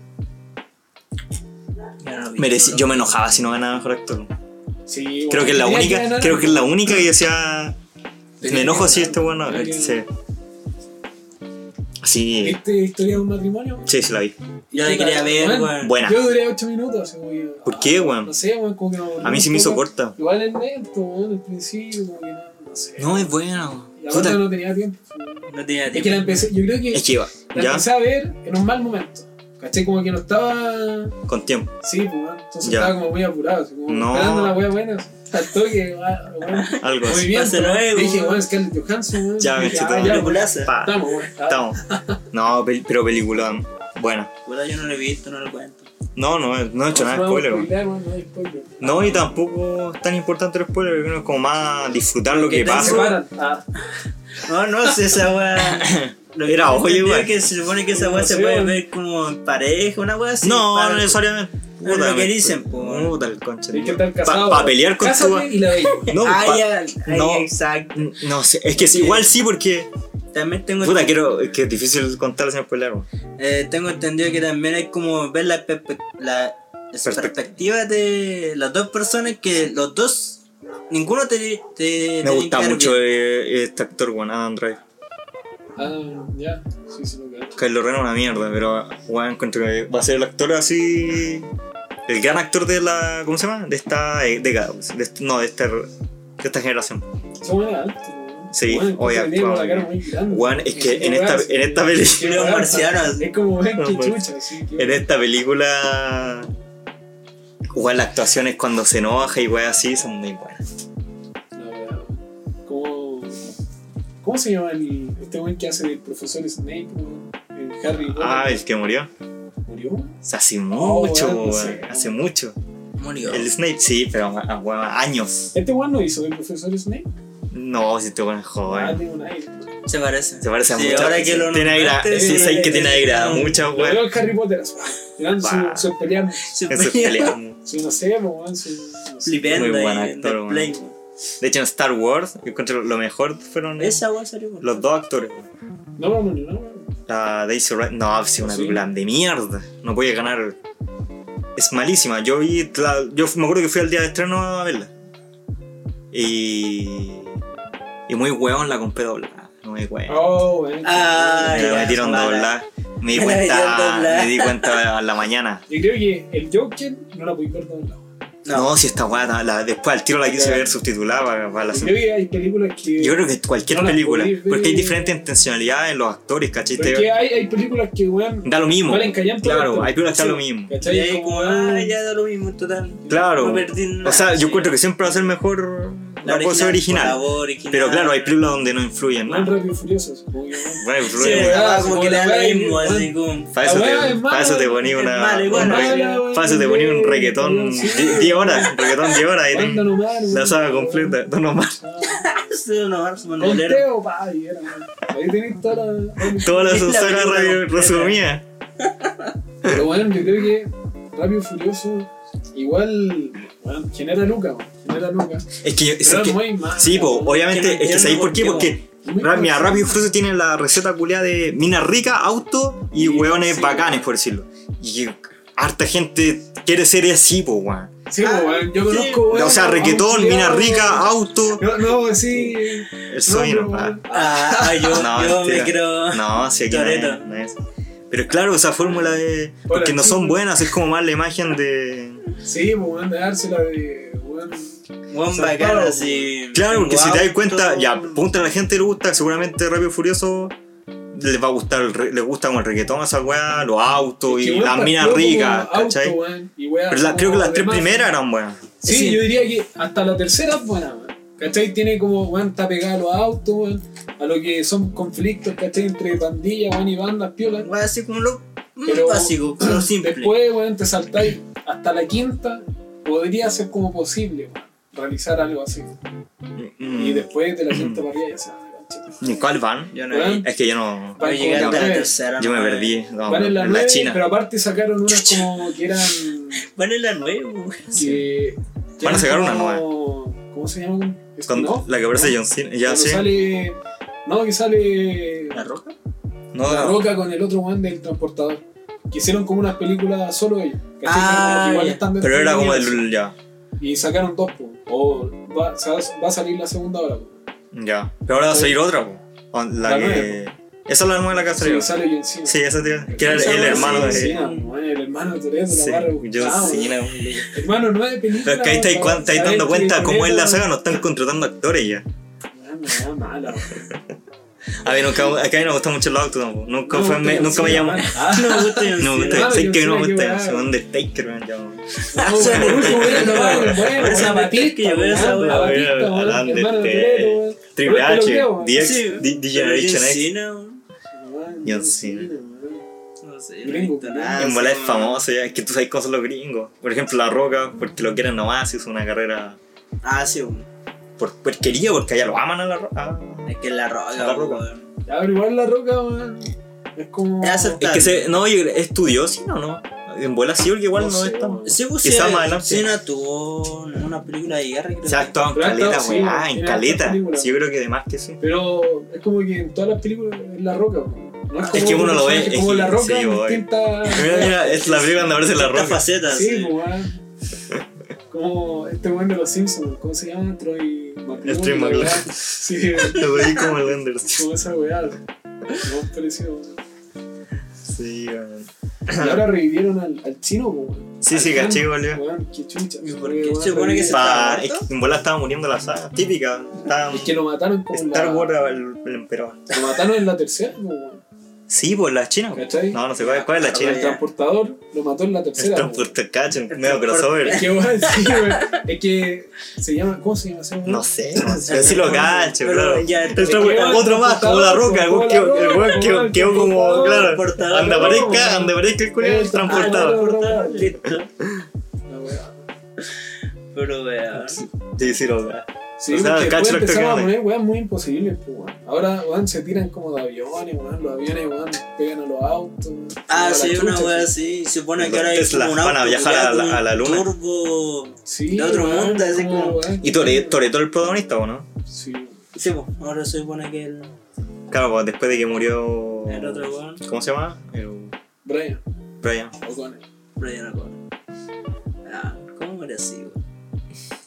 Speaker 1: Ya no vi,
Speaker 3: Mereci-
Speaker 1: no.
Speaker 3: yo me enojaba si no ganaba mejor actor.
Speaker 2: Sí,
Speaker 3: Creo
Speaker 2: bueno,
Speaker 3: que es la
Speaker 2: tenía
Speaker 3: única,
Speaker 2: ganar.
Speaker 3: creo que es la única que decía.
Speaker 2: Tenía
Speaker 3: Me
Speaker 2: que
Speaker 3: enojo si
Speaker 2: ganar.
Speaker 3: este bueno.
Speaker 2: Tenía que-
Speaker 3: Sí. Sí,
Speaker 2: ¿Viste historia de un matrimonio?
Speaker 3: sí, sí la vi.
Speaker 1: Yo la quería ver,
Speaker 2: Bueno.
Speaker 1: weón.
Speaker 3: Buena.
Speaker 2: Yo duré 8 minutos. así, güey.
Speaker 3: ¿Por qué, weón?
Speaker 2: No sé, weón, como que no.
Speaker 3: A mí sí me hizo corta.
Speaker 2: Igual es lento, weón, al principio, como que no, no sé.
Speaker 3: No, es buena, weón.
Speaker 2: Y la
Speaker 3: Puta,
Speaker 2: verdad no tenía tiempo. güey.
Speaker 1: No tenía
Speaker 2: Es que la
Speaker 1: tiempo.
Speaker 2: empecé, yo creo que
Speaker 3: Es que iba,
Speaker 2: la
Speaker 3: ya,
Speaker 2: empecé a ver en un mal momento. ¿Cachai? Como que no estaba.
Speaker 3: con tiempo.
Speaker 2: Sí, pues, weón. Entonces
Speaker 3: Ya.
Speaker 2: estaba como muy apurado, así, como
Speaker 3: No.
Speaker 2: esperando la wea buena. Al toque, weón, weón.
Speaker 3: Algo
Speaker 2: Muy
Speaker 3: así.
Speaker 2: bien,
Speaker 1: Pase
Speaker 2: weón.
Speaker 1: luego,
Speaker 2: Dije,
Speaker 1: weón.
Speaker 2: weón, Scarlett Johansson, weón.
Speaker 3: Ya, me
Speaker 2: Dije,
Speaker 3: chutó.
Speaker 2: ah, ya, weón.
Speaker 1: Peliculaza.
Speaker 3: Pa,
Speaker 2: Estamos, weón.
Speaker 3: estamos. No, pel- pero película buena.
Speaker 1: Puta, yo no lo he visto, no lo cuento.
Speaker 3: No, no, no he hecho nada
Speaker 2: Vamos
Speaker 3: de
Speaker 2: a
Speaker 3: spoiler. weón.
Speaker 2: spoilear, weón, No hay spoiler.
Speaker 3: No, y tampoco es tan importante el spoiler, yo creo que es como más disfrutar lo que
Speaker 1: Porque
Speaker 2: Se
Speaker 3: pasa.
Speaker 2: paran. Ah.
Speaker 1: No, no sé esa weá. Lo que
Speaker 3: Era
Speaker 1: tengo
Speaker 3: ojo,
Speaker 1: entendido
Speaker 3: igual.
Speaker 1: es que se supone que esa
Speaker 2: No
Speaker 1: weá se
Speaker 2: sé,
Speaker 1: puede
Speaker 2: weón.
Speaker 1: ver como en pareja, una weá así.
Speaker 3: No,
Speaker 1: para-
Speaker 3: no necesariamente.
Speaker 1: Pero
Speaker 3: Puta,
Speaker 1: lo que
Speaker 3: me-
Speaker 1: dicen, po, weón.
Speaker 3: Puta, el concha.
Speaker 2: Hay que estar
Speaker 3: Para
Speaker 2: casado.
Speaker 3: pelear con tu.
Speaker 2: Cásate y la bella.
Speaker 3: No,
Speaker 1: Ah,
Speaker 3: pa-
Speaker 1: ya,
Speaker 3: no.
Speaker 1: no. exacto.
Speaker 3: no sé, es que sí, igual sí, porque.
Speaker 1: También tengo,
Speaker 3: Puta, quiero. Es que es difícil contar sin spoiler. weón.
Speaker 1: eh, tengo entendido que también hay como ver la, perspe- la las
Speaker 3: Perspec-
Speaker 1: perspectivas de las dos personas que los dos, ninguno te... te
Speaker 3: Me
Speaker 1: te
Speaker 3: gusta
Speaker 1: encarga.
Speaker 3: mucho eh, este actor, weón, Adam Drive.
Speaker 2: Ah, ya. Sí, sí, lo cacho.
Speaker 3: Kylo Ren es una mierda, pero weón, encuentro que va a ser el actor así. El gran actor de la. ¿Cómo se llama? De esta eh, década. pues, de este- no, de esta, de esta generación.
Speaker 2: Esa weón era alta, weón.
Speaker 3: Sí,
Speaker 2: Weón,
Speaker 3: oye,
Speaker 2: entonces venía con la
Speaker 3: actuaba
Speaker 2: cara muy grande.
Speaker 3: Weón, es que
Speaker 2: Así
Speaker 3: en esta,
Speaker 2: weón,
Speaker 3: en esta
Speaker 2: así,
Speaker 3: peli-
Speaker 2: qué
Speaker 1: Era un
Speaker 2: weón,
Speaker 1: marciano.
Speaker 2: así. Es como ven
Speaker 3: Era un
Speaker 2: que
Speaker 3: marciano.
Speaker 2: chucha, sí. qué
Speaker 3: pues. En e-
Speaker 2: weón.
Speaker 3: esta película. Weón, las actuaciones cuando se enoja y weón así son muy buenas.
Speaker 2: No, weón. ¿Cómo, ¿Cómo se llama el, este weón que hace el profesor Snape? weón? El Harry Potter.
Speaker 3: Ah, el que murió.
Speaker 2: ¿Murió?
Speaker 3: O sea,
Speaker 1: Oh,
Speaker 3: hace
Speaker 2: No,
Speaker 3: mucho,
Speaker 2: weón, no
Speaker 3: weón,
Speaker 2: sé.
Speaker 3: hace mucho.
Speaker 1: Murió.
Speaker 3: El Snape, sí, pero a- a weón, años.
Speaker 2: ¿Este weón no hizo el profesor Snape?
Speaker 3: No, si te weón es
Speaker 2: Ah,
Speaker 3: joven.
Speaker 2: tiene un aire.
Speaker 1: Se parece.
Speaker 3: Se parece a
Speaker 1: Sí,
Speaker 3: muchas
Speaker 1: ahora
Speaker 3: veces.
Speaker 1: que lo
Speaker 3: Tiene aire a-
Speaker 1: nombraste,
Speaker 3: sí, sabes que tiene aire a
Speaker 1: no,
Speaker 3: muchas,
Speaker 2: Lo
Speaker 3: weón.
Speaker 2: veo el Harry Potter así. Eran su,
Speaker 3: Bah.
Speaker 2: sus peleando.
Speaker 1: se
Speaker 3: En sus
Speaker 1: veía
Speaker 3: peleas.
Speaker 2: Su no sé, weón. Su, no sé.
Speaker 1: Flipendo
Speaker 3: Muy
Speaker 1: ahí
Speaker 3: buen
Speaker 1: en
Speaker 3: actor,
Speaker 1: el
Speaker 3: weón.
Speaker 1: play.
Speaker 3: De hecho, en Star Wars, yo encuentro lo mejor fueron
Speaker 1: Esa weá salió. weón.
Speaker 3: los dos actores.
Speaker 2: No, no, no, no, no.
Speaker 3: La Daisy Ridley, no, es una
Speaker 2: Ah, Sí.
Speaker 3: película de mierda. No podía ganar. Es malísima. Yo vi, la- yo me acuerdo que fui al día de estreno a verla. Y. Y muy hueón la compré doblada. No me hueón.
Speaker 2: Oh, weón.
Speaker 1: Ah,
Speaker 3: me la
Speaker 1: ya,
Speaker 3: metieron
Speaker 1: mala.
Speaker 3: doblada. Me di
Speaker 1: Me la metieron
Speaker 3: cuenta,
Speaker 1: doblada.
Speaker 3: me di cuenta a la mañana.
Speaker 2: Yo creo que el Joker no la pudiste ver de un lado.
Speaker 3: No, si esta weá, la- la- después al tiro la quise
Speaker 2: Ya.
Speaker 3: ver subtitulada para, para la
Speaker 2: Yo creo que hay películas que.
Speaker 3: Yo creo que cualquier
Speaker 2: No la
Speaker 3: película,
Speaker 2: podéis ver.
Speaker 3: porque hay diferentes intencionalidades en los actores, ¿cachai?
Speaker 2: Pero es
Speaker 3: Te-
Speaker 2: que hay, hay películas que, weón.
Speaker 3: Da lo mismo.
Speaker 2: Valen callan por
Speaker 3: Claro,
Speaker 2: esto.
Speaker 3: hay películas que da
Speaker 2: Sí.
Speaker 3: lo mismo.
Speaker 1: Y ahí
Speaker 2: ¿Cachai?
Speaker 1: como,
Speaker 2: Como,
Speaker 1: ah,
Speaker 2: weón,
Speaker 1: ya da lo mismo, total.
Speaker 3: Claro.
Speaker 1: No perdí nada,
Speaker 3: O sea,
Speaker 1: sí.
Speaker 3: yo encuentro que siempre va a ser mejor la, cosa original.
Speaker 1: por favor, original.
Speaker 3: Pero claro, hay películas donde no influyen
Speaker 2: weón,
Speaker 3: nada.
Speaker 2: rápido y furioso. así, como que, weón.
Speaker 3: Bueno,
Speaker 1: Sí,
Speaker 3: influyen.
Speaker 2: weón.
Speaker 1: estaba como que le da lo
Speaker 2: Weón,
Speaker 1: mismo,
Speaker 2: weón.
Speaker 1: así como.
Speaker 3: para eso,
Speaker 2: La
Speaker 3: te,
Speaker 2: weá es
Speaker 3: pa' eso
Speaker 2: mala,
Speaker 3: te ponía
Speaker 1: es
Speaker 3: una.
Speaker 1: mala, igual,
Speaker 3: un
Speaker 1: mala,
Speaker 3: regga-
Speaker 2: weón.
Speaker 3: pa' eso te ponía un reggaetón
Speaker 2: Sí.
Speaker 3: 10 horas, un reggaetón 10 horas y
Speaker 2: Banda
Speaker 3: ten-
Speaker 2: nomás,
Speaker 3: la
Speaker 2: weón.
Speaker 3: saga completa, no nomás.
Speaker 2: Ah,
Speaker 1: 15 de marzo,
Speaker 2: Con
Speaker 1: bandolero.
Speaker 2: Teo, pa, y era, weón. Ahí tenéis toda la.
Speaker 3: Todas las
Speaker 1: Es la
Speaker 3: Osaka
Speaker 1: película
Speaker 3: re-
Speaker 1: completa.
Speaker 3: resumidas.
Speaker 2: Pero bueno, yo creo que Rápido y Furioso igual bueno, genera lucas, weón, genera lucas.
Speaker 3: Es que, yo- es
Speaker 2: Pero
Speaker 3: que-
Speaker 2: es muy malo.
Speaker 3: sí, po, obviamente,
Speaker 1: Que
Speaker 3: es
Speaker 1: no
Speaker 3: que
Speaker 1: entiendo
Speaker 3: sabéis por
Speaker 1: por
Speaker 3: qué,
Speaker 1: qué,
Speaker 3: porque
Speaker 2: Muy
Speaker 3: ra- mira,
Speaker 2: malo.
Speaker 3: Rápido y Furioso tiene la receta culiada de minas ricas, auto y
Speaker 2: Sí,
Speaker 3: hueones
Speaker 2: sí.
Speaker 3: bacanes, por decirlo. Y que harta gente quiere ser así, po, weón.
Speaker 2: Sí,
Speaker 1: Ah,
Speaker 2: weón, yo
Speaker 1: sí.
Speaker 2: conozco, weón,
Speaker 3: O sea,
Speaker 2: a un
Speaker 3: requetón,
Speaker 2: culiao,
Speaker 3: mina rica,
Speaker 2: weón.
Speaker 3: auto.
Speaker 2: No, no, sí.
Speaker 3: El sueño,
Speaker 2: no,
Speaker 3: pa.
Speaker 2: weón.
Speaker 1: Ah, yo,
Speaker 3: No,
Speaker 1: yo
Speaker 3: mentira.
Speaker 1: me creo.
Speaker 3: No, si aquí no es,
Speaker 1: Toreto.
Speaker 3: no es. Pero claro, esa fórmula de. Porque no son buenas, es como más la imagen de.
Speaker 2: Sí, pues weón, de dársela de. weón.
Speaker 1: Buen
Speaker 2: Zarpado.
Speaker 1: bacán así.
Speaker 3: Claro, porque si te
Speaker 1: guau,
Speaker 3: das cuenta,
Speaker 1: todo.
Speaker 3: ya, apunta a la gente le gusta, seguramente Rápido y Furioso les va a gustar, el re- les gusta como el reggaetón, esa weá, los autos
Speaker 2: Es que,
Speaker 3: y
Speaker 2: weón,
Speaker 3: las minas
Speaker 2: partió como
Speaker 3: ricas,
Speaker 2: auto,
Speaker 3: ¿cachai?
Speaker 2: weón, y weón,
Speaker 3: Pero la- creo que
Speaker 2: como
Speaker 3: las tres
Speaker 2: de mafia.
Speaker 3: primeras eran buenas.
Speaker 2: Sí,
Speaker 1: Sí.
Speaker 2: yo diría que hasta la tercera es buena, weón. ¿Cachai? Tiene como, weón, está pegada a los autos, weón, a lo que son conflictos, ¿cachai? Entre pandillas, weón, y bandas, piola.
Speaker 1: Guau, así como lo mm,
Speaker 2: Pero-
Speaker 1: básico, lo simple.
Speaker 2: Después, weón, te saltáis hasta la quinta, podría ser como posible, weón, realizar algo así.
Speaker 3: Mm,
Speaker 2: Y después de la quinta parrilla ya se van a la concha.
Speaker 3: ¿Y cuál van?
Speaker 1: Yo no
Speaker 2: Weón,
Speaker 3: Es que yo no.
Speaker 1: Voy a llegar
Speaker 3: como
Speaker 1: hasta la
Speaker 2: nueve.
Speaker 1: tercera.
Speaker 3: Yo me
Speaker 1: no,
Speaker 3: perdí. no,
Speaker 2: Van en la,
Speaker 3: en la
Speaker 2: nueve,
Speaker 3: China.
Speaker 2: pero aparte sacaron unas como que eran.
Speaker 1: Van en la nueve, weón.
Speaker 2: Que, que
Speaker 3: Van a
Speaker 2: eran
Speaker 3: sacar una
Speaker 2: como- ¿Cómo se llaman?
Speaker 3: Cuando-
Speaker 2: ¿No?
Speaker 3: La que aparece John Cena. Ya,
Speaker 2: Cuando
Speaker 3: sí.
Speaker 2: sale. No, que sale.
Speaker 1: ¿La roja?
Speaker 3: No,
Speaker 2: La
Speaker 3: no.
Speaker 2: Roca con el otro weón del transportador. Que hicieron como unas películas solo ellos. ¿cachai?
Speaker 1: Ah,
Speaker 2: Como que igual
Speaker 1: ya.
Speaker 2: están dentro
Speaker 3: Pero era
Speaker 2: del
Speaker 3: como
Speaker 2: universo.
Speaker 3: el. Ya.
Speaker 2: Y sacaron dos, po. O va, se va, va a salir la segunda hora, po.
Speaker 3: Ya. Pero ahora va a salir otra, po. O La
Speaker 2: La
Speaker 3: que. Esa es la nueva la que ha
Speaker 2: Sí,
Speaker 3: salido.
Speaker 2: sale bien encima.
Speaker 3: Sí, esa tío. Que era el,
Speaker 1: Esa
Speaker 3: el
Speaker 1: weá
Speaker 3: hermano de.
Speaker 1: sí,
Speaker 2: Sí, no, el hermano de Toreto,
Speaker 3: Sí,
Speaker 2: la barra
Speaker 3: John
Speaker 2: buscada,
Speaker 3: Cena,
Speaker 2: weón.
Speaker 3: weón.
Speaker 2: Hermano, no hay película.
Speaker 3: Pero es que ahí estáis cuan- estáis dando cuenta cómo es la saga, no están contratando actores ya.
Speaker 2: No, mala. weón.
Speaker 3: A mí nunca, a mí no me gustan mucho los autos tampoco. Nunca, fue- me,
Speaker 2: John
Speaker 3: nunca me
Speaker 2: Cena,
Speaker 3: llamó.
Speaker 2: man. Ah,
Speaker 1: No me gusta
Speaker 3: No me gusta,
Speaker 2: Cena,
Speaker 3: sé
Speaker 2: John
Speaker 3: que no
Speaker 2: Cena,
Speaker 3: me
Speaker 2: qué
Speaker 3: gusta.
Speaker 2: weá.
Speaker 3: Según Undertaker me han llamado.
Speaker 2: No,
Speaker 1: O sea,
Speaker 2: por
Speaker 1: por
Speaker 2: último,
Speaker 1: último,
Speaker 2: no,
Speaker 1: weón.
Speaker 2: weón,
Speaker 1: Por esa
Speaker 2: weón,
Speaker 1: Batista,
Speaker 2: Batista,
Speaker 1: weón, esa
Speaker 2: weón,
Speaker 1: weón.
Speaker 2: Batista,
Speaker 3: Al
Speaker 2: weón,
Speaker 3: Undertaker.
Speaker 2: hermano de Toreto,
Speaker 3: eh.
Speaker 2: weón.
Speaker 3: Triple
Speaker 2: Pero es que
Speaker 3: H,
Speaker 2: lo creo,
Speaker 3: DX,
Speaker 1: Sí,
Speaker 3: D- D- Generation
Speaker 1: pero John
Speaker 3: X.
Speaker 1: Cena, weón.
Speaker 2: weón.
Speaker 3: John Cena.
Speaker 2: weón.
Speaker 1: No sé, no he
Speaker 2: Gringo,
Speaker 1: visto nada.
Speaker 3: En bola es
Speaker 1: sí,
Speaker 3: famoso ya, es que tú sabes cómo son los gringos. Por ejemplo, La Roca, porque lo quieren nomás, hizo una carrera
Speaker 1: weón. Ah, sí, weón.
Speaker 3: por porquería, porque allá lo aman a La Roca.
Speaker 1: Es que la roca,
Speaker 3: La Roca.
Speaker 1: weón.
Speaker 2: Ya, pero igual la roca, weón. Es como.
Speaker 1: Es aceptable.
Speaker 3: Es que se, no, yo creo- es estudiosina o no. En bola sí, porque igual no,
Speaker 2: No sé,
Speaker 3: es tan.
Speaker 2: weón.
Speaker 1: Sí, pues,
Speaker 3: Quizá
Speaker 1: sí,
Speaker 3: más adelante.
Speaker 1: Cena tuvo una película de guerra, creo.
Speaker 3: Se ha
Speaker 1: que.
Speaker 3: actuado en
Speaker 2: Pero ha
Speaker 3: caleta,
Speaker 2: actuado,
Speaker 3: güey.
Speaker 2: sí,
Speaker 3: Ah, en
Speaker 2: tiene
Speaker 3: caleta.
Speaker 2: hartas películas.
Speaker 3: Sí, yo creo que de más que sí.
Speaker 2: Pero es como que en todas las películas es la roca, weón. No
Speaker 3: Es que
Speaker 2: como
Speaker 3: uno lo
Speaker 2: otro
Speaker 3: ve,
Speaker 2: personaje,
Speaker 3: es
Speaker 2: como
Speaker 3: que-
Speaker 2: la roca
Speaker 3: sí,
Speaker 2: en
Speaker 3: weón.
Speaker 2: distintas.
Speaker 3: Mira, mira, es la película donde aparece la
Speaker 1: Distintas
Speaker 3: roca.
Speaker 1: facetas.
Speaker 2: Sí, pues, weón. Como este weón de los Simpsons, ¿cómo se llama? Troy McClure.
Speaker 3: Troy
Speaker 2: la
Speaker 3: McClure.
Speaker 2: weá. Sí, weón.
Speaker 3: Lo veí como el Enders.
Speaker 2: como esa weá. No pareció, weón.
Speaker 3: Sí, güey.
Speaker 2: Y ahora revivieron al, al chino, weón.
Speaker 3: Sí, sí,
Speaker 2: Al
Speaker 3: caché,
Speaker 2: chino,
Speaker 3: boludo.
Speaker 2: Weón, qué chucha.
Speaker 1: ¿Y por
Speaker 2: porque,
Speaker 1: qué
Speaker 2: weón,
Speaker 1: se supone que se-
Speaker 2: revivieron.
Speaker 3: Pa-
Speaker 1: ¿Está
Speaker 3: es
Speaker 1: muerto?
Speaker 3: que en bola estaba muriendo la saga. Típica. Estaba
Speaker 2: Es que lo mataron como en
Speaker 3: Star
Speaker 2: la-
Speaker 3: Wars el, el emperador.
Speaker 2: Lo mataron en la tercera, po, weón.
Speaker 3: Sí, por la china. güey.
Speaker 2: ¿Cachai?
Speaker 3: No, no sé cuál, cuál es la
Speaker 2: El
Speaker 1: ya.
Speaker 3: china.
Speaker 2: transportador lo mató en la
Speaker 3: El
Speaker 2: tercera. po, weón.
Speaker 3: transporte cacho, medio crossover.
Speaker 2: Es que, weón, sí, weón. Es que se llama. ¿Cómo se llama ese weón?
Speaker 3: No sé, pero sí lo cacho,
Speaker 1: Pero
Speaker 3: claro.
Speaker 1: ya,
Speaker 3: El
Speaker 1: es que
Speaker 3: transporte-
Speaker 2: igual,
Speaker 3: Este otro más, como la roca, el
Speaker 2: como
Speaker 3: güey
Speaker 2: la
Speaker 3: que- el
Speaker 2: roca,
Speaker 3: güey
Speaker 2: como
Speaker 3: que
Speaker 2: el
Speaker 3: quedó como,
Speaker 2: transportador,
Speaker 3: claro,
Speaker 1: transportador.
Speaker 3: anda
Speaker 2: güey.
Speaker 3: parezca, anda parezca el culo, el
Speaker 2: El
Speaker 1: Ah,
Speaker 3: transportador.
Speaker 2: transportador.
Speaker 1: Listo.
Speaker 2: La weá.
Speaker 1: Pero vea.
Speaker 3: Sí, sí, lo veo.
Speaker 2: Sí,
Speaker 3: O sea,
Speaker 2: porque
Speaker 3: cacho
Speaker 2: después
Speaker 3: lo que
Speaker 2: empezaron a
Speaker 3: gane.
Speaker 2: poner weas muy imposibles, po, weón. Ahora, weón, se tiran como de aviones, weón. Los aviones, weón, pegan a los autos. weón. A
Speaker 1: Ah,
Speaker 2: la
Speaker 1: sí, una
Speaker 2: chucha,
Speaker 1: wea así. Se supone
Speaker 3: Los
Speaker 1: que ahora hay
Speaker 3: Tesla
Speaker 1: como un
Speaker 3: van a
Speaker 1: auto
Speaker 3: viajar a
Speaker 1: culiado
Speaker 3: la-
Speaker 1: con
Speaker 3: a la luna.
Speaker 1: Turbo.
Speaker 2: Sí,
Speaker 1: De otro
Speaker 2: weón,
Speaker 1: mundo, así como-
Speaker 2: weón.
Speaker 3: ¿Y Toreto Toretto el protagonista o no?
Speaker 2: Sí.
Speaker 1: Sí, pues, ahora se supone que el,
Speaker 3: Claro, pues, después de que murió.
Speaker 1: el otro weón.
Speaker 3: ¿Cómo se llama? El
Speaker 2: Brian,
Speaker 3: Brian.
Speaker 2: O'Connor.
Speaker 1: Brian O'Connor. Ah, ¿cómo era así, weón?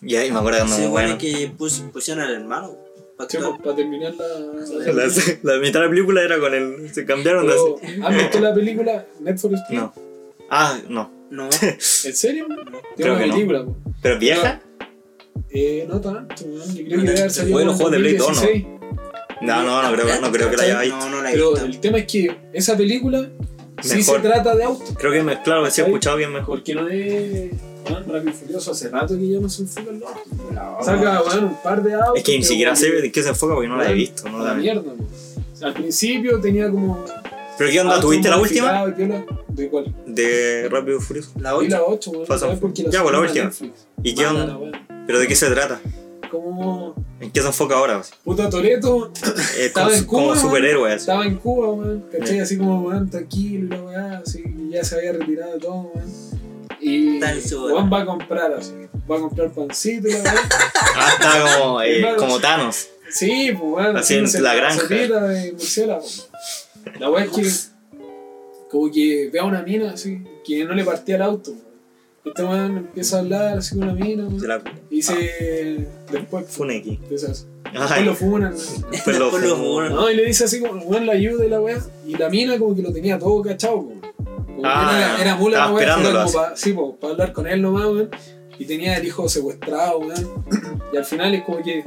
Speaker 3: Y ahí me acuerdo cuando.
Speaker 1: se supone
Speaker 3: bueno,
Speaker 1: que pus- pusieron al hermano. pa'
Speaker 2: Sí,
Speaker 1: actuar.
Speaker 2: para terminar la. la-
Speaker 3: la, la mitad de la película era con él. Se cambiaron de.
Speaker 2: Pero, ¿Han visto la película Netflix?
Speaker 3: No. Ah, no.
Speaker 1: No,
Speaker 2: ¿En serio? weón?
Speaker 1: no.
Speaker 2: Tiene
Speaker 3: Creo
Speaker 2: una
Speaker 3: que no.
Speaker 2: película, po.
Speaker 3: ¿Pero vieja?
Speaker 2: Eh, no tanto, weón. Yo creo
Speaker 1: No
Speaker 2: que debe haber
Speaker 1: tanto.
Speaker 2: salido
Speaker 3: Fue de los
Speaker 2: en
Speaker 3: juegos de Play dos, ¿no?
Speaker 2: 2016.
Speaker 3: No, no, no creo, no creo que la haya visto.
Speaker 1: No, no la he
Speaker 2: Pero
Speaker 1: visto.
Speaker 2: el tema es que esa película sí se
Speaker 3: Mejor.
Speaker 2: trata de autos.
Speaker 3: Creo que me, claro, que sí he escuchado bien mejor.
Speaker 2: Porque no es. Weón, Rápido y Furioso hace rato que ya no se enfoca en los autos. Saca, weón, un par de autos.
Speaker 3: Es que ni
Speaker 2: pero
Speaker 3: siquiera
Speaker 2: como
Speaker 3: sé
Speaker 2: que-
Speaker 3: de qué se enfoca porque no la he visto. No
Speaker 2: A
Speaker 3: la
Speaker 2: la
Speaker 3: he-
Speaker 2: mierda, weón. O sea, Al principio tenía como.
Speaker 3: ¿Pero qué onda?
Speaker 2: autos
Speaker 3: ¿Tuviste la última?
Speaker 2: modificados y piola. ¿De cuál?
Speaker 3: De Rápido y Furioso.
Speaker 1: La
Speaker 2: Vi
Speaker 1: otra.
Speaker 2: la 8, weón.
Speaker 3: Fast
Speaker 2: ¿sabes?
Speaker 3: and
Speaker 2: Porque
Speaker 3: Furious. Ya, pues,
Speaker 2: sacaron a
Speaker 3: la última.
Speaker 2: Netflix.
Speaker 3: ¿Y qué
Speaker 2: Mala
Speaker 3: onda?
Speaker 2: la weá.
Speaker 3: ¿Pero de qué se trata?
Speaker 2: como.
Speaker 3: ¿En qué se enfoca ahora? así?
Speaker 2: Puta Toreto,
Speaker 3: Eh,
Speaker 2: Estaba
Speaker 3: como,
Speaker 2: en Cuba,
Speaker 3: como
Speaker 2: weón.
Speaker 3: superhéroe, así.
Speaker 2: estaba en Cuba, weón, ¿cachai?
Speaker 3: Ya.
Speaker 2: Así como, weón, tranquilo, y la weá, así, y ya se había retirado de todo, weón. Y
Speaker 1: Está en su-
Speaker 2: Juan va a comprar, así, va a comprar pancito, y la weá.
Speaker 3: Ah, estaba como, eh,
Speaker 2: Claro.
Speaker 3: como Thanos.
Speaker 2: Sí, pues bueno,
Speaker 3: Así en
Speaker 2: haciéndose
Speaker 3: la granja.
Speaker 2: sopita de murciélago. La weá es que como que ve a una mina así, que no le partía el auto. Este weón empieza a hablar así con una mina, weón,
Speaker 3: De la Ah,
Speaker 2: y dice después pues,
Speaker 3: Funeki.
Speaker 2: empieza así, después lo
Speaker 3: Ay,
Speaker 2: funan. weón.
Speaker 3: pues lo
Speaker 1: Después lo
Speaker 3: fumó.
Speaker 1: funaron.
Speaker 2: No, y le dice así como, weón, la ayuda de la weá. Y la mina como que lo tenía todo cachado, weón. Como que
Speaker 3: Ah,
Speaker 2: era, era mula la
Speaker 3: estaba
Speaker 2: weá, era
Speaker 3: esperándolo
Speaker 2: como pa- sí, pues, para hablar con él nomás, weón. Y tenía el hijo secuestrado, weón. Y al final es como que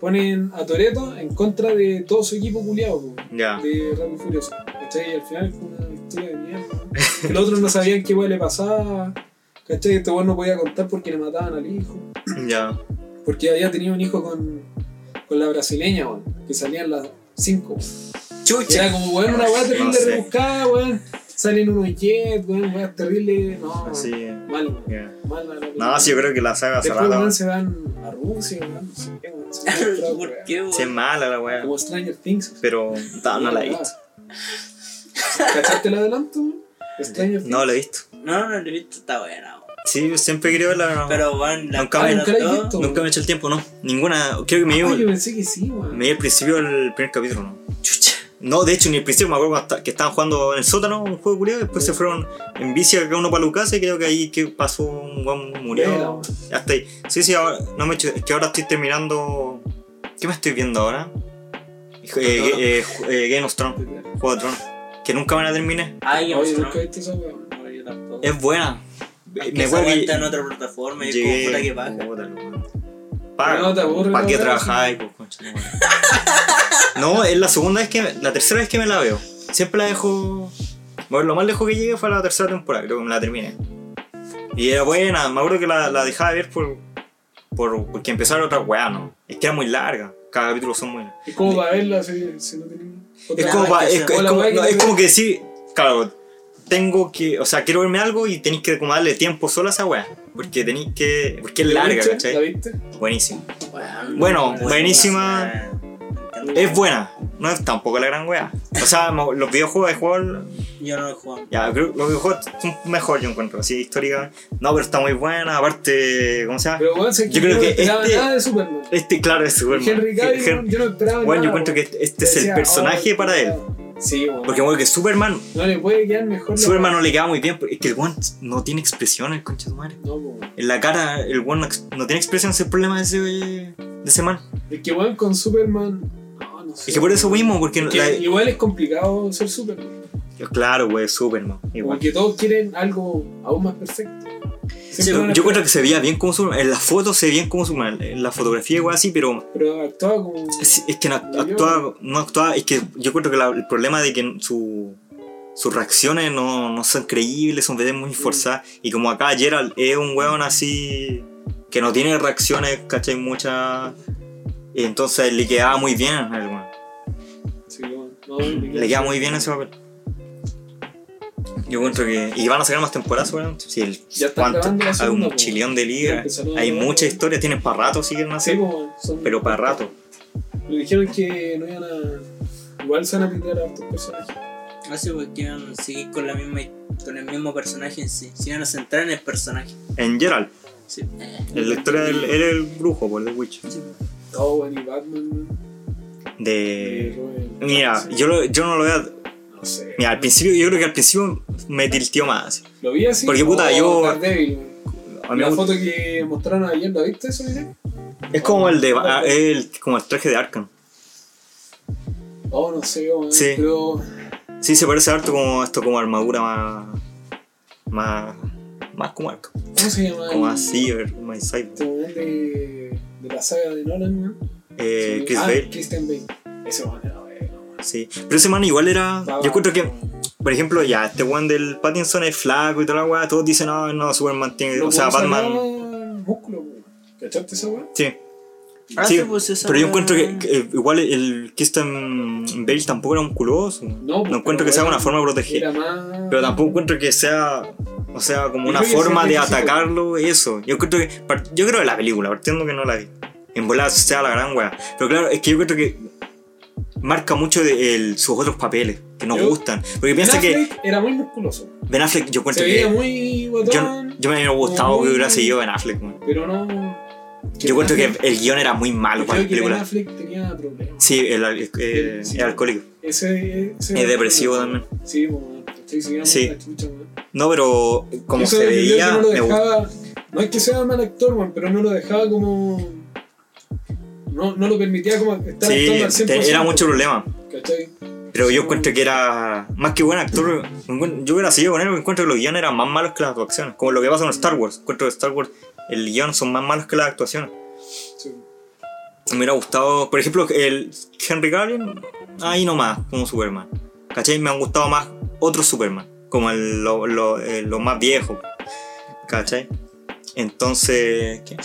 Speaker 2: ponen a Toreto en contra de todo su equipo culiado, weón.
Speaker 3: Ya.
Speaker 2: De Rápido y Furioso. ¿Cachai? Y al final fue una historia de mierda, weón. Los otros no sabían qué weón le pasaba. ¿Cachai? Este weón no podía contar porque le mataban al hijo.
Speaker 3: Ya.
Speaker 2: Porque había tenido un hijo con, con la brasileña, weón. Que salían las 5, weón.
Speaker 1: Chucha.
Speaker 2: Era como, weón, una weá terrible
Speaker 3: No sé.
Speaker 2: rebuscada, weón. Salen unos jets, weón, weá terrible. No,
Speaker 3: Así.
Speaker 2: mal, weón.
Speaker 3: ya.
Speaker 2: Mal, mal, mal.
Speaker 3: Ah, No, sí, yo creo que la saga
Speaker 2: Después,
Speaker 3: cerrada.
Speaker 2: weón,
Speaker 3: weón.
Speaker 2: se van a Rusia, weón. No sé, weón. se van a otro,
Speaker 1: ¿Por
Speaker 2: weón.
Speaker 1: qué, weón?
Speaker 3: Sí, es mala la weá.
Speaker 2: Como Stranger Things.
Speaker 3: Pero ta, no la he visto.
Speaker 2: ¿Cachaste el adelanto, weón? Stranger Things.
Speaker 3: No la he visto.
Speaker 1: No, no, lo he visto, está buena, weón.
Speaker 3: Sí, yo siempre he querido verla. Pero
Speaker 1: Pero, weón, la
Speaker 3: Nunca- Ah,
Speaker 1: cámara
Speaker 2: nunca la he
Speaker 1: todo-
Speaker 2: visto.
Speaker 3: nunca me he hecho el tiempo, ¿no? Ninguna. Creo que me
Speaker 2: Ah, yo
Speaker 3: dio,
Speaker 2: pensé que sí, weón.
Speaker 3: me dio el principio del primer capítulo, ¿no?
Speaker 1: Chucha.
Speaker 3: No, de hecho, ni el principio me acuerdo cuando esta- que estaban jugando en el sótano un juego curioso. Después se fueron en bici cada uno para Lucas y creo que ahí que pasó un guan
Speaker 2: Vela,
Speaker 3: murió.
Speaker 2: weón.
Speaker 3: Hasta ahí. Sí, sí, ahora, no me he hecho- es que ahora estoy terminando. ¿Qué me estoy viendo ahora? Eh, eh, eh, ju- eh, Game of Thrones, Juego de Thrones, que nunca me la terminé.
Speaker 1: Ay, yo
Speaker 2: Oye,
Speaker 1: no.
Speaker 2: nunca he visto esa weón.
Speaker 1: No, yo tampoco.
Speaker 3: Es buena.
Speaker 1: Que
Speaker 3: Me
Speaker 1: esa
Speaker 3: acuerdo
Speaker 1: weá
Speaker 3: que
Speaker 1: está en otra plataforma y es como puta que
Speaker 3: llegué.
Speaker 1: baja.
Speaker 3: puta, loco.
Speaker 2: No te
Speaker 3: Paga.
Speaker 2: aburre
Speaker 3: ¿Para
Speaker 2: la
Speaker 3: qué
Speaker 2: weá,
Speaker 3: trabajáis? pues, concha de madre? No, es la segunda vez que. La tercera vez que me la veo. Siempre la dejo. Bueno, lo más lejos que llegué fue a la tercera temporada, creo que me la terminé. Y era buena, me acuerdo que la, la dejaba de ver por, por, porque empezaron otras weá, ¿no? Es que era muy larga, cada capítulo son muy
Speaker 2: Es como para verla si, si no tenía.
Speaker 3: es
Speaker 1: Claro,
Speaker 3: como, pa-
Speaker 1: es que
Speaker 3: es,
Speaker 1: se
Speaker 3: es
Speaker 2: fue la
Speaker 3: como,
Speaker 2: weá que
Speaker 3: no,
Speaker 2: te
Speaker 3: es
Speaker 2: dio.
Speaker 3: como que decir, claro, tengo que, o sea, quiero verme algo y tenéis que como darle tiempo solo a esa weá. Porque tenéis que. Porque es larga,
Speaker 2: ¿La viste? ¿La
Speaker 3: ¿cachai?
Speaker 2: viste?
Speaker 3: Buenísimo.
Speaker 1: Weón,
Speaker 3: Bueno,
Speaker 1: weón,
Speaker 3: buenísima.
Speaker 1: weón. Me encanta.
Speaker 3: Es buena, no es tampoco la gran weá. O sea, mo- los videojuegos de juego.
Speaker 1: Yo no lo he jugado.
Speaker 3: Ya, creo- los videojuegos son mejor, yo encuentro, así histórica. No, pero está muy buena, aparte, ¿cómo se llama?
Speaker 2: Pero weón, sé que
Speaker 3: Yo creo
Speaker 2: no
Speaker 3: que
Speaker 2: esperaba
Speaker 3: este-
Speaker 2: nada de Superman.
Speaker 3: Este, claro, es súper
Speaker 2: Henry Cavill, weón, yo no esperaba
Speaker 3: Bueno,
Speaker 2: nada.
Speaker 3: yo encuentro que
Speaker 2: weón.
Speaker 3: este este es el
Speaker 2: Decía,
Speaker 3: personaje
Speaker 2: oh,
Speaker 3: para él.
Speaker 2: Sí, weón.
Speaker 3: Porque, bueno, que Superman,
Speaker 2: no le puede quedar mejor. la
Speaker 3: Superman no
Speaker 2: weá.
Speaker 3: le queda muy bien, porque es que el weón no tiene expresión, el concha de su madre.
Speaker 2: No, weón.
Speaker 3: En la cara, el weón no, ex- no tiene expresión, ese es el problema de ese, de ese man.
Speaker 2: Es que weón con Superman. No, no sé.
Speaker 3: Es que por eso mismo, porque.
Speaker 2: Que
Speaker 3: la-
Speaker 2: Igual es complicado ser Superman.
Speaker 3: claro, güey, Superman. Igual.
Speaker 2: Porque todos quieren algo aún más perfecto. Siempre
Speaker 1: Sí,
Speaker 2: van
Speaker 3: Yo
Speaker 2: a
Speaker 3: encuentro
Speaker 2: esperar,
Speaker 3: que se veía bien como Superman. En las fotos se veía bien como Superman. En la fotografía, igual así, pero.
Speaker 2: Pero actuaba como.
Speaker 3: Es, es que no
Speaker 2: Yo-
Speaker 3: actuaba, no actuaba. Es que yo encuentro que la- el problema de que su. Sus reacciones no, no son creíbles, son veces muy forzadas. Y como acá Gerald es un weón así. que no tiene reacciones, ¿cachai? Muchas. Entonces le quedaba muy bien al weón.
Speaker 2: Sí, weón. No,
Speaker 3: Le queda muy bien ese papel. Yo encuentro que. Y van a sacar más temporadas, seguramente. Si el.
Speaker 2: Ya están grabando la
Speaker 3: Hay
Speaker 2: segunda,
Speaker 3: un
Speaker 2: po.
Speaker 3: chilión de
Speaker 2: Ya
Speaker 3: ligas.
Speaker 2: empezaron a
Speaker 3: Hay
Speaker 2: grabar.
Speaker 3: muchas historias, tienen para rato, si quieren
Speaker 2: Sí,
Speaker 3: hacer.
Speaker 2: weón, son-
Speaker 3: Pero para rato.
Speaker 2: Le dijeron que no iban a. Igual se van a pintar a otros personajes.
Speaker 1: No sé por qué van a seguir con, la misma, con el mismo personaje en sí. Si van a centrar en el personaje.
Speaker 3: En Geralt,
Speaker 1: Sí.
Speaker 3: en la historia del. Era el brujo, por The Witch.
Speaker 2: No, weón, y Batman, weón, y
Speaker 3: De.
Speaker 2: Robin.
Speaker 3: Mira, yo, lo- yo no lo veo.
Speaker 2: No sé.
Speaker 3: Mira, al principio, yo creo que al principio me tilteó más.
Speaker 2: Lo vi así.
Speaker 3: Porque, puta,
Speaker 2: oh,
Speaker 3: yo-
Speaker 2: Daredevil, weón.
Speaker 3: A mí
Speaker 2: la
Speaker 3: me gusta-
Speaker 2: foto que mostraron ayer, ¿la viste eso, Miguel?
Speaker 3: Es como el de. ah, el- como el traje de Arkham.
Speaker 2: Oh, no sé, weón.
Speaker 3: Sí.
Speaker 2: Pero.
Speaker 3: Sí, se parece harto como esto, como armadura más. más. más como Arkham.
Speaker 2: ¿Cómo se llama?
Speaker 3: Como
Speaker 2: el-
Speaker 3: así, My Cyber.
Speaker 2: Este weón de, de la saga de Nolan, weón.
Speaker 3: Eh,
Speaker 2: Sí.
Speaker 3: Chris
Speaker 2: Ah,
Speaker 3: Bale,
Speaker 2: Christian Bale. Ese weón era bueno, weón.
Speaker 3: sí. Pero ese man igual era.
Speaker 2: Estaba-
Speaker 3: Yo encuentro que, por ejemplo, ya, este weón del Pattinson es flaco y toda la weá. Todos dicen, no, no, Superman tiene.
Speaker 2: Lo
Speaker 3: Eh, O sea,
Speaker 2: puedo sacar
Speaker 3: Batman.
Speaker 2: Músculo, weón. ¿Cachaste esa weón?
Speaker 3: Sí.
Speaker 1: Ah,
Speaker 3: Sí,
Speaker 1: sí, pues, esa
Speaker 3: pero yo
Speaker 1: weá-
Speaker 3: encuentro que, que, eh, igual el Kristen Bale tampoco era musculoso.
Speaker 2: No,
Speaker 3: No,
Speaker 1: pues,
Speaker 2: pero
Speaker 3: encuentro que sea
Speaker 2: era-
Speaker 3: una forma de proteger.
Speaker 2: Era más.
Speaker 3: Pero tampoco encuentro que sea. O sea, como
Speaker 2: Yo
Speaker 3: una
Speaker 2: creo que
Speaker 3: forma
Speaker 2: sí, pues.
Speaker 3: de
Speaker 2: sí, sí,
Speaker 3: atacarlo, eso. Yo encuentro que. par- Yo creo que la película, partiendo que no la vi. En volada sea la gran wea. Pero claro, es que yo creo que marca mucho de el- sus otros papeles que nos
Speaker 2: Yo-
Speaker 3: gustan. Porque
Speaker 2: Ben
Speaker 3: piensa que
Speaker 2: Affleck era muy musculoso.
Speaker 3: Ben Affleck, yo
Speaker 2: Se
Speaker 3: cuento
Speaker 2: veía
Speaker 3: que.
Speaker 2: muy
Speaker 3: Yo,
Speaker 2: guatón,
Speaker 3: yo me hubiera gustado que
Speaker 2: muy-
Speaker 3: hubiera seguido Ben Affleck, weón.
Speaker 2: pero no.
Speaker 3: Yo cuento que
Speaker 2: Ben Affleck-
Speaker 3: el guión era muy malo
Speaker 2: yo
Speaker 3: para la
Speaker 2: creo que Ben
Speaker 3: película.
Speaker 2: Affleck tenía problemas.
Speaker 3: Sí, el, al- eh,
Speaker 2: Sí.
Speaker 3: el alcohólico.
Speaker 2: Ese, ese
Speaker 3: Es depresivo
Speaker 2: también. Sí, bueno, estoy siguiendo
Speaker 3: Sí.
Speaker 2: la chucha, weón.
Speaker 3: No, pero como
Speaker 2: Eso
Speaker 3: se
Speaker 2: yo creo que
Speaker 3: veía,
Speaker 2: no lo
Speaker 3: me gustó.
Speaker 2: dejaba, no es que sea mal actor, weón, pero no lo dejaba como. No, no lo permitía como estar
Speaker 3: Sí,
Speaker 2: actuando al 100%.
Speaker 3: te- era mucho problema.
Speaker 2: ¿Cachai?
Speaker 3: Pero yo
Speaker 2: Sí.
Speaker 3: encuentro que era más que buen actor. encuent- Yo hubiera seguido con él, porque encuentro que los guiones eran más malos que las actuaciones. Como lo que pasa con Star Wars. Encuentro que Star Wars, el guión son más malos que las actuaciones.
Speaker 2: Sí.
Speaker 3: Me hubiera gustado, por ejemplo, el Henry Cavill, ahí nomás, como Superman. ¿Cachai? Me han gustado más otros Superman, como el, lo, lo- eh, lo más viejo. ¿Cachai? Entonces, ¿qué?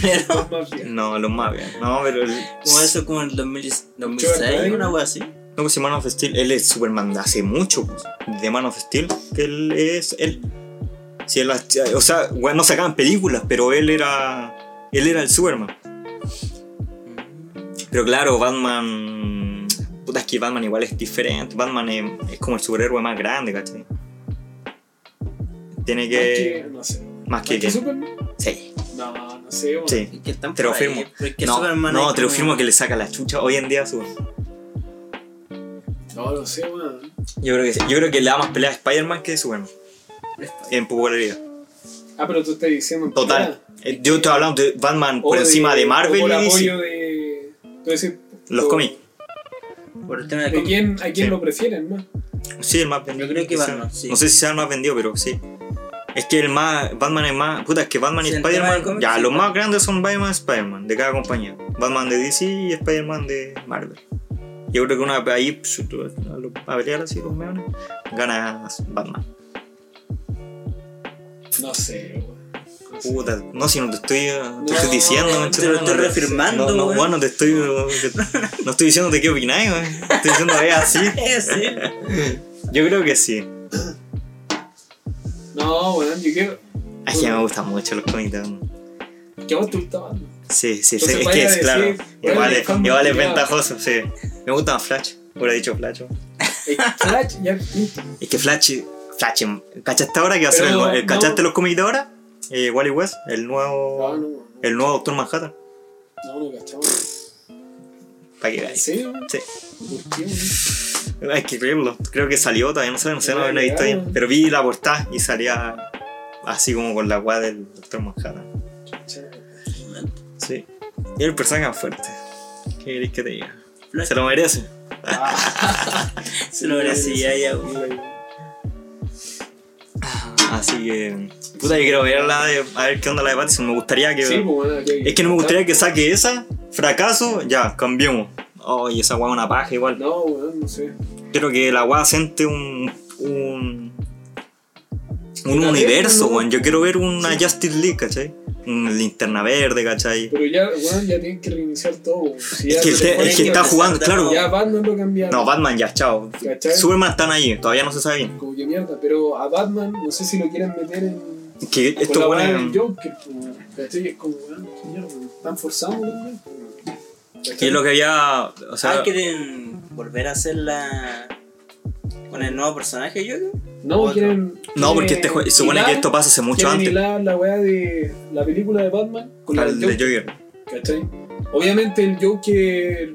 Speaker 1: Pero,
Speaker 2: Los más bien.
Speaker 3: no, los más viejos. No, pero el,
Speaker 1: como eso, como en el 2000
Speaker 2: Chuck
Speaker 1: 2006,
Speaker 2: Berry.
Speaker 1: una wea así.
Speaker 3: No, pues si Man of Steel, él es Superman de hace mucho, pues, de Man of Steel, que él es él. Si él las- o sea, weón, no sacaban películas, pero él era él era el Superman. Pero claro, Batman, puta, es que Batman igual es diferente, Batman es, es como el superhéroe más grande, ¿cachai? Tiene que
Speaker 2: Más que- No sé.
Speaker 3: más que,
Speaker 2: ¿Más que Superman?
Speaker 3: sí,
Speaker 2: No, no sé, weón.
Speaker 3: sí.
Speaker 1: Es que están
Speaker 3: Te lo
Speaker 1: por ahí,
Speaker 3: firmo.
Speaker 1: pero es que
Speaker 3: no,
Speaker 1: Superman
Speaker 3: no,
Speaker 1: es
Speaker 3: te lo
Speaker 1: como-
Speaker 3: firmo que le saca la chucha hoy en día a Superman.
Speaker 2: No, no sé, weón.
Speaker 3: Yo creo que sí. yo creo que le da más pelea a Spider-Man que a Superman
Speaker 1: Spider-Man.
Speaker 3: en popularidad.
Speaker 2: Ah, pero tú estás diciendo. en
Speaker 3: Total.
Speaker 2: picada.
Speaker 3: Eh, Yo estoy hablando de Batman por
Speaker 2: O
Speaker 3: encima de Marvel
Speaker 2: o por
Speaker 3: y DC.
Speaker 2: apoyo de. tú decís,
Speaker 3: Los
Speaker 2: o-
Speaker 3: cómics.
Speaker 1: Por el tema de
Speaker 2: ¿De quién, ¿A quién
Speaker 3: Sí.
Speaker 2: lo prefieren más?
Speaker 3: Sí, el más vendido.
Speaker 1: Yo creo que
Speaker 3: Quizá.
Speaker 1: Batman, sí.
Speaker 3: No sé si sea el más vendido, pero sí. Es que el más. Batman es más. Puta, es que Batman y
Speaker 1: Sí, el tema del
Speaker 3: Spider-Man.
Speaker 1: cómic,
Speaker 3: Ya,
Speaker 1: sí, pues.
Speaker 3: los más
Speaker 1: Batman.
Speaker 3: grandes son Batman y Spider-Man, de cada compañía. Batman de DC y Spider-Man de Marvel. Yo creo que una ahí, psh, tú, a lo- a pelear así los meones, gana Batman.
Speaker 2: No sé, weón. No sé.
Speaker 3: Puta, no, si no te estoy, eh, te
Speaker 2: No,
Speaker 3: estoy diciendo,
Speaker 1: te
Speaker 3: conchetumare,
Speaker 1: lo estoy
Speaker 3: no
Speaker 1: reafirmando,
Speaker 3: No, no,
Speaker 1: weón.
Speaker 3: bueno, te estoy. No estoy diciendo de qué opináis, weón. Estoy diciendo, es así.
Speaker 1: Es, sí.
Speaker 3: Yo creo que sí.
Speaker 2: No, weón, yo quiero.
Speaker 3: Ay, que me gustan mucho los cómics. de-
Speaker 2: Que a vos te gustaban.
Speaker 3: Sí, sí, sí,
Speaker 2: Entonces vaya
Speaker 3: es que
Speaker 2: a
Speaker 3: es
Speaker 2: decir,
Speaker 3: claro.
Speaker 2: bueno,
Speaker 3: Igual, es,
Speaker 2: dejamos
Speaker 3: igual es
Speaker 2: ya.
Speaker 3: ventajoso, sí. Me gusta más Flash. Hubiera dicho Flash.
Speaker 2: Eh, Flash, ya. distinto.
Speaker 3: Es que Flash. Flash, ¿cachaste ahora que va a ser el,
Speaker 2: Pero,
Speaker 3: el- ¿Cachaste
Speaker 2: no.
Speaker 3: los cómics de ahora? Eh, Wally West, el nuevo.
Speaker 2: No, no, no.
Speaker 3: El nuevo Doctor Manhattan.
Speaker 2: No, no, cachamos.
Speaker 3: Para que
Speaker 2: ¿En
Speaker 3: veáis.
Speaker 2: serio, weón?
Speaker 3: Sí.
Speaker 2: ¿Por qué, weón?
Speaker 3: Hay que creerlo. Creo que salió todavía, no sé, no sé, no,
Speaker 2: Bueno,
Speaker 3: no he visto bien.
Speaker 2: claro.
Speaker 3: Pero vi la portada y salía así como con la guada del Doctor Manhattan. Sí. Y el personaje más fuerte. ¿Qué queréis que te diga?
Speaker 1: Flash.
Speaker 3: Se lo merece.
Speaker 1: Se lo agradecía ya, weón.
Speaker 3: Así que. Puta, yo quiero ver la de. A ver qué onda la de Pattinson. Me gustaría que.
Speaker 2: Sí, pues, bueno, aquí hay-
Speaker 3: es que no me gustaría que saque esa. Fracaso, ya, cambiemos. Ay, esa weá es una paja igual.
Speaker 2: No, weón, no sé.
Speaker 3: Quiero que la weá siente un. un. un
Speaker 2: Una
Speaker 3: universo,
Speaker 2: vez, ¿no?
Speaker 3: weón. Yo quiero ver una Justice League, ¿cachai? Una linterna verde, ¿cachai?
Speaker 2: Pero ya, weón, ya tienen que reiniciar todo. weón. Si ya
Speaker 3: Es que, el
Speaker 2: se
Speaker 3: te-
Speaker 2: supone
Speaker 3: es que
Speaker 1: que
Speaker 3: está
Speaker 1: empezar
Speaker 3: jugando,
Speaker 1: de
Speaker 3: claro.
Speaker 1: nuevo.
Speaker 2: Ya Batman lo cambiaron.
Speaker 3: No, Batman ya, chao.
Speaker 2: ¿Cachai?
Speaker 3: Superman están ahí, todavía no se sabe bien.
Speaker 2: Como que mierda, pero a Batman no sé si lo quieren meter en.
Speaker 3: Es Que
Speaker 2: con la
Speaker 3: esto
Speaker 2: weá
Speaker 3: bueno.
Speaker 2: del Joker, pues, weón. ¿cachai? Es como, weón, qué mierda, están forzando, weón.
Speaker 3: Que es lo que había. O sea,
Speaker 1: ah, quieren volver a hacer la. con el nuevo personaje, yo creo.
Speaker 2: No,
Speaker 1: Otro.
Speaker 2: quieren.
Speaker 3: no, porque este
Speaker 2: quieren
Speaker 3: jue- supone que
Speaker 2: hilar-
Speaker 3: esto pasa hace mucho
Speaker 2: quieren
Speaker 3: antes.
Speaker 2: hilar la weá de la película de Batman con la
Speaker 3: Al
Speaker 2: del
Speaker 3: de
Speaker 2: Joker.
Speaker 3: Joker.
Speaker 2: ¿Cachai? Obviamente el Joker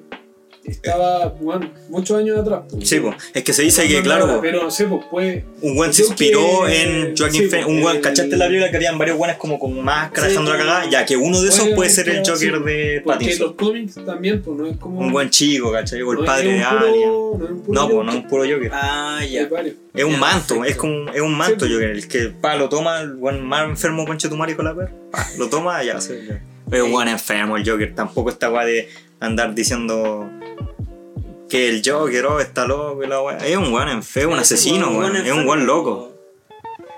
Speaker 2: estaba bueno, muchos años atrás. pues.
Speaker 3: Sí, po. es que se dice que,
Speaker 2: No,
Speaker 3: claro,
Speaker 2: no,
Speaker 3: po,
Speaker 2: Pero no sé, pues puede.
Speaker 3: un buen se
Speaker 2: Yo
Speaker 3: inspiró
Speaker 2: que-
Speaker 3: en Joaquin
Speaker 2: sí,
Speaker 3: Phoenix.
Speaker 2: po,
Speaker 3: Un buen,
Speaker 2: el-
Speaker 3: ¿cachaste la Biblia que habían varios buenas como con máscara
Speaker 2: Sí,
Speaker 3: echando la cagada? Ya que uno de esos
Speaker 2: Bueno,
Speaker 3: puede ser el
Speaker 2: claro,
Speaker 3: Joker
Speaker 2: sí,
Speaker 3: de
Speaker 2: Porque
Speaker 3: Pattinson.
Speaker 2: los cómics también, pues no es como.
Speaker 3: Un buen chico, ¿cachai? O el
Speaker 2: no es
Speaker 3: padre
Speaker 2: un
Speaker 3: de
Speaker 2: puro-
Speaker 3: Aria.
Speaker 2: No, es un puro
Speaker 3: No, pues no es
Speaker 2: Joker,
Speaker 3: un puro Joker.
Speaker 1: Ah,
Speaker 2: hay
Speaker 1: ya.
Speaker 2: varios.
Speaker 3: Es un
Speaker 1: Ya,
Speaker 3: manto,
Speaker 1: perfecto.
Speaker 3: es como es un manto,
Speaker 2: Sí. pues.
Speaker 3: yo creo. El que pa, lo toma, el buen más enfermo con Chetumari con la perra, pa, lo toma ya se ya. Es un buen enfermo el Joker, tampoco esta weá de andar diciendo que el Joker oh, está loco y la weá. Es un buen enfermo, un asesino, weón. es un buen
Speaker 1: enfermo.
Speaker 3: loco.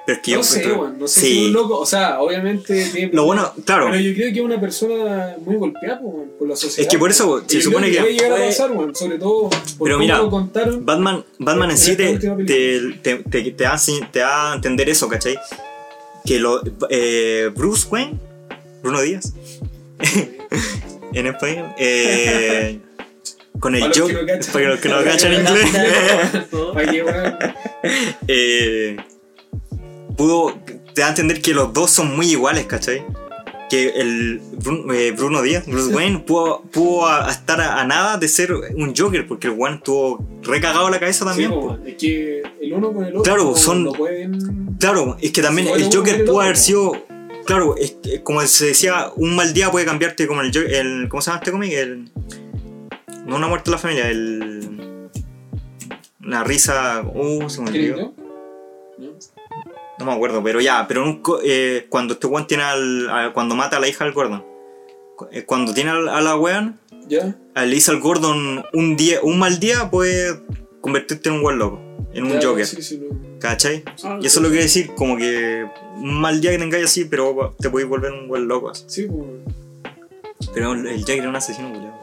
Speaker 3: Pero es que yo
Speaker 2: No sé,
Speaker 3: encuentro-
Speaker 2: weón, no sé
Speaker 3: sí.
Speaker 2: si es un loco. O sea, obviamente. tiene-
Speaker 3: Lo bueno, claro,
Speaker 2: Pero yo creo que es una persona muy golpeada pues, weón, por la sociedad.
Speaker 3: es que por eso weón,
Speaker 2: Y yo
Speaker 3: se
Speaker 2: creo
Speaker 3: supone
Speaker 2: que. puede
Speaker 3: que
Speaker 2: llegar a
Speaker 1: fue-
Speaker 2: pasar, weón, sobre todo. Por
Speaker 3: Pero
Speaker 2: cómo
Speaker 3: mira,
Speaker 2: lo contaron.
Speaker 3: Batman, Batman en
Speaker 2: En
Speaker 3: sí
Speaker 2: esta
Speaker 3: te,
Speaker 2: Eh, última
Speaker 3: te,
Speaker 2: película.
Speaker 3: te, te, te hace- te da a entender eso, ¿cachai? Que lo, eh, Bruce Wayne, Bruno Díaz, en español. Eh, con el
Speaker 2: Para los que
Speaker 3: Joe,
Speaker 2: no cachan.
Speaker 3: para los que no cachan inglés,
Speaker 2: Para que, weón,
Speaker 3: eh, pudo, te da a entender que los dos son muy iguales, ¿cachai? Que el Bru- eh, Bruno Díaz, Bruce Wayne, pudo, pudo a- a estar a, a nada de ser un Joker, porque el Juan estuvo recagado la cabeza
Speaker 2: sí,
Speaker 3: también. po.
Speaker 2: weón, es que el uno con el otro.
Speaker 3: Claro,
Speaker 2: no-
Speaker 3: son-
Speaker 2: no pueden-
Speaker 3: Claro, es que también
Speaker 2: Sí,
Speaker 3: el
Speaker 2: bueno,
Speaker 3: Joker
Speaker 2: bueno,
Speaker 3: pudo
Speaker 2: bueno.
Speaker 3: haber sido. Claro, es que, como se decía, un mal día puede cambiarte como el, Jo- el ¿Cómo se llama este cómic? El. No una muerte de la familia, el. La risa. Uh, se me
Speaker 2: ¿Creen
Speaker 3: olvidó.
Speaker 2: yo? ¿No?
Speaker 3: No me acuerdo, pero ya, pero en un co- eh, cuando este weón tiene al. a- cuando mata a la hija del Gordon. cu- eh, Cuando tiene al- a la weón,
Speaker 2: ¿Ya?
Speaker 3: a- le dice al Gordon un día, un mal día puede convertirte en un buen loco, en un
Speaker 2: Ya,
Speaker 3: Joker.
Speaker 2: sí, sí, no.
Speaker 3: ¿Cachai?
Speaker 2: Ah,
Speaker 3: Y eso es lo que quiere decir, como que un mal día que tengáis así, pero te podéis volver un buen loco. así.
Speaker 2: Sí, weón.
Speaker 3: Pero el el Jack era un asesino, culiao.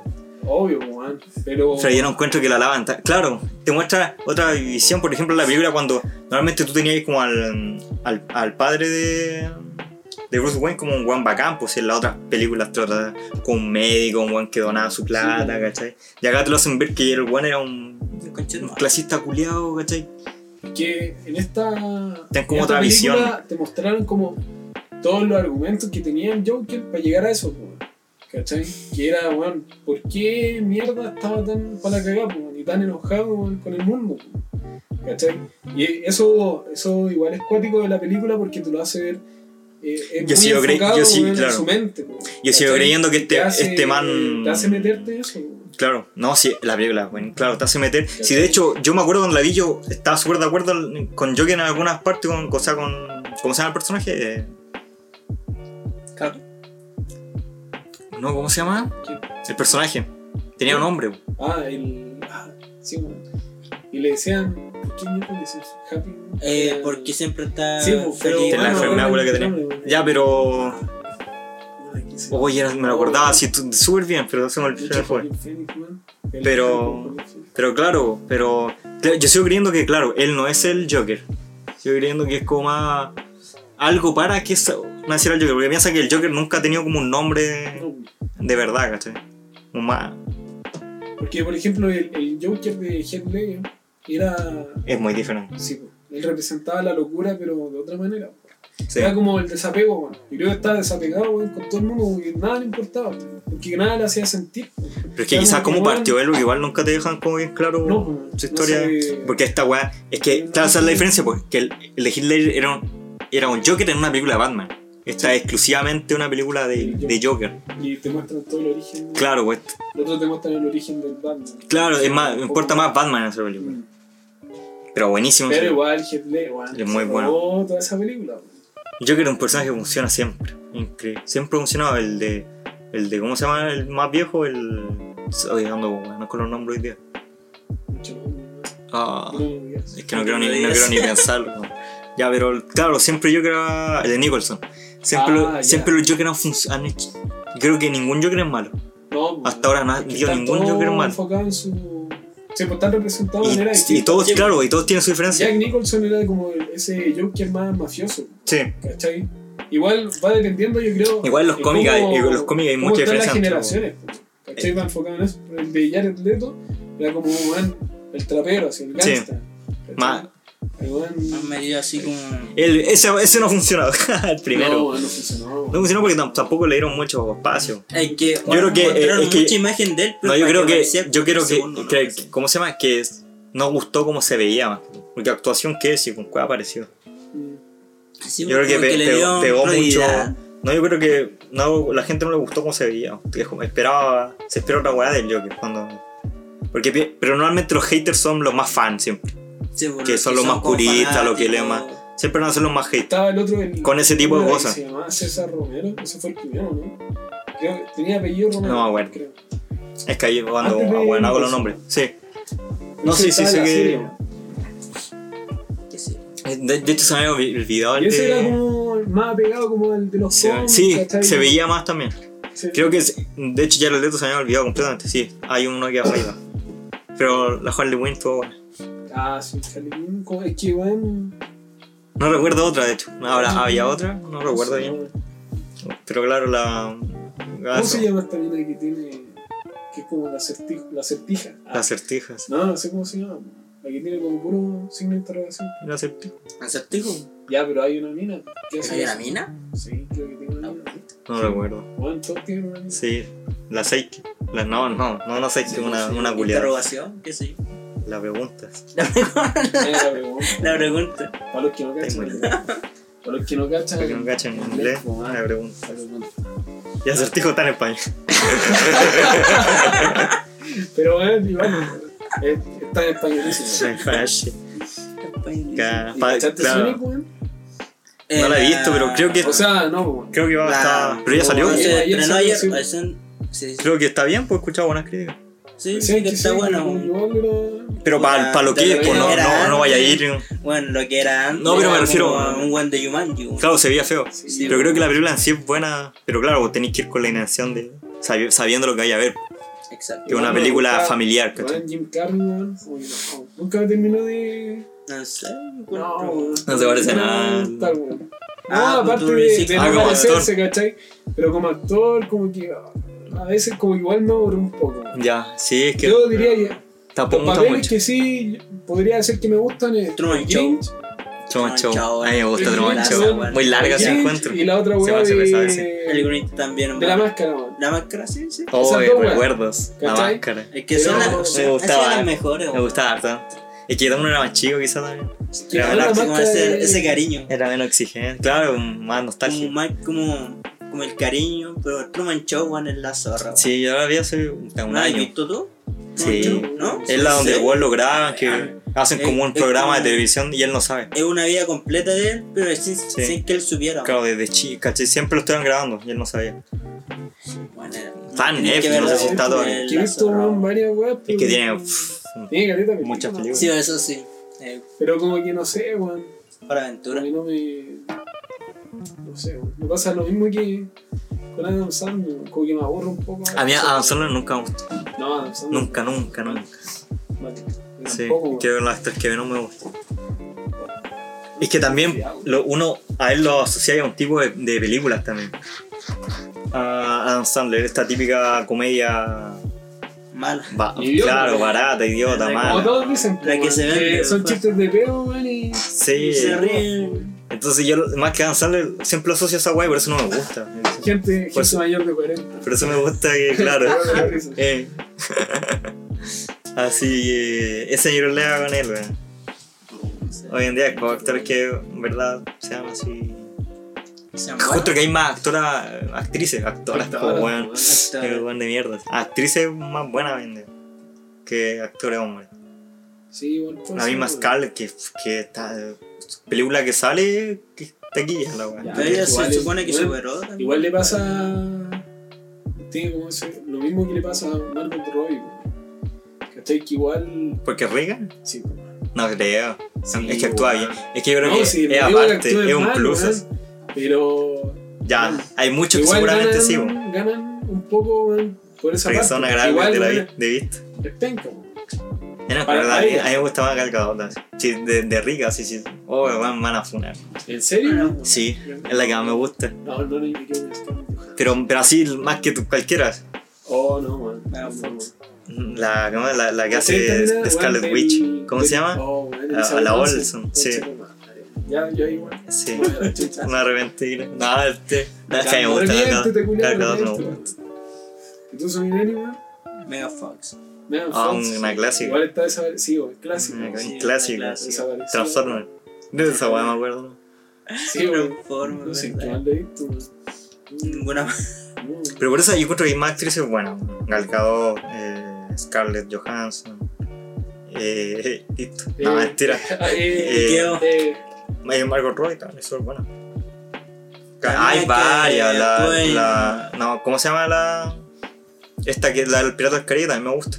Speaker 2: obvio, weón. Pero.
Speaker 3: Pero yo no encuentro que la lavan. ta- Claro, te muestra otra visión, por ejemplo, en la película cuando normalmente tú tenías como al, al, al padre de, de Bruce Wayne como un buen bacán, pues en las otras películas trata con un médico, un buen que donaba su plata,
Speaker 2: Sí.
Speaker 3: ¿cachai? Y acá te lo hacen ver que el buen era un, un clasista culiado, ¿cachai?
Speaker 2: que en esta, en
Speaker 3: como
Speaker 2: esta película
Speaker 3: otra visión.
Speaker 2: te mostraron como todos los argumentos que tenía el Joker para llegar a eso, po, ¿cachai? Que era, weón, ¿por qué mierda estaba tan para cagar, po, y tan enojado weón, con el mundo, po? ¿cachai? Y eso, eso igual es cuático de la película porque te lo hace ver eh, es
Speaker 3: Yo
Speaker 2: muy
Speaker 3: sigo cre-
Speaker 2: enfocado,
Speaker 3: yo sí,
Speaker 2: weón, en
Speaker 3: claro.
Speaker 2: su mente, po,
Speaker 3: Yo sigo
Speaker 2: ¿cachai?
Speaker 3: creyendo que este,
Speaker 2: Te hace-
Speaker 3: este man...
Speaker 2: Te hace meterte eso, po.
Speaker 3: Claro, no, sí, la película, bueno, claro, te hace meter. Si de hecho, yo me acuerdo cuando la vi, yo estaba súper de acuerdo al- con Joker en algunas partes, con, o sea, con. ¿Cómo se llama el personaje? Eh, No, ¿cómo se llama?
Speaker 2: ¿Quién?
Speaker 3: El personaje. Tenía un nombre. po.
Speaker 2: Ah, el. Ah, sí, weón. Y le decían. ¿Por qué mierda le decían Happy?
Speaker 1: Eh,
Speaker 2: Era-
Speaker 1: porque siempre está
Speaker 3: ah,
Speaker 2: Sí, po, pero.
Speaker 3: Tenía
Speaker 1: feliz.
Speaker 3: la
Speaker 2: bueno,
Speaker 3: enfermedad,
Speaker 2: bueno,
Speaker 3: abuela, que
Speaker 2: no, no, no.
Speaker 3: Ya, pero.
Speaker 2: Bueno, aquí sí.
Speaker 3: Oye, era- me lo acordaba así tú- súper bien, pero se me olvidó. se
Speaker 2: Mucho
Speaker 3: me fue.
Speaker 2: Joaquín Phoenix, weón. El-
Speaker 3: Pero- Pero claro, pero. claro, Yo sigo creyendo que, claro, él no es el Joker. Sigo creyendo que es como más. Algo para que sa- naciera el Joker. Porque piensa que el Joker nunca ha tenido como un nombre
Speaker 2: No,
Speaker 3: de verdad, ¿cachai? Un ma-
Speaker 2: porque, por ejemplo, el, el Joker de Heath Ledger era.
Speaker 3: Es muy diferente.
Speaker 2: Sí, po, él representaba la locura, pero de otra manera. po.
Speaker 3: Sí.
Speaker 2: Era como el desapego, weón. Yo creo que estaba desapegado, weón, con todo el mundo, porque nada le importaba, po, porque nada le hacía sentir. po.
Speaker 3: Pero es que quizás como
Speaker 2: Igual-
Speaker 3: partió él, porque igual nunca te dejan como bien claro
Speaker 2: No, po,
Speaker 3: su
Speaker 2: no
Speaker 3: historia.
Speaker 2: sé-
Speaker 3: Porque esta weá, es que, claro, esa es la diferencia, porque el, el de Hitler era un, era un Joker en una película de Batman. Esta es exclusivamente una película de, de Joker.
Speaker 2: Y te muestran todo el origen. de-
Speaker 3: Claro, pues,
Speaker 2: El otro te muestran el origen del Batman.
Speaker 3: claro, es más, me importa más Batman en esa película.
Speaker 2: Mm.
Speaker 3: Pero buenísimo.
Speaker 2: Pero
Speaker 3: ese-
Speaker 2: igual, Heath Ledger, weón,
Speaker 3: Es muy
Speaker 2: se
Speaker 3: bueno.
Speaker 2: robó toda esa película. weón.
Speaker 3: Joker es un personaje que funciona siempre. Increíble. Siempre ha funcionado. El de, el de, ¿cómo se llama? El más viejo, el... Oye, ando, bueno, con los nombres hoy día.
Speaker 2: Mucho, weón.
Speaker 3: Ah.
Speaker 2: No lo digas.
Speaker 3: Es que no quiero ni, no quiero ni pensarlo. weón. Ya, pero claro, siempre yo creo el de Nicholson. Siempre,
Speaker 2: Ah,
Speaker 3: lo-
Speaker 2: ya.
Speaker 3: siempre los Jokers han funcionado. Creo que ningún Joker es malo.
Speaker 2: No, weón.
Speaker 3: Hasta ahora no ha
Speaker 2: Es que
Speaker 3: habido
Speaker 2: está
Speaker 3: ningún
Speaker 2: todo
Speaker 3: Joker malo.
Speaker 2: enfocado en su. Sí, pues están representados de manera
Speaker 3: Y, y
Speaker 2: distinta.
Speaker 3: todos, claro, y todos tienen su diferencia.
Speaker 2: Jack Nicholson era como el- ese Joker más mafioso,
Speaker 3: Sí.
Speaker 2: ¿cachai? Igual va dependiendo, yo creo.
Speaker 3: Igual los
Speaker 2: en
Speaker 3: cómics hay-
Speaker 2: cómo-
Speaker 3: en los cómics hay
Speaker 2: cómo
Speaker 3: mucha
Speaker 2: están las
Speaker 3: diferencia
Speaker 2: generaciones, po, ¿cachai? Va enfocado en eso. Pero El de Jared Leto era como, weón, el trapero, así, el
Speaker 3: Sí.
Speaker 2: gangsta. ¿cachai?
Speaker 3: Más-
Speaker 2: El weón-
Speaker 1: Me han metido así como.
Speaker 3: El, ese, ese no ha funcionado. el
Speaker 2: No,
Speaker 3: primero.
Speaker 2: weón, no funcionó.
Speaker 3: No, funcionó porque tam- tampoco le dieron mucho espacio.
Speaker 1: Hay que. Yo
Speaker 3: creo que, eh, es que-
Speaker 1: mucha imagen de él, pero.
Speaker 3: No, yo
Speaker 1: para
Speaker 3: creo que.
Speaker 1: aparecía
Speaker 3: Yo creo
Speaker 1: un
Speaker 3: que.
Speaker 1: segundo, ¿no?
Speaker 3: que- ¿Cómo se llama? Que es- no gustó cómo se veía. más. Porque actuación que es y con cuál apareció.
Speaker 2: Mm.
Speaker 1: Sí, pues,
Speaker 3: Yo creo que,
Speaker 1: como
Speaker 3: pe-
Speaker 1: le
Speaker 3: pegó-
Speaker 1: dieron
Speaker 3: pegó mucho.
Speaker 1: prioridad.
Speaker 3: No, yo creo que no, la gente no le gustó cómo se veía. que es como- Esperaba, se espera otra weá del Joker. Cuando, porque, pi- pero normalmente los haters son los más fans siempre.
Speaker 1: Sí, pues, por
Speaker 3: que
Speaker 1: lo
Speaker 3: son los más
Speaker 1: como
Speaker 3: puristas,
Speaker 1: fanáticos.
Speaker 3: los que leen más. Siempre van a ser los más haters.
Speaker 2: Estaba el otro el-
Speaker 3: Con ese tipo de
Speaker 2: el que
Speaker 3: cosas.
Speaker 2: Se llamaba César Romero, ese fue el primero, ¿no? Creo que tenía apellido Romero.
Speaker 3: No me acuerdo.
Speaker 2: creo.
Speaker 3: Es que ahí cuando ah,
Speaker 2: Antes de-
Speaker 3: bueno, hago los nombres. Sí. No,
Speaker 2: Ese
Speaker 3: sí, sí,
Speaker 2: estaba en
Speaker 3: sé
Speaker 2: la
Speaker 3: que.
Speaker 2: serie.
Speaker 1: Que sí.
Speaker 3: De, de hecho, se me había olvidado el
Speaker 2: Y ese
Speaker 3: de-
Speaker 2: era como el más apegado como el de los
Speaker 3: se-
Speaker 2: cómics,
Speaker 3: sí,
Speaker 2: ¿cachai?
Speaker 3: se veía más también.
Speaker 2: Sí.
Speaker 3: Creo que, es- de hecho, ya los letras se me había olvidado completamente. Sí, hay uno que ha fallado. Pero la Harley Quinn estuvo buena.
Speaker 2: Ah, sí, Harley Quinn, como- es que bueno,
Speaker 3: No recuerdo otra, de hecho. Ahora, ¿había otra? No
Speaker 2: no
Speaker 3: recuerdo
Speaker 2: sé,
Speaker 3: bien. Pero claro, la,
Speaker 2: ¿Cómo
Speaker 3: Gaso.
Speaker 2: se llama esta mina que tiene. que es como la, certija? la certija? Ah,
Speaker 3: Las certijas.
Speaker 2: No, no sé cómo se llama. La que tiene como puro signo de interrogación.
Speaker 3: Las certijas.
Speaker 1: ¿Acertijo?
Speaker 2: Ya, pero hay una mina. ¿Qué
Speaker 1: ¿Hay una mina?
Speaker 2: Sí, creo que tiene una mina.
Speaker 3: No recuerdo.
Speaker 2: Bueno, todos tienen una mina.
Speaker 3: Sí. La Seiki. La, no, no, no la Seiki, una, una culiada.
Speaker 1: pues, Interrogación, qué sé yo.
Speaker 3: La preguntas.
Speaker 2: Era Eh, la pregunta.
Speaker 1: La pregunta.
Speaker 2: Para los que no
Speaker 3: Está muy
Speaker 2: cachan. Para los que no cachan.
Speaker 3: Para que no cachan en inglés, la pregunta.
Speaker 2: la pregunta.
Speaker 3: Y acertijo está en España.
Speaker 2: Pero bueno, igual. eh, Está en españolísimo.
Speaker 3: En España. Ca-
Speaker 2: ¿Y
Speaker 3: pa-
Speaker 2: cachaste
Speaker 3: claro.
Speaker 2: Sonic, weón?
Speaker 3: No
Speaker 1: Eh,
Speaker 3: la he visto, pero creo que-
Speaker 2: O sea, no, weón.
Speaker 3: Creo que va a estar. Pero ya salió.
Speaker 2: Sí.
Speaker 1: Se
Speaker 2: Ayer
Speaker 1: estrenó
Speaker 2: salió,
Speaker 1: ayer.
Speaker 2: sí.
Speaker 1: pues, son- Sí, sí,
Speaker 3: Creo que está bien, pues he escuchado buenas críticas.
Speaker 1: sí,
Speaker 2: Sí,
Speaker 1: sí, que está
Speaker 2: sí,
Speaker 1: bueno.
Speaker 2: yo creo-
Speaker 3: Pero para
Speaker 1: Ya,
Speaker 3: lo que
Speaker 1: pero
Speaker 3: es, pues no,
Speaker 1: era
Speaker 3: no, no vaya a
Speaker 1: antes.
Speaker 3: ir. ¿no?
Speaker 1: Bueno, lo que era antes.
Speaker 3: No, pero me
Speaker 1: era
Speaker 3: refiero-
Speaker 1: como a Un buen de Yumanji. weón.
Speaker 3: Claro, se veía feo.
Speaker 1: Sí,
Speaker 3: Pero creo que la película en sí es buena. Pero claro, vos tenés que ir con la intención de. sabi- sabiendo lo que hay a ver.
Speaker 1: Exacto.
Speaker 3: Que es una
Speaker 2: Igual me
Speaker 3: película
Speaker 2: gusta-
Speaker 3: familiar,
Speaker 2: Igual
Speaker 3: ¿cachai?
Speaker 2: Jim Carrey, weón, como que no, nunca me terminó de.
Speaker 1: No sé.
Speaker 2: No,
Speaker 1: encuentro-
Speaker 2: weón.
Speaker 3: No se parece a
Speaker 2: No,
Speaker 3: nada.
Speaker 2: tal, weón.
Speaker 1: Ah,
Speaker 2: no,
Speaker 1: pues
Speaker 2: aparte
Speaker 1: tú
Speaker 2: de,
Speaker 1: decís
Speaker 2: de
Speaker 1: que-
Speaker 2: no
Speaker 3: Ah, como
Speaker 2: parecerse, ¿cachai? Pero como actor, como que ah, a veces como igual me aburre un poco. weón.
Speaker 3: Ya, sí, es que.
Speaker 2: Yo diría que los
Speaker 3: Tampoco me gusta
Speaker 2: papeles
Speaker 3: mucho.
Speaker 2: que sí podría decir que me gustan es
Speaker 1: Truman
Speaker 2: Jane,
Speaker 3: Truman
Speaker 1: Truman
Speaker 3: Show.
Speaker 1: Show.
Speaker 3: A mí me gusta
Speaker 2: Sí,
Speaker 3: Truman
Speaker 2: la
Speaker 3: Show.
Speaker 1: buena.
Speaker 3: Muy larga se
Speaker 2: Jane
Speaker 3: encuentro.
Speaker 2: y la otra
Speaker 3: Se me
Speaker 2: weá
Speaker 3: hace
Speaker 2: de,
Speaker 3: pesada, sí.
Speaker 1: El Grunit también.
Speaker 2: de la
Speaker 1: weón.
Speaker 2: máscara, weón.
Speaker 1: La máscara, sí, sí.
Speaker 3: Oh,
Speaker 2: Esas dos, weón.
Speaker 3: recuerdos. La
Speaker 2: ¿Cachai?
Speaker 3: máscara.
Speaker 1: Es que son
Speaker 2: Pero
Speaker 1: las,
Speaker 2: me
Speaker 1: esas
Speaker 3: gustaba,
Speaker 1: eran
Speaker 3: eh.
Speaker 1: las mejores.
Speaker 3: Me
Speaker 1: weón.
Speaker 3: gustaba harto. Es que uno era más chico, quizá también.
Speaker 2: Que
Speaker 3: Era
Speaker 2: ahora
Speaker 3: más-
Speaker 2: la
Speaker 1: Como
Speaker 2: máscara
Speaker 1: ese,
Speaker 2: de-
Speaker 1: ese cariño.
Speaker 3: Era menos exigente. Claro, más
Speaker 1: Como,
Speaker 3: nostálgico.
Speaker 1: más, como, como el cariño, pero Truman Show, weón, es la zorra. weón.
Speaker 3: Sí, yo la vi hace un
Speaker 1: ¿No
Speaker 3: un
Speaker 1: la has
Speaker 3: año.
Speaker 1: visto tú?
Speaker 3: Sí.
Speaker 1: Truman Show, ¿No?
Speaker 3: Es la donde
Speaker 1: Sí. Ah, eh,
Speaker 3: el weón lo graban, que hacen como un
Speaker 1: Es- es
Speaker 3: programa de
Speaker 1: como-
Speaker 3: televisión y él no sabe.
Speaker 1: Es una vida completa de él, pero sin, sin que él supiera.
Speaker 3: Claro, desde chico, ¿cachai? Siempre lo estaban grabando y él no sabía.
Speaker 1: Bueno,
Speaker 3: Está en Netflix, no sé si está todavía.
Speaker 2: Que he visto weón, varias weas,
Speaker 3: Es
Speaker 2: pero-
Speaker 3: que tiene. pff,
Speaker 2: Tiene caleta de
Speaker 3: Muchas
Speaker 2: películas.
Speaker 3: películas.
Speaker 1: Sí, eso sí. Eh,
Speaker 2: Pero como que no sé, weón.
Speaker 1: para
Speaker 2: A
Speaker 1: aventura.
Speaker 2: mí no me. No sé, weón. Me pasa lo mismo que con Adam Sandler, weón. como que me aburro un poco.
Speaker 3: a mí
Speaker 2: No sé,
Speaker 3: Adam
Speaker 2: weón.
Speaker 3: Sandler nunca me gustó.
Speaker 2: No, Adam Sandler.
Speaker 3: Nunca, nunca, nunca.
Speaker 2: Vale.
Speaker 3: Sí,
Speaker 2: Tampoco, weón.
Speaker 3: que las tres que no me gustan. Es que también lo- uno a él lo asocia a un tipo de, de películas también. A Adam Sandler, esta típica comedia.
Speaker 1: Mala.
Speaker 3: ba-
Speaker 2: Idiota.
Speaker 3: claro, barata, idiota,
Speaker 1: Como
Speaker 2: Como
Speaker 3: mala.
Speaker 2: todos dicen,
Speaker 1: La
Speaker 2: po,
Speaker 1: que se
Speaker 2: weón,
Speaker 1: vende,
Speaker 2: son
Speaker 1: pues.
Speaker 2: chistes de peo, weón. Y...
Speaker 3: Sí.
Speaker 1: Se ríe.
Speaker 3: Entonces yo más que Adam Sandler siempre lo asocio a esa guay, por eso no me gusta.
Speaker 2: Gente,
Speaker 3: Por
Speaker 2: gente
Speaker 3: eso-
Speaker 2: mayor de 40.
Speaker 3: Por eso me gusta que, claro.
Speaker 2: pues
Speaker 3: eh. Así que ese yo lo leo con él, weón. Hoy en día, como actores que, en verdad, sean así.
Speaker 1: Se llama-
Speaker 3: Justo que hay más actoras, actrices, actoras,
Speaker 2: Actoras,
Speaker 3: como
Speaker 2: weón.
Speaker 3: weón. Qué weón de mierda. Actrices más buenas venden que actores hombres.
Speaker 2: Pues Sí, pues. weón, todo
Speaker 3: La
Speaker 2: eso,
Speaker 3: misma
Speaker 2: weón.
Speaker 3: Scarlett que, que está. Película que sale, que taquilla la weón.
Speaker 2: Ya.
Speaker 1: Pero ella
Speaker 2: Igual
Speaker 1: se
Speaker 2: es-
Speaker 1: supone que
Speaker 2: igual-
Speaker 1: superó. también.
Speaker 2: Igual le pasa. Tiene como ese- Lo mismo que le pasa a Margot Robbie, weón. ¿Cachai? Que igual.
Speaker 3: ¿Porque es rica?
Speaker 2: Sí, weón.
Speaker 3: No creo.
Speaker 2: Sí,
Speaker 3: es que actúa
Speaker 2: weón.
Speaker 3: bien. Es que yo creo
Speaker 2: No,
Speaker 3: que
Speaker 2: sí,
Speaker 3: es
Speaker 2: no digo que
Speaker 3: aparte,
Speaker 2: actúe
Speaker 3: es un
Speaker 2: mal,
Speaker 3: plus.
Speaker 2: weón,
Speaker 3: así.
Speaker 2: Pero.
Speaker 3: Ya, hay muchos que
Speaker 2: igual
Speaker 3: seguramente
Speaker 2: ganan,
Speaker 3: sí, weón.
Speaker 2: Ganan un poco, weón, por esa
Speaker 3: Porque
Speaker 2: parte.
Speaker 3: son agradables
Speaker 2: Igual,
Speaker 3: de, la vi-
Speaker 2: weón,
Speaker 3: de vista.
Speaker 2: es penca, weón.
Speaker 3: Era
Speaker 2: Para
Speaker 3: verdad, a mí
Speaker 2: ella.
Speaker 3: a mí me gustaba Gal Gadot, así. Sí, de, de rica, sí, sí. Oh, weón, van a funar.
Speaker 2: ¿En serio?
Speaker 1: Bueno.
Speaker 3: Sí, es la que más me gusta.
Speaker 2: No, no, no, yo quiero que
Speaker 3: Pero en Brasil, más que tú, cualquiera.
Speaker 2: Oh, no, weón.
Speaker 1: Ah,
Speaker 2: No,
Speaker 1: fuck.
Speaker 2: weón.
Speaker 3: La, ¿cómo es? la, la que hace
Speaker 2: ¿Cachai también,
Speaker 3: de
Speaker 2: weón,
Speaker 3: Scarlet
Speaker 2: del-
Speaker 3: Witch. ¿Cómo
Speaker 2: del-
Speaker 3: se llama?
Speaker 2: Oh, weón,
Speaker 3: La-
Speaker 2: Elizabeth
Speaker 3: la
Speaker 2: Olsen.
Speaker 3: Olsen, sí.
Speaker 2: Concha tu madre. Ya, yo igual.
Speaker 3: Sí.
Speaker 2: Bueno, la chucha.
Speaker 3: Una arrepentida. No, este. La que me gusta Gal Gadot.
Speaker 2: Reviértete,
Speaker 3: Gal
Speaker 2: culiao,
Speaker 3: Gadot no me gusta.
Speaker 2: reviértete, weón. ¿Y tú, Sominelli, weón?
Speaker 1: Mega Fox.
Speaker 2: Megan
Speaker 3: Ah,
Speaker 2: Fox.
Speaker 3: una clásica.
Speaker 2: Igual está esa. Sí, weón, clásica.
Speaker 3: Un
Speaker 1: Sí,
Speaker 3: clásico.
Speaker 1: una clásica.
Speaker 2: Desaparecida.
Speaker 3: Transformer. De esa weá me acuerdo.
Speaker 2: Sí, weón.
Speaker 1: Transforma,
Speaker 2: No sé,
Speaker 1: ¿verdad?
Speaker 2: qué mal le he visto, weón.
Speaker 1: Ninguna
Speaker 2: Mm, mm.
Speaker 3: Pero por eso yo encuentro que hay más actrices buenas. Gal Gadot, eh, Scarlett Johansson. Eh, listo. No,
Speaker 2: Eh,
Speaker 3: mentira.
Speaker 2: Ah, eh,
Speaker 3: Eh,
Speaker 1: Quedó.
Speaker 2: eh,
Speaker 3: Hay Margot Robbie también, eso es buena.
Speaker 1: La
Speaker 3: Hay
Speaker 1: mina que
Speaker 3: varias. La,
Speaker 1: actúa en-
Speaker 3: la- no, ¿Cómo se llama la. Esta que la del Pirata del Caribe también me gusta.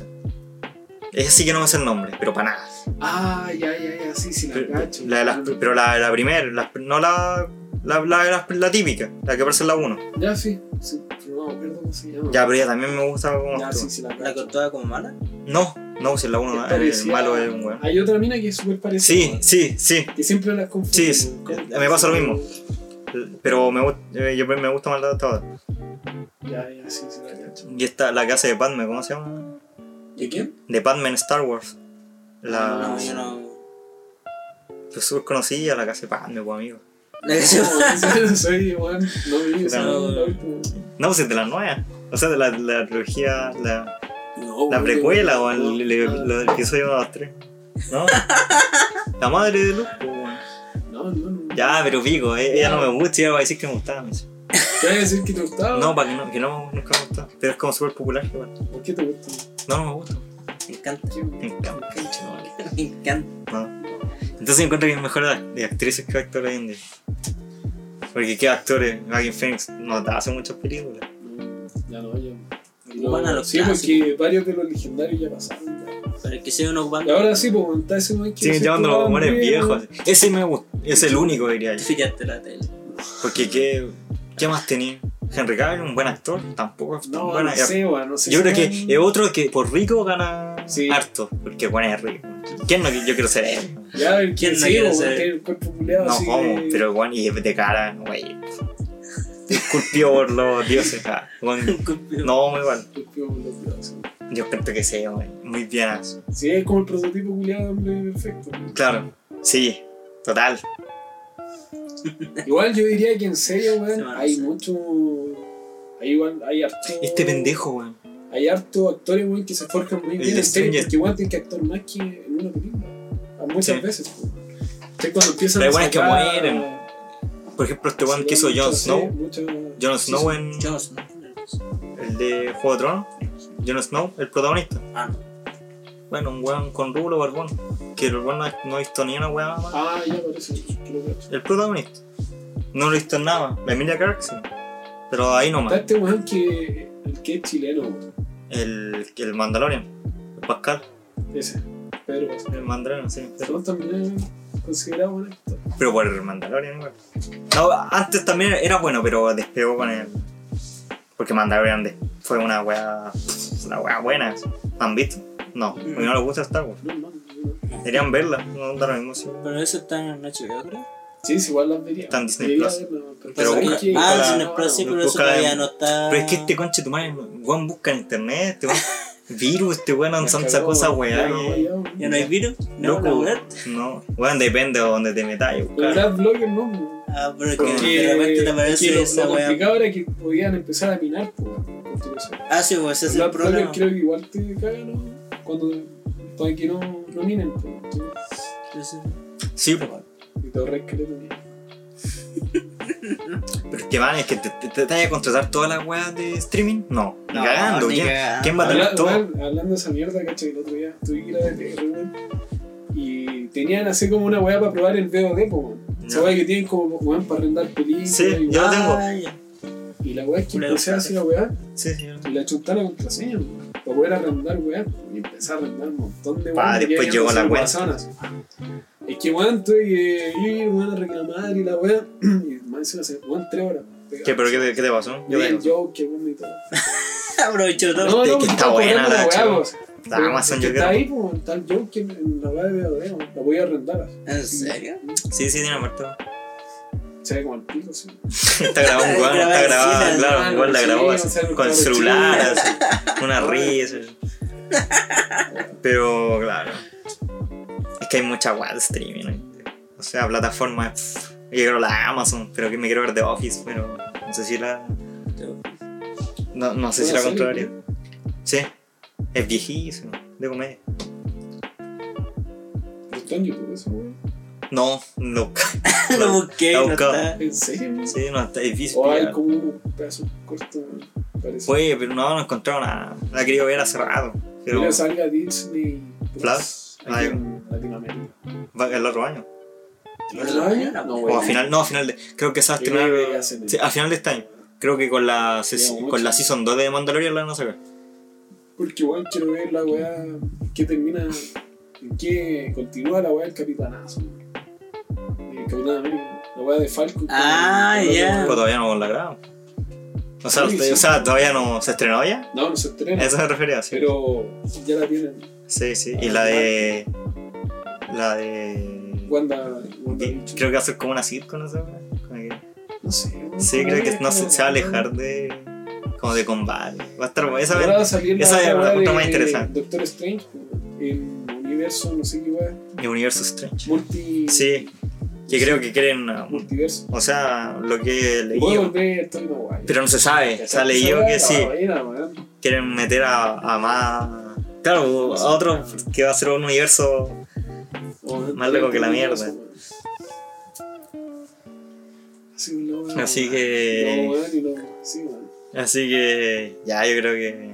Speaker 3: Esa sí que no me sé el nombre, pero para nada.
Speaker 2: Ah, ya, ya, ya, sí, sí, la
Speaker 3: Pero
Speaker 2: cacho.
Speaker 3: la, de las- pero la, la primera, la- no la, la, la, de las- la típica, la que aparece en la 1.
Speaker 2: Ya, sí, sí, pero no me acuerdo cómo se llama.
Speaker 3: Ya, pero ella también me gusta cómo
Speaker 2: Ya,
Speaker 3: actúa.
Speaker 2: sí, sí, la
Speaker 1: la
Speaker 2: cacho.
Speaker 1: cortaba como mala.
Speaker 3: No, no, si en la 1
Speaker 2: Es
Speaker 3: el
Speaker 2: parecida-
Speaker 3: eh, malo es un weón.
Speaker 2: Hay otra mina que es súper parecida.
Speaker 3: Sí, sí, sí.
Speaker 2: Que siempre las confundo.
Speaker 3: Sí, sí, me pasa lo mismo. Pero me, gust- eh, yo me gusta más la de hasta ahora.
Speaker 2: Ya, ya, sí, sí, la cacho.
Speaker 3: Y esta, la que hace de Batman, ¿cómo se llama?
Speaker 2: ¿Y quién?
Speaker 3: De Batman Star Wars. La.
Speaker 1: No, yo no.
Speaker 3: Yo súper conocida, la que hace Batman, pues amigo.
Speaker 2: No, soy, weón, no vi esa,
Speaker 3: No.
Speaker 2: no la vi, weón.
Speaker 3: No, pues es de la nueva. O sea, de la, la trilogía, la,
Speaker 2: No,
Speaker 3: la
Speaker 2: weón,
Speaker 3: precuela,
Speaker 2: no,
Speaker 3: o el, el,
Speaker 2: no,
Speaker 3: el- el episodio 1, 2, 3. ¿No? La madre de Luke, pues, weón.
Speaker 2: No, no, no.
Speaker 3: Ya, pero pico, eh, ella no me gusta, ella va a decir que me gustaba. me dice.
Speaker 2: ¿Te vas a decir que te gustaba?
Speaker 3: No, para que no, que no, nunca me gustaba. Pero es como súper popular, igual.
Speaker 2: ¿Por qué te gusta?
Speaker 3: No, no me gusta.
Speaker 1: Me encanta.
Speaker 2: ¿Qué?
Speaker 3: Me encanta, chaval.
Speaker 1: Me encanta.
Speaker 3: No. Entonces encuentro que es mejor de- de actrices que actores hoy en día. Porque qué actores, Joaquin Phoenix no te hace muchas películas.
Speaker 2: No, Ya no, ya. no.
Speaker 1: Ocupan a los
Speaker 2: sí,
Speaker 1: clásicos. Ah,
Speaker 2: porque varios de los legendarios ya pasaron. ya.
Speaker 1: Pero es que se uno
Speaker 2: Y
Speaker 1: ocupando.
Speaker 2: ahora sí, pues, monta ese momento. que
Speaker 3: Sí,
Speaker 2: decís
Speaker 3: llevando
Speaker 2: tú,
Speaker 3: los
Speaker 2: ah,
Speaker 3: humores
Speaker 2: hombre,
Speaker 3: viejos. así. Ese me gusta, es el único diría
Speaker 1: Te
Speaker 3: yo.
Speaker 1: fijaste la tele.
Speaker 3: Porque qué, qué más tenía. Henry Cavill, un buen actor, tampoco es tan
Speaker 2: No,
Speaker 3: buena.
Speaker 2: no sé, weón, no sé.
Speaker 3: yo creo que eh,
Speaker 2: si-
Speaker 3: es otro que por rico gana
Speaker 2: Sí.
Speaker 3: harto, porque bueno es rico. ¿Quién no? Yo quiero ser él.
Speaker 2: Ya, el
Speaker 1: ¿Quién
Speaker 2: que
Speaker 1: no
Speaker 2: sí,
Speaker 1: quiere
Speaker 2: weón,
Speaker 1: ser?
Speaker 2: tiene el cuerpo culeado
Speaker 3: No,
Speaker 2: así.
Speaker 3: como,
Speaker 2: de-
Speaker 3: pero bueno, y es de cara, güey. Disculpió por los dioses. ah, bueno, no, muy bueno.
Speaker 2: el cuerpo culeado, sí.
Speaker 3: Yo creo que sí, güey. Muy bien.
Speaker 2: Sí, es como el prototipo culeado, hombre, perfecto.
Speaker 3: Claro. Sí, total.
Speaker 2: Igual yo diría que en serio,
Speaker 1: Sí,
Speaker 2: weón,
Speaker 1: bueno,
Speaker 2: hay
Speaker 1: sí.
Speaker 2: mucho. Hay, igual- hay harto.
Speaker 3: Este pendejo, güey.
Speaker 2: Hay harto actores, weón, que se forjan muy
Speaker 3: El
Speaker 2: bien
Speaker 3: de
Speaker 2: en serio,
Speaker 3: Stranger-
Speaker 2: porque igual tienen que actuar más que en una película. A Muchas
Speaker 3: Sí.
Speaker 2: veces, weón. Entonces, cuando empiezan a
Speaker 3: Pero igual es que
Speaker 2: sacar-
Speaker 3: mueren. Por ejemplo, este weón que hizo
Speaker 2: mucho,
Speaker 3: Jon
Speaker 2: sí,
Speaker 3: Snow.
Speaker 2: mucho-
Speaker 3: Jon
Speaker 2: sí,
Speaker 3: Snow en
Speaker 1: Chavos, ¿no?
Speaker 3: el de Juego de Tronos. Jon Snow, el protagonista.
Speaker 1: Ah, no.
Speaker 3: Bueno, un weón con rublo barbón. Que el weón no, no ha visto ni una weá más.
Speaker 2: Ah, ya parece que lo cacho.
Speaker 3: El protagonista. No lo ha visto en nada. más. La Emilia Clarkson. Pero ahí
Speaker 2: Está
Speaker 3: nomás.
Speaker 2: este weón que, el que es chileno, weón.
Speaker 3: El, el Mandalorian. El Pascal.
Speaker 2: ese, Pedro Pascal.
Speaker 3: El Mandalorian, sí.
Speaker 2: Ese weón también es considerado un actor.
Speaker 3: Pero por el Mandalorian, igual. No, antes también era bueno, pero despegó con el. Porque Mandalorian de- fue una wea. Una wea buena. ¿La ¿Han visto? No, porque no les gusta Star Wars.
Speaker 2: No, no, no.
Speaker 3: Deberían verla, no da lo mismo si-
Speaker 1: Pero eso está en HBO, creo.
Speaker 2: Sí, sí, igual las vería.
Speaker 3: Está en Disney
Speaker 2: Debería
Speaker 3: Plus.
Speaker 2: verlo, pero
Speaker 3: Pero
Speaker 2: ¿sabes
Speaker 3: busca-
Speaker 2: qué?
Speaker 1: ah,
Speaker 3: busca-
Speaker 1: Disney Plus, sí,
Speaker 3: no,
Speaker 1: pero eso
Speaker 3: busca-
Speaker 1: todavía no está.
Speaker 3: Pero es que este conche tu madre, weón busca en internet, este weón. Virus, este weón, son sacó esa weá. y-
Speaker 1: ¿Ya no hay virus? No, la
Speaker 3: Loco,
Speaker 1: web.
Speaker 3: no, weón, depende de donde te metas. y
Speaker 2: El
Speaker 3: buscar.
Speaker 2: Dad Blogger no, weón.
Speaker 1: Ah, pero es que
Speaker 2: porque
Speaker 1: de repente te
Speaker 2: porque
Speaker 1: aparece
Speaker 2: lo,
Speaker 1: esa
Speaker 2: lo
Speaker 1: weá.
Speaker 2: complicado era que podían empezar a minar, pues, weón, a continuación.
Speaker 1: Ah, sí, pues ese es
Speaker 2: El
Speaker 1: el
Speaker 2: Dad Blogger
Speaker 1: problema.
Speaker 2: creo que igual te caga, ¿no? Cuando, para que no, no minen, pues. tú-
Speaker 1: Entonces,
Speaker 3: Sí, po.
Speaker 2: Y todo re esqueleto, mira.
Speaker 3: pero es que van, es que te, te, te vas a contratar todas las weas de streaming. No, ni
Speaker 1: No,
Speaker 3: cagando,
Speaker 1: ni
Speaker 3: ¿quién,
Speaker 1: cagando.
Speaker 3: ¿quién va a tener
Speaker 2: Habla-
Speaker 3: todo?
Speaker 2: weón, hablando de esa mierda, cacho, que el otro día tuve que ir a ver reunión y tenían así como una weá para probar el VOD, po, weón. Esa
Speaker 3: Ya.
Speaker 2: weá que tienen como, weón, para rentar películas.
Speaker 3: Sí,
Speaker 2: y,
Speaker 3: ya. Yo lo tengo.
Speaker 1: Ah, ya.
Speaker 2: y la weá es que
Speaker 1: Culero,
Speaker 2: empecé a hacer la weá
Speaker 3: Sí, sí.
Speaker 2: y la chuntá la contraseña, weón, para poder arrendar weá. Y empecé a arrendar un montón de
Speaker 3: Pa,
Speaker 2: weá.
Speaker 3: después pues llegó la cuenta.
Speaker 2: Es que weón, tuve que ir, weón, a reclamar y la weá. Y más encima se weón, tres horas.
Speaker 3: ¿Qué, pero qué, te- qué te pasó?
Speaker 2: Yo,
Speaker 3: te-
Speaker 2: el joke, que weón, y todo.
Speaker 1: Aprovecho todo. este
Speaker 2: No,
Speaker 3: que
Speaker 2: no, porque
Speaker 3: está
Speaker 2: estaba
Speaker 3: buena
Speaker 2: cobrando
Speaker 3: la
Speaker 2: weá,
Speaker 3: chava.
Speaker 2: pues.
Speaker 3: La
Speaker 2: Pero
Speaker 3: Amazon
Speaker 2: es
Speaker 3: yo
Speaker 2: que Está
Speaker 3: creo.
Speaker 2: ahí, pues, está el joke que en la weá de BOD, weón. la voy a arrendar. así.
Speaker 1: ¿En serio?
Speaker 3: Sí, sí, tiene apartado.
Speaker 2: Se ve como el pico, sí.
Speaker 3: Está grabado un weón,
Speaker 1: Graba
Speaker 3: está
Speaker 1: en
Speaker 3: grabado,
Speaker 1: cine,
Speaker 3: claro,
Speaker 2: hermano,
Speaker 3: igual la
Speaker 2: sí,
Speaker 3: grabó
Speaker 2: o
Speaker 3: así,
Speaker 2: sea,
Speaker 3: con
Speaker 2: claro,
Speaker 3: el celular,
Speaker 2: sí.
Speaker 3: así, una risa. Pero claro. Es que hay mucha weá de streaming. ¿no? O sea, plataformas. pff, Yo quiero la Amazon, pero que me quiero ver The Office, pero no sé si la. No, no sé si la
Speaker 2: Buena serie,
Speaker 3: controlaría. Sí. Es viejísimo, de comedia.
Speaker 2: Está en YouTube eso, weón.
Speaker 3: No, no.
Speaker 1: Lo busqué,
Speaker 3: La
Speaker 1: no
Speaker 3: buscaba.
Speaker 1: está.
Speaker 2: ¿En serio, weón?
Speaker 3: Ah, Sí, no, está- es
Speaker 2: O
Speaker 3: viejísimo.
Speaker 2: hay como un pedazo corto, weón. Parece.
Speaker 3: Oye, pero no, no he encontrado nada. La he querido ver hace rato. Pero
Speaker 2: Que le salga Disney
Speaker 3: Plus,
Speaker 2: aquí
Speaker 3: ahí.
Speaker 2: en Latinoamérica.
Speaker 3: va el otro año.
Speaker 2: ¿Otro año? No,
Speaker 1: No,
Speaker 2: güey.
Speaker 3: O a final, no, a final de. Creo que se va a
Speaker 2: Yo creo que
Speaker 3: estrenar.
Speaker 2: hacen el-
Speaker 3: sí, a final de este año. Creo que con la, se-
Speaker 2: Lleva mucho.
Speaker 3: con la Season 2 de Mandalorian la van a sacar.
Speaker 2: Porque, weón, quiero ver la weá que termina. En qué continúa la weá del Capitanazo, weón. El Capitán América. La weá de Falcon. con-
Speaker 1: Ah,
Speaker 2: con la
Speaker 1: ya.
Speaker 2: weá-
Speaker 3: Pero todavía no la grabamos. O sea,
Speaker 2: Sí, sí.
Speaker 3: o sea, todavía no se estrenó ya.
Speaker 2: No, no se
Speaker 3: A
Speaker 2: estrena.
Speaker 3: eso me refería, sí.
Speaker 2: Pero ya la tienen.
Speaker 3: sí, sí. Y la de. La de.
Speaker 2: Wanda. Wanda
Speaker 3: Creo que va a ser como una sitcom, no sé. como que-
Speaker 2: No sé. weón,
Speaker 3: Sí, creo que no se,
Speaker 2: como-
Speaker 3: se va a alejar de. como de combate. Va a estar. Esa
Speaker 2: Ahora va a
Speaker 3: vez
Speaker 2: salir
Speaker 3: esa es la
Speaker 2: weá
Speaker 3: pregunta más
Speaker 2: de
Speaker 3: interesante.
Speaker 2: Doctor Strange, weón, el universo, no sé qué weá.
Speaker 3: de Universo Strange.
Speaker 2: Multi,
Speaker 3: Sí, que creo que quieren. una-
Speaker 2: Multiverso.
Speaker 3: O sea, lo que he
Speaker 2: Puede
Speaker 3: leído.
Speaker 2: volver el Tobey Maguire.
Speaker 3: Pero no se sabe. O sea,
Speaker 2: ¿Cachai?
Speaker 3: leído
Speaker 2: Esa
Speaker 3: que
Speaker 2: weá
Speaker 3: sí.
Speaker 2: la buena, weón.
Speaker 3: Quieren meter a, a más. Claro, a otro que va a ser un universo
Speaker 2: Weón,
Speaker 3: Más loco que la
Speaker 2: multiverso,
Speaker 3: mierda.
Speaker 2: weón. Así, no, weón.
Speaker 3: Así
Speaker 2: No,
Speaker 3: que.
Speaker 2: weón, y no- sí, weón.
Speaker 3: Así que. Ya, yo creo que.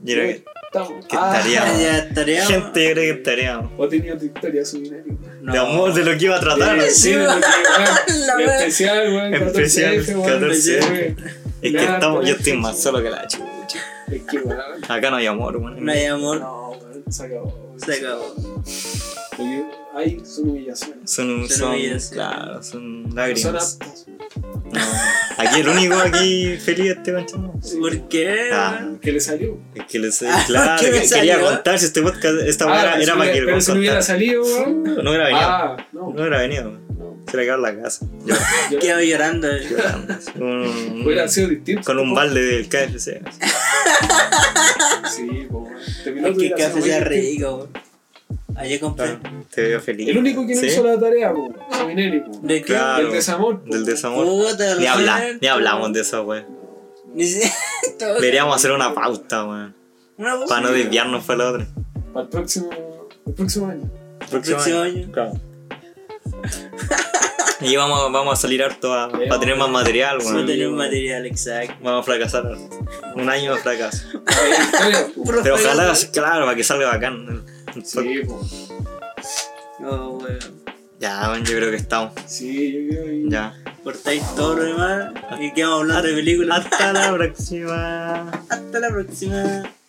Speaker 3: Yo creo que.
Speaker 2: Estamos-
Speaker 3: que
Speaker 2: Ah,
Speaker 3: estaría-
Speaker 1: Ah, ya estaría.
Speaker 3: Gente, yo creo que estaríamos.
Speaker 2: O tenía otra historia subinaria.
Speaker 1: No.
Speaker 3: De amor, de lo que iba a tratar.
Speaker 2: Eh,
Speaker 3: Es
Speaker 2: sí, lo que-
Speaker 1: La
Speaker 2: weón,
Speaker 1: wea.
Speaker 2: Especial, weón.
Speaker 3: Especial,
Speaker 2: 14F, weón,
Speaker 3: 14F. que
Speaker 2: Nada,
Speaker 3: estamos, yo
Speaker 2: weón.
Speaker 3: estoy más solo que la chucha.
Speaker 2: Es que, weón.
Speaker 3: Acá no hay amor, weón.
Speaker 1: No hay amor.
Speaker 2: No, weón, se acabó. weón,
Speaker 1: Se acabó.
Speaker 2: Lo que hay son humillaciones.
Speaker 3: Son,
Speaker 1: Son
Speaker 3: son,
Speaker 1: heridas.
Speaker 3: claro, son
Speaker 2: No Son
Speaker 3: lágrimas.
Speaker 2: aptas.
Speaker 3: No. Aquí el único aquí feliz este manchón.
Speaker 1: ¿Por qué?
Speaker 3: Ah,
Speaker 1: weón?
Speaker 2: Que le salió.
Speaker 3: es que les,
Speaker 1: Ah,
Speaker 3: claro,
Speaker 1: ¿qué me
Speaker 3: que quería
Speaker 1: salió?
Speaker 3: contar si este podcast esta
Speaker 2: Ah,
Speaker 3: weá
Speaker 2: si
Speaker 3: era para
Speaker 2: hubiera-
Speaker 3: que
Speaker 2: Pero
Speaker 3: lo
Speaker 2: si no hubiera
Speaker 3: contara.
Speaker 2: salido, weón.
Speaker 3: No hubiera venido.
Speaker 2: Ah, no.
Speaker 3: No hubiera venido. weón.
Speaker 2: no.
Speaker 3: Se le acabó la casa. Yo,
Speaker 2: Yo-
Speaker 1: Quedo llorando. eh.
Speaker 3: llorando, así, un-
Speaker 2: Hubiera sido distinto.
Speaker 3: con un balde del KFC. así.
Speaker 2: Sí, po, weón. Terminó
Speaker 1: Es que el
Speaker 2: hubiera
Speaker 1: café
Speaker 2: sido
Speaker 1: sea
Speaker 2: muy distinto.
Speaker 1: rico, weón. Ayer compré.
Speaker 3: Te veo feliz.
Speaker 2: El único que no
Speaker 3: ¿Sí?
Speaker 2: hizo la tarea, po. Sabinelli, po.
Speaker 1: ¿De qué?
Speaker 3: Claro.
Speaker 2: Del desamor. po.
Speaker 3: Del desamor.
Speaker 1: Puta,
Speaker 3: Ni,
Speaker 1: lo
Speaker 3: habla-
Speaker 1: siento.
Speaker 3: ni hablamos de eso, weón.
Speaker 1: Ni si- todo-
Speaker 3: Deberíamos hacer una pauta, weón.
Speaker 1: Una voz.
Speaker 3: Para no desviarnos para la otra.
Speaker 2: Para el próximo, el próximo año.
Speaker 1: Próximo año.
Speaker 3: Claro. y vamos, vamos a salir harto a,
Speaker 2: Sí,
Speaker 3: para tener más material,
Speaker 1: Sí,
Speaker 3: weón.
Speaker 1: tenía un material exacto.
Speaker 3: Vamos a fracasar. Un año de fracaso.
Speaker 2: A ver, historia, po.
Speaker 3: Pero ojalá, claro, para que salga bacán.
Speaker 2: Sí, po.
Speaker 1: Oh, weón.
Speaker 3: Ya, bueno, yo creo que estamos.
Speaker 2: Sí, yo creo que-
Speaker 3: Ya.
Speaker 1: Cortáis todo lo demás y quedamos hablando de películas.
Speaker 3: Hasta la próxima.
Speaker 1: Hasta la próxima.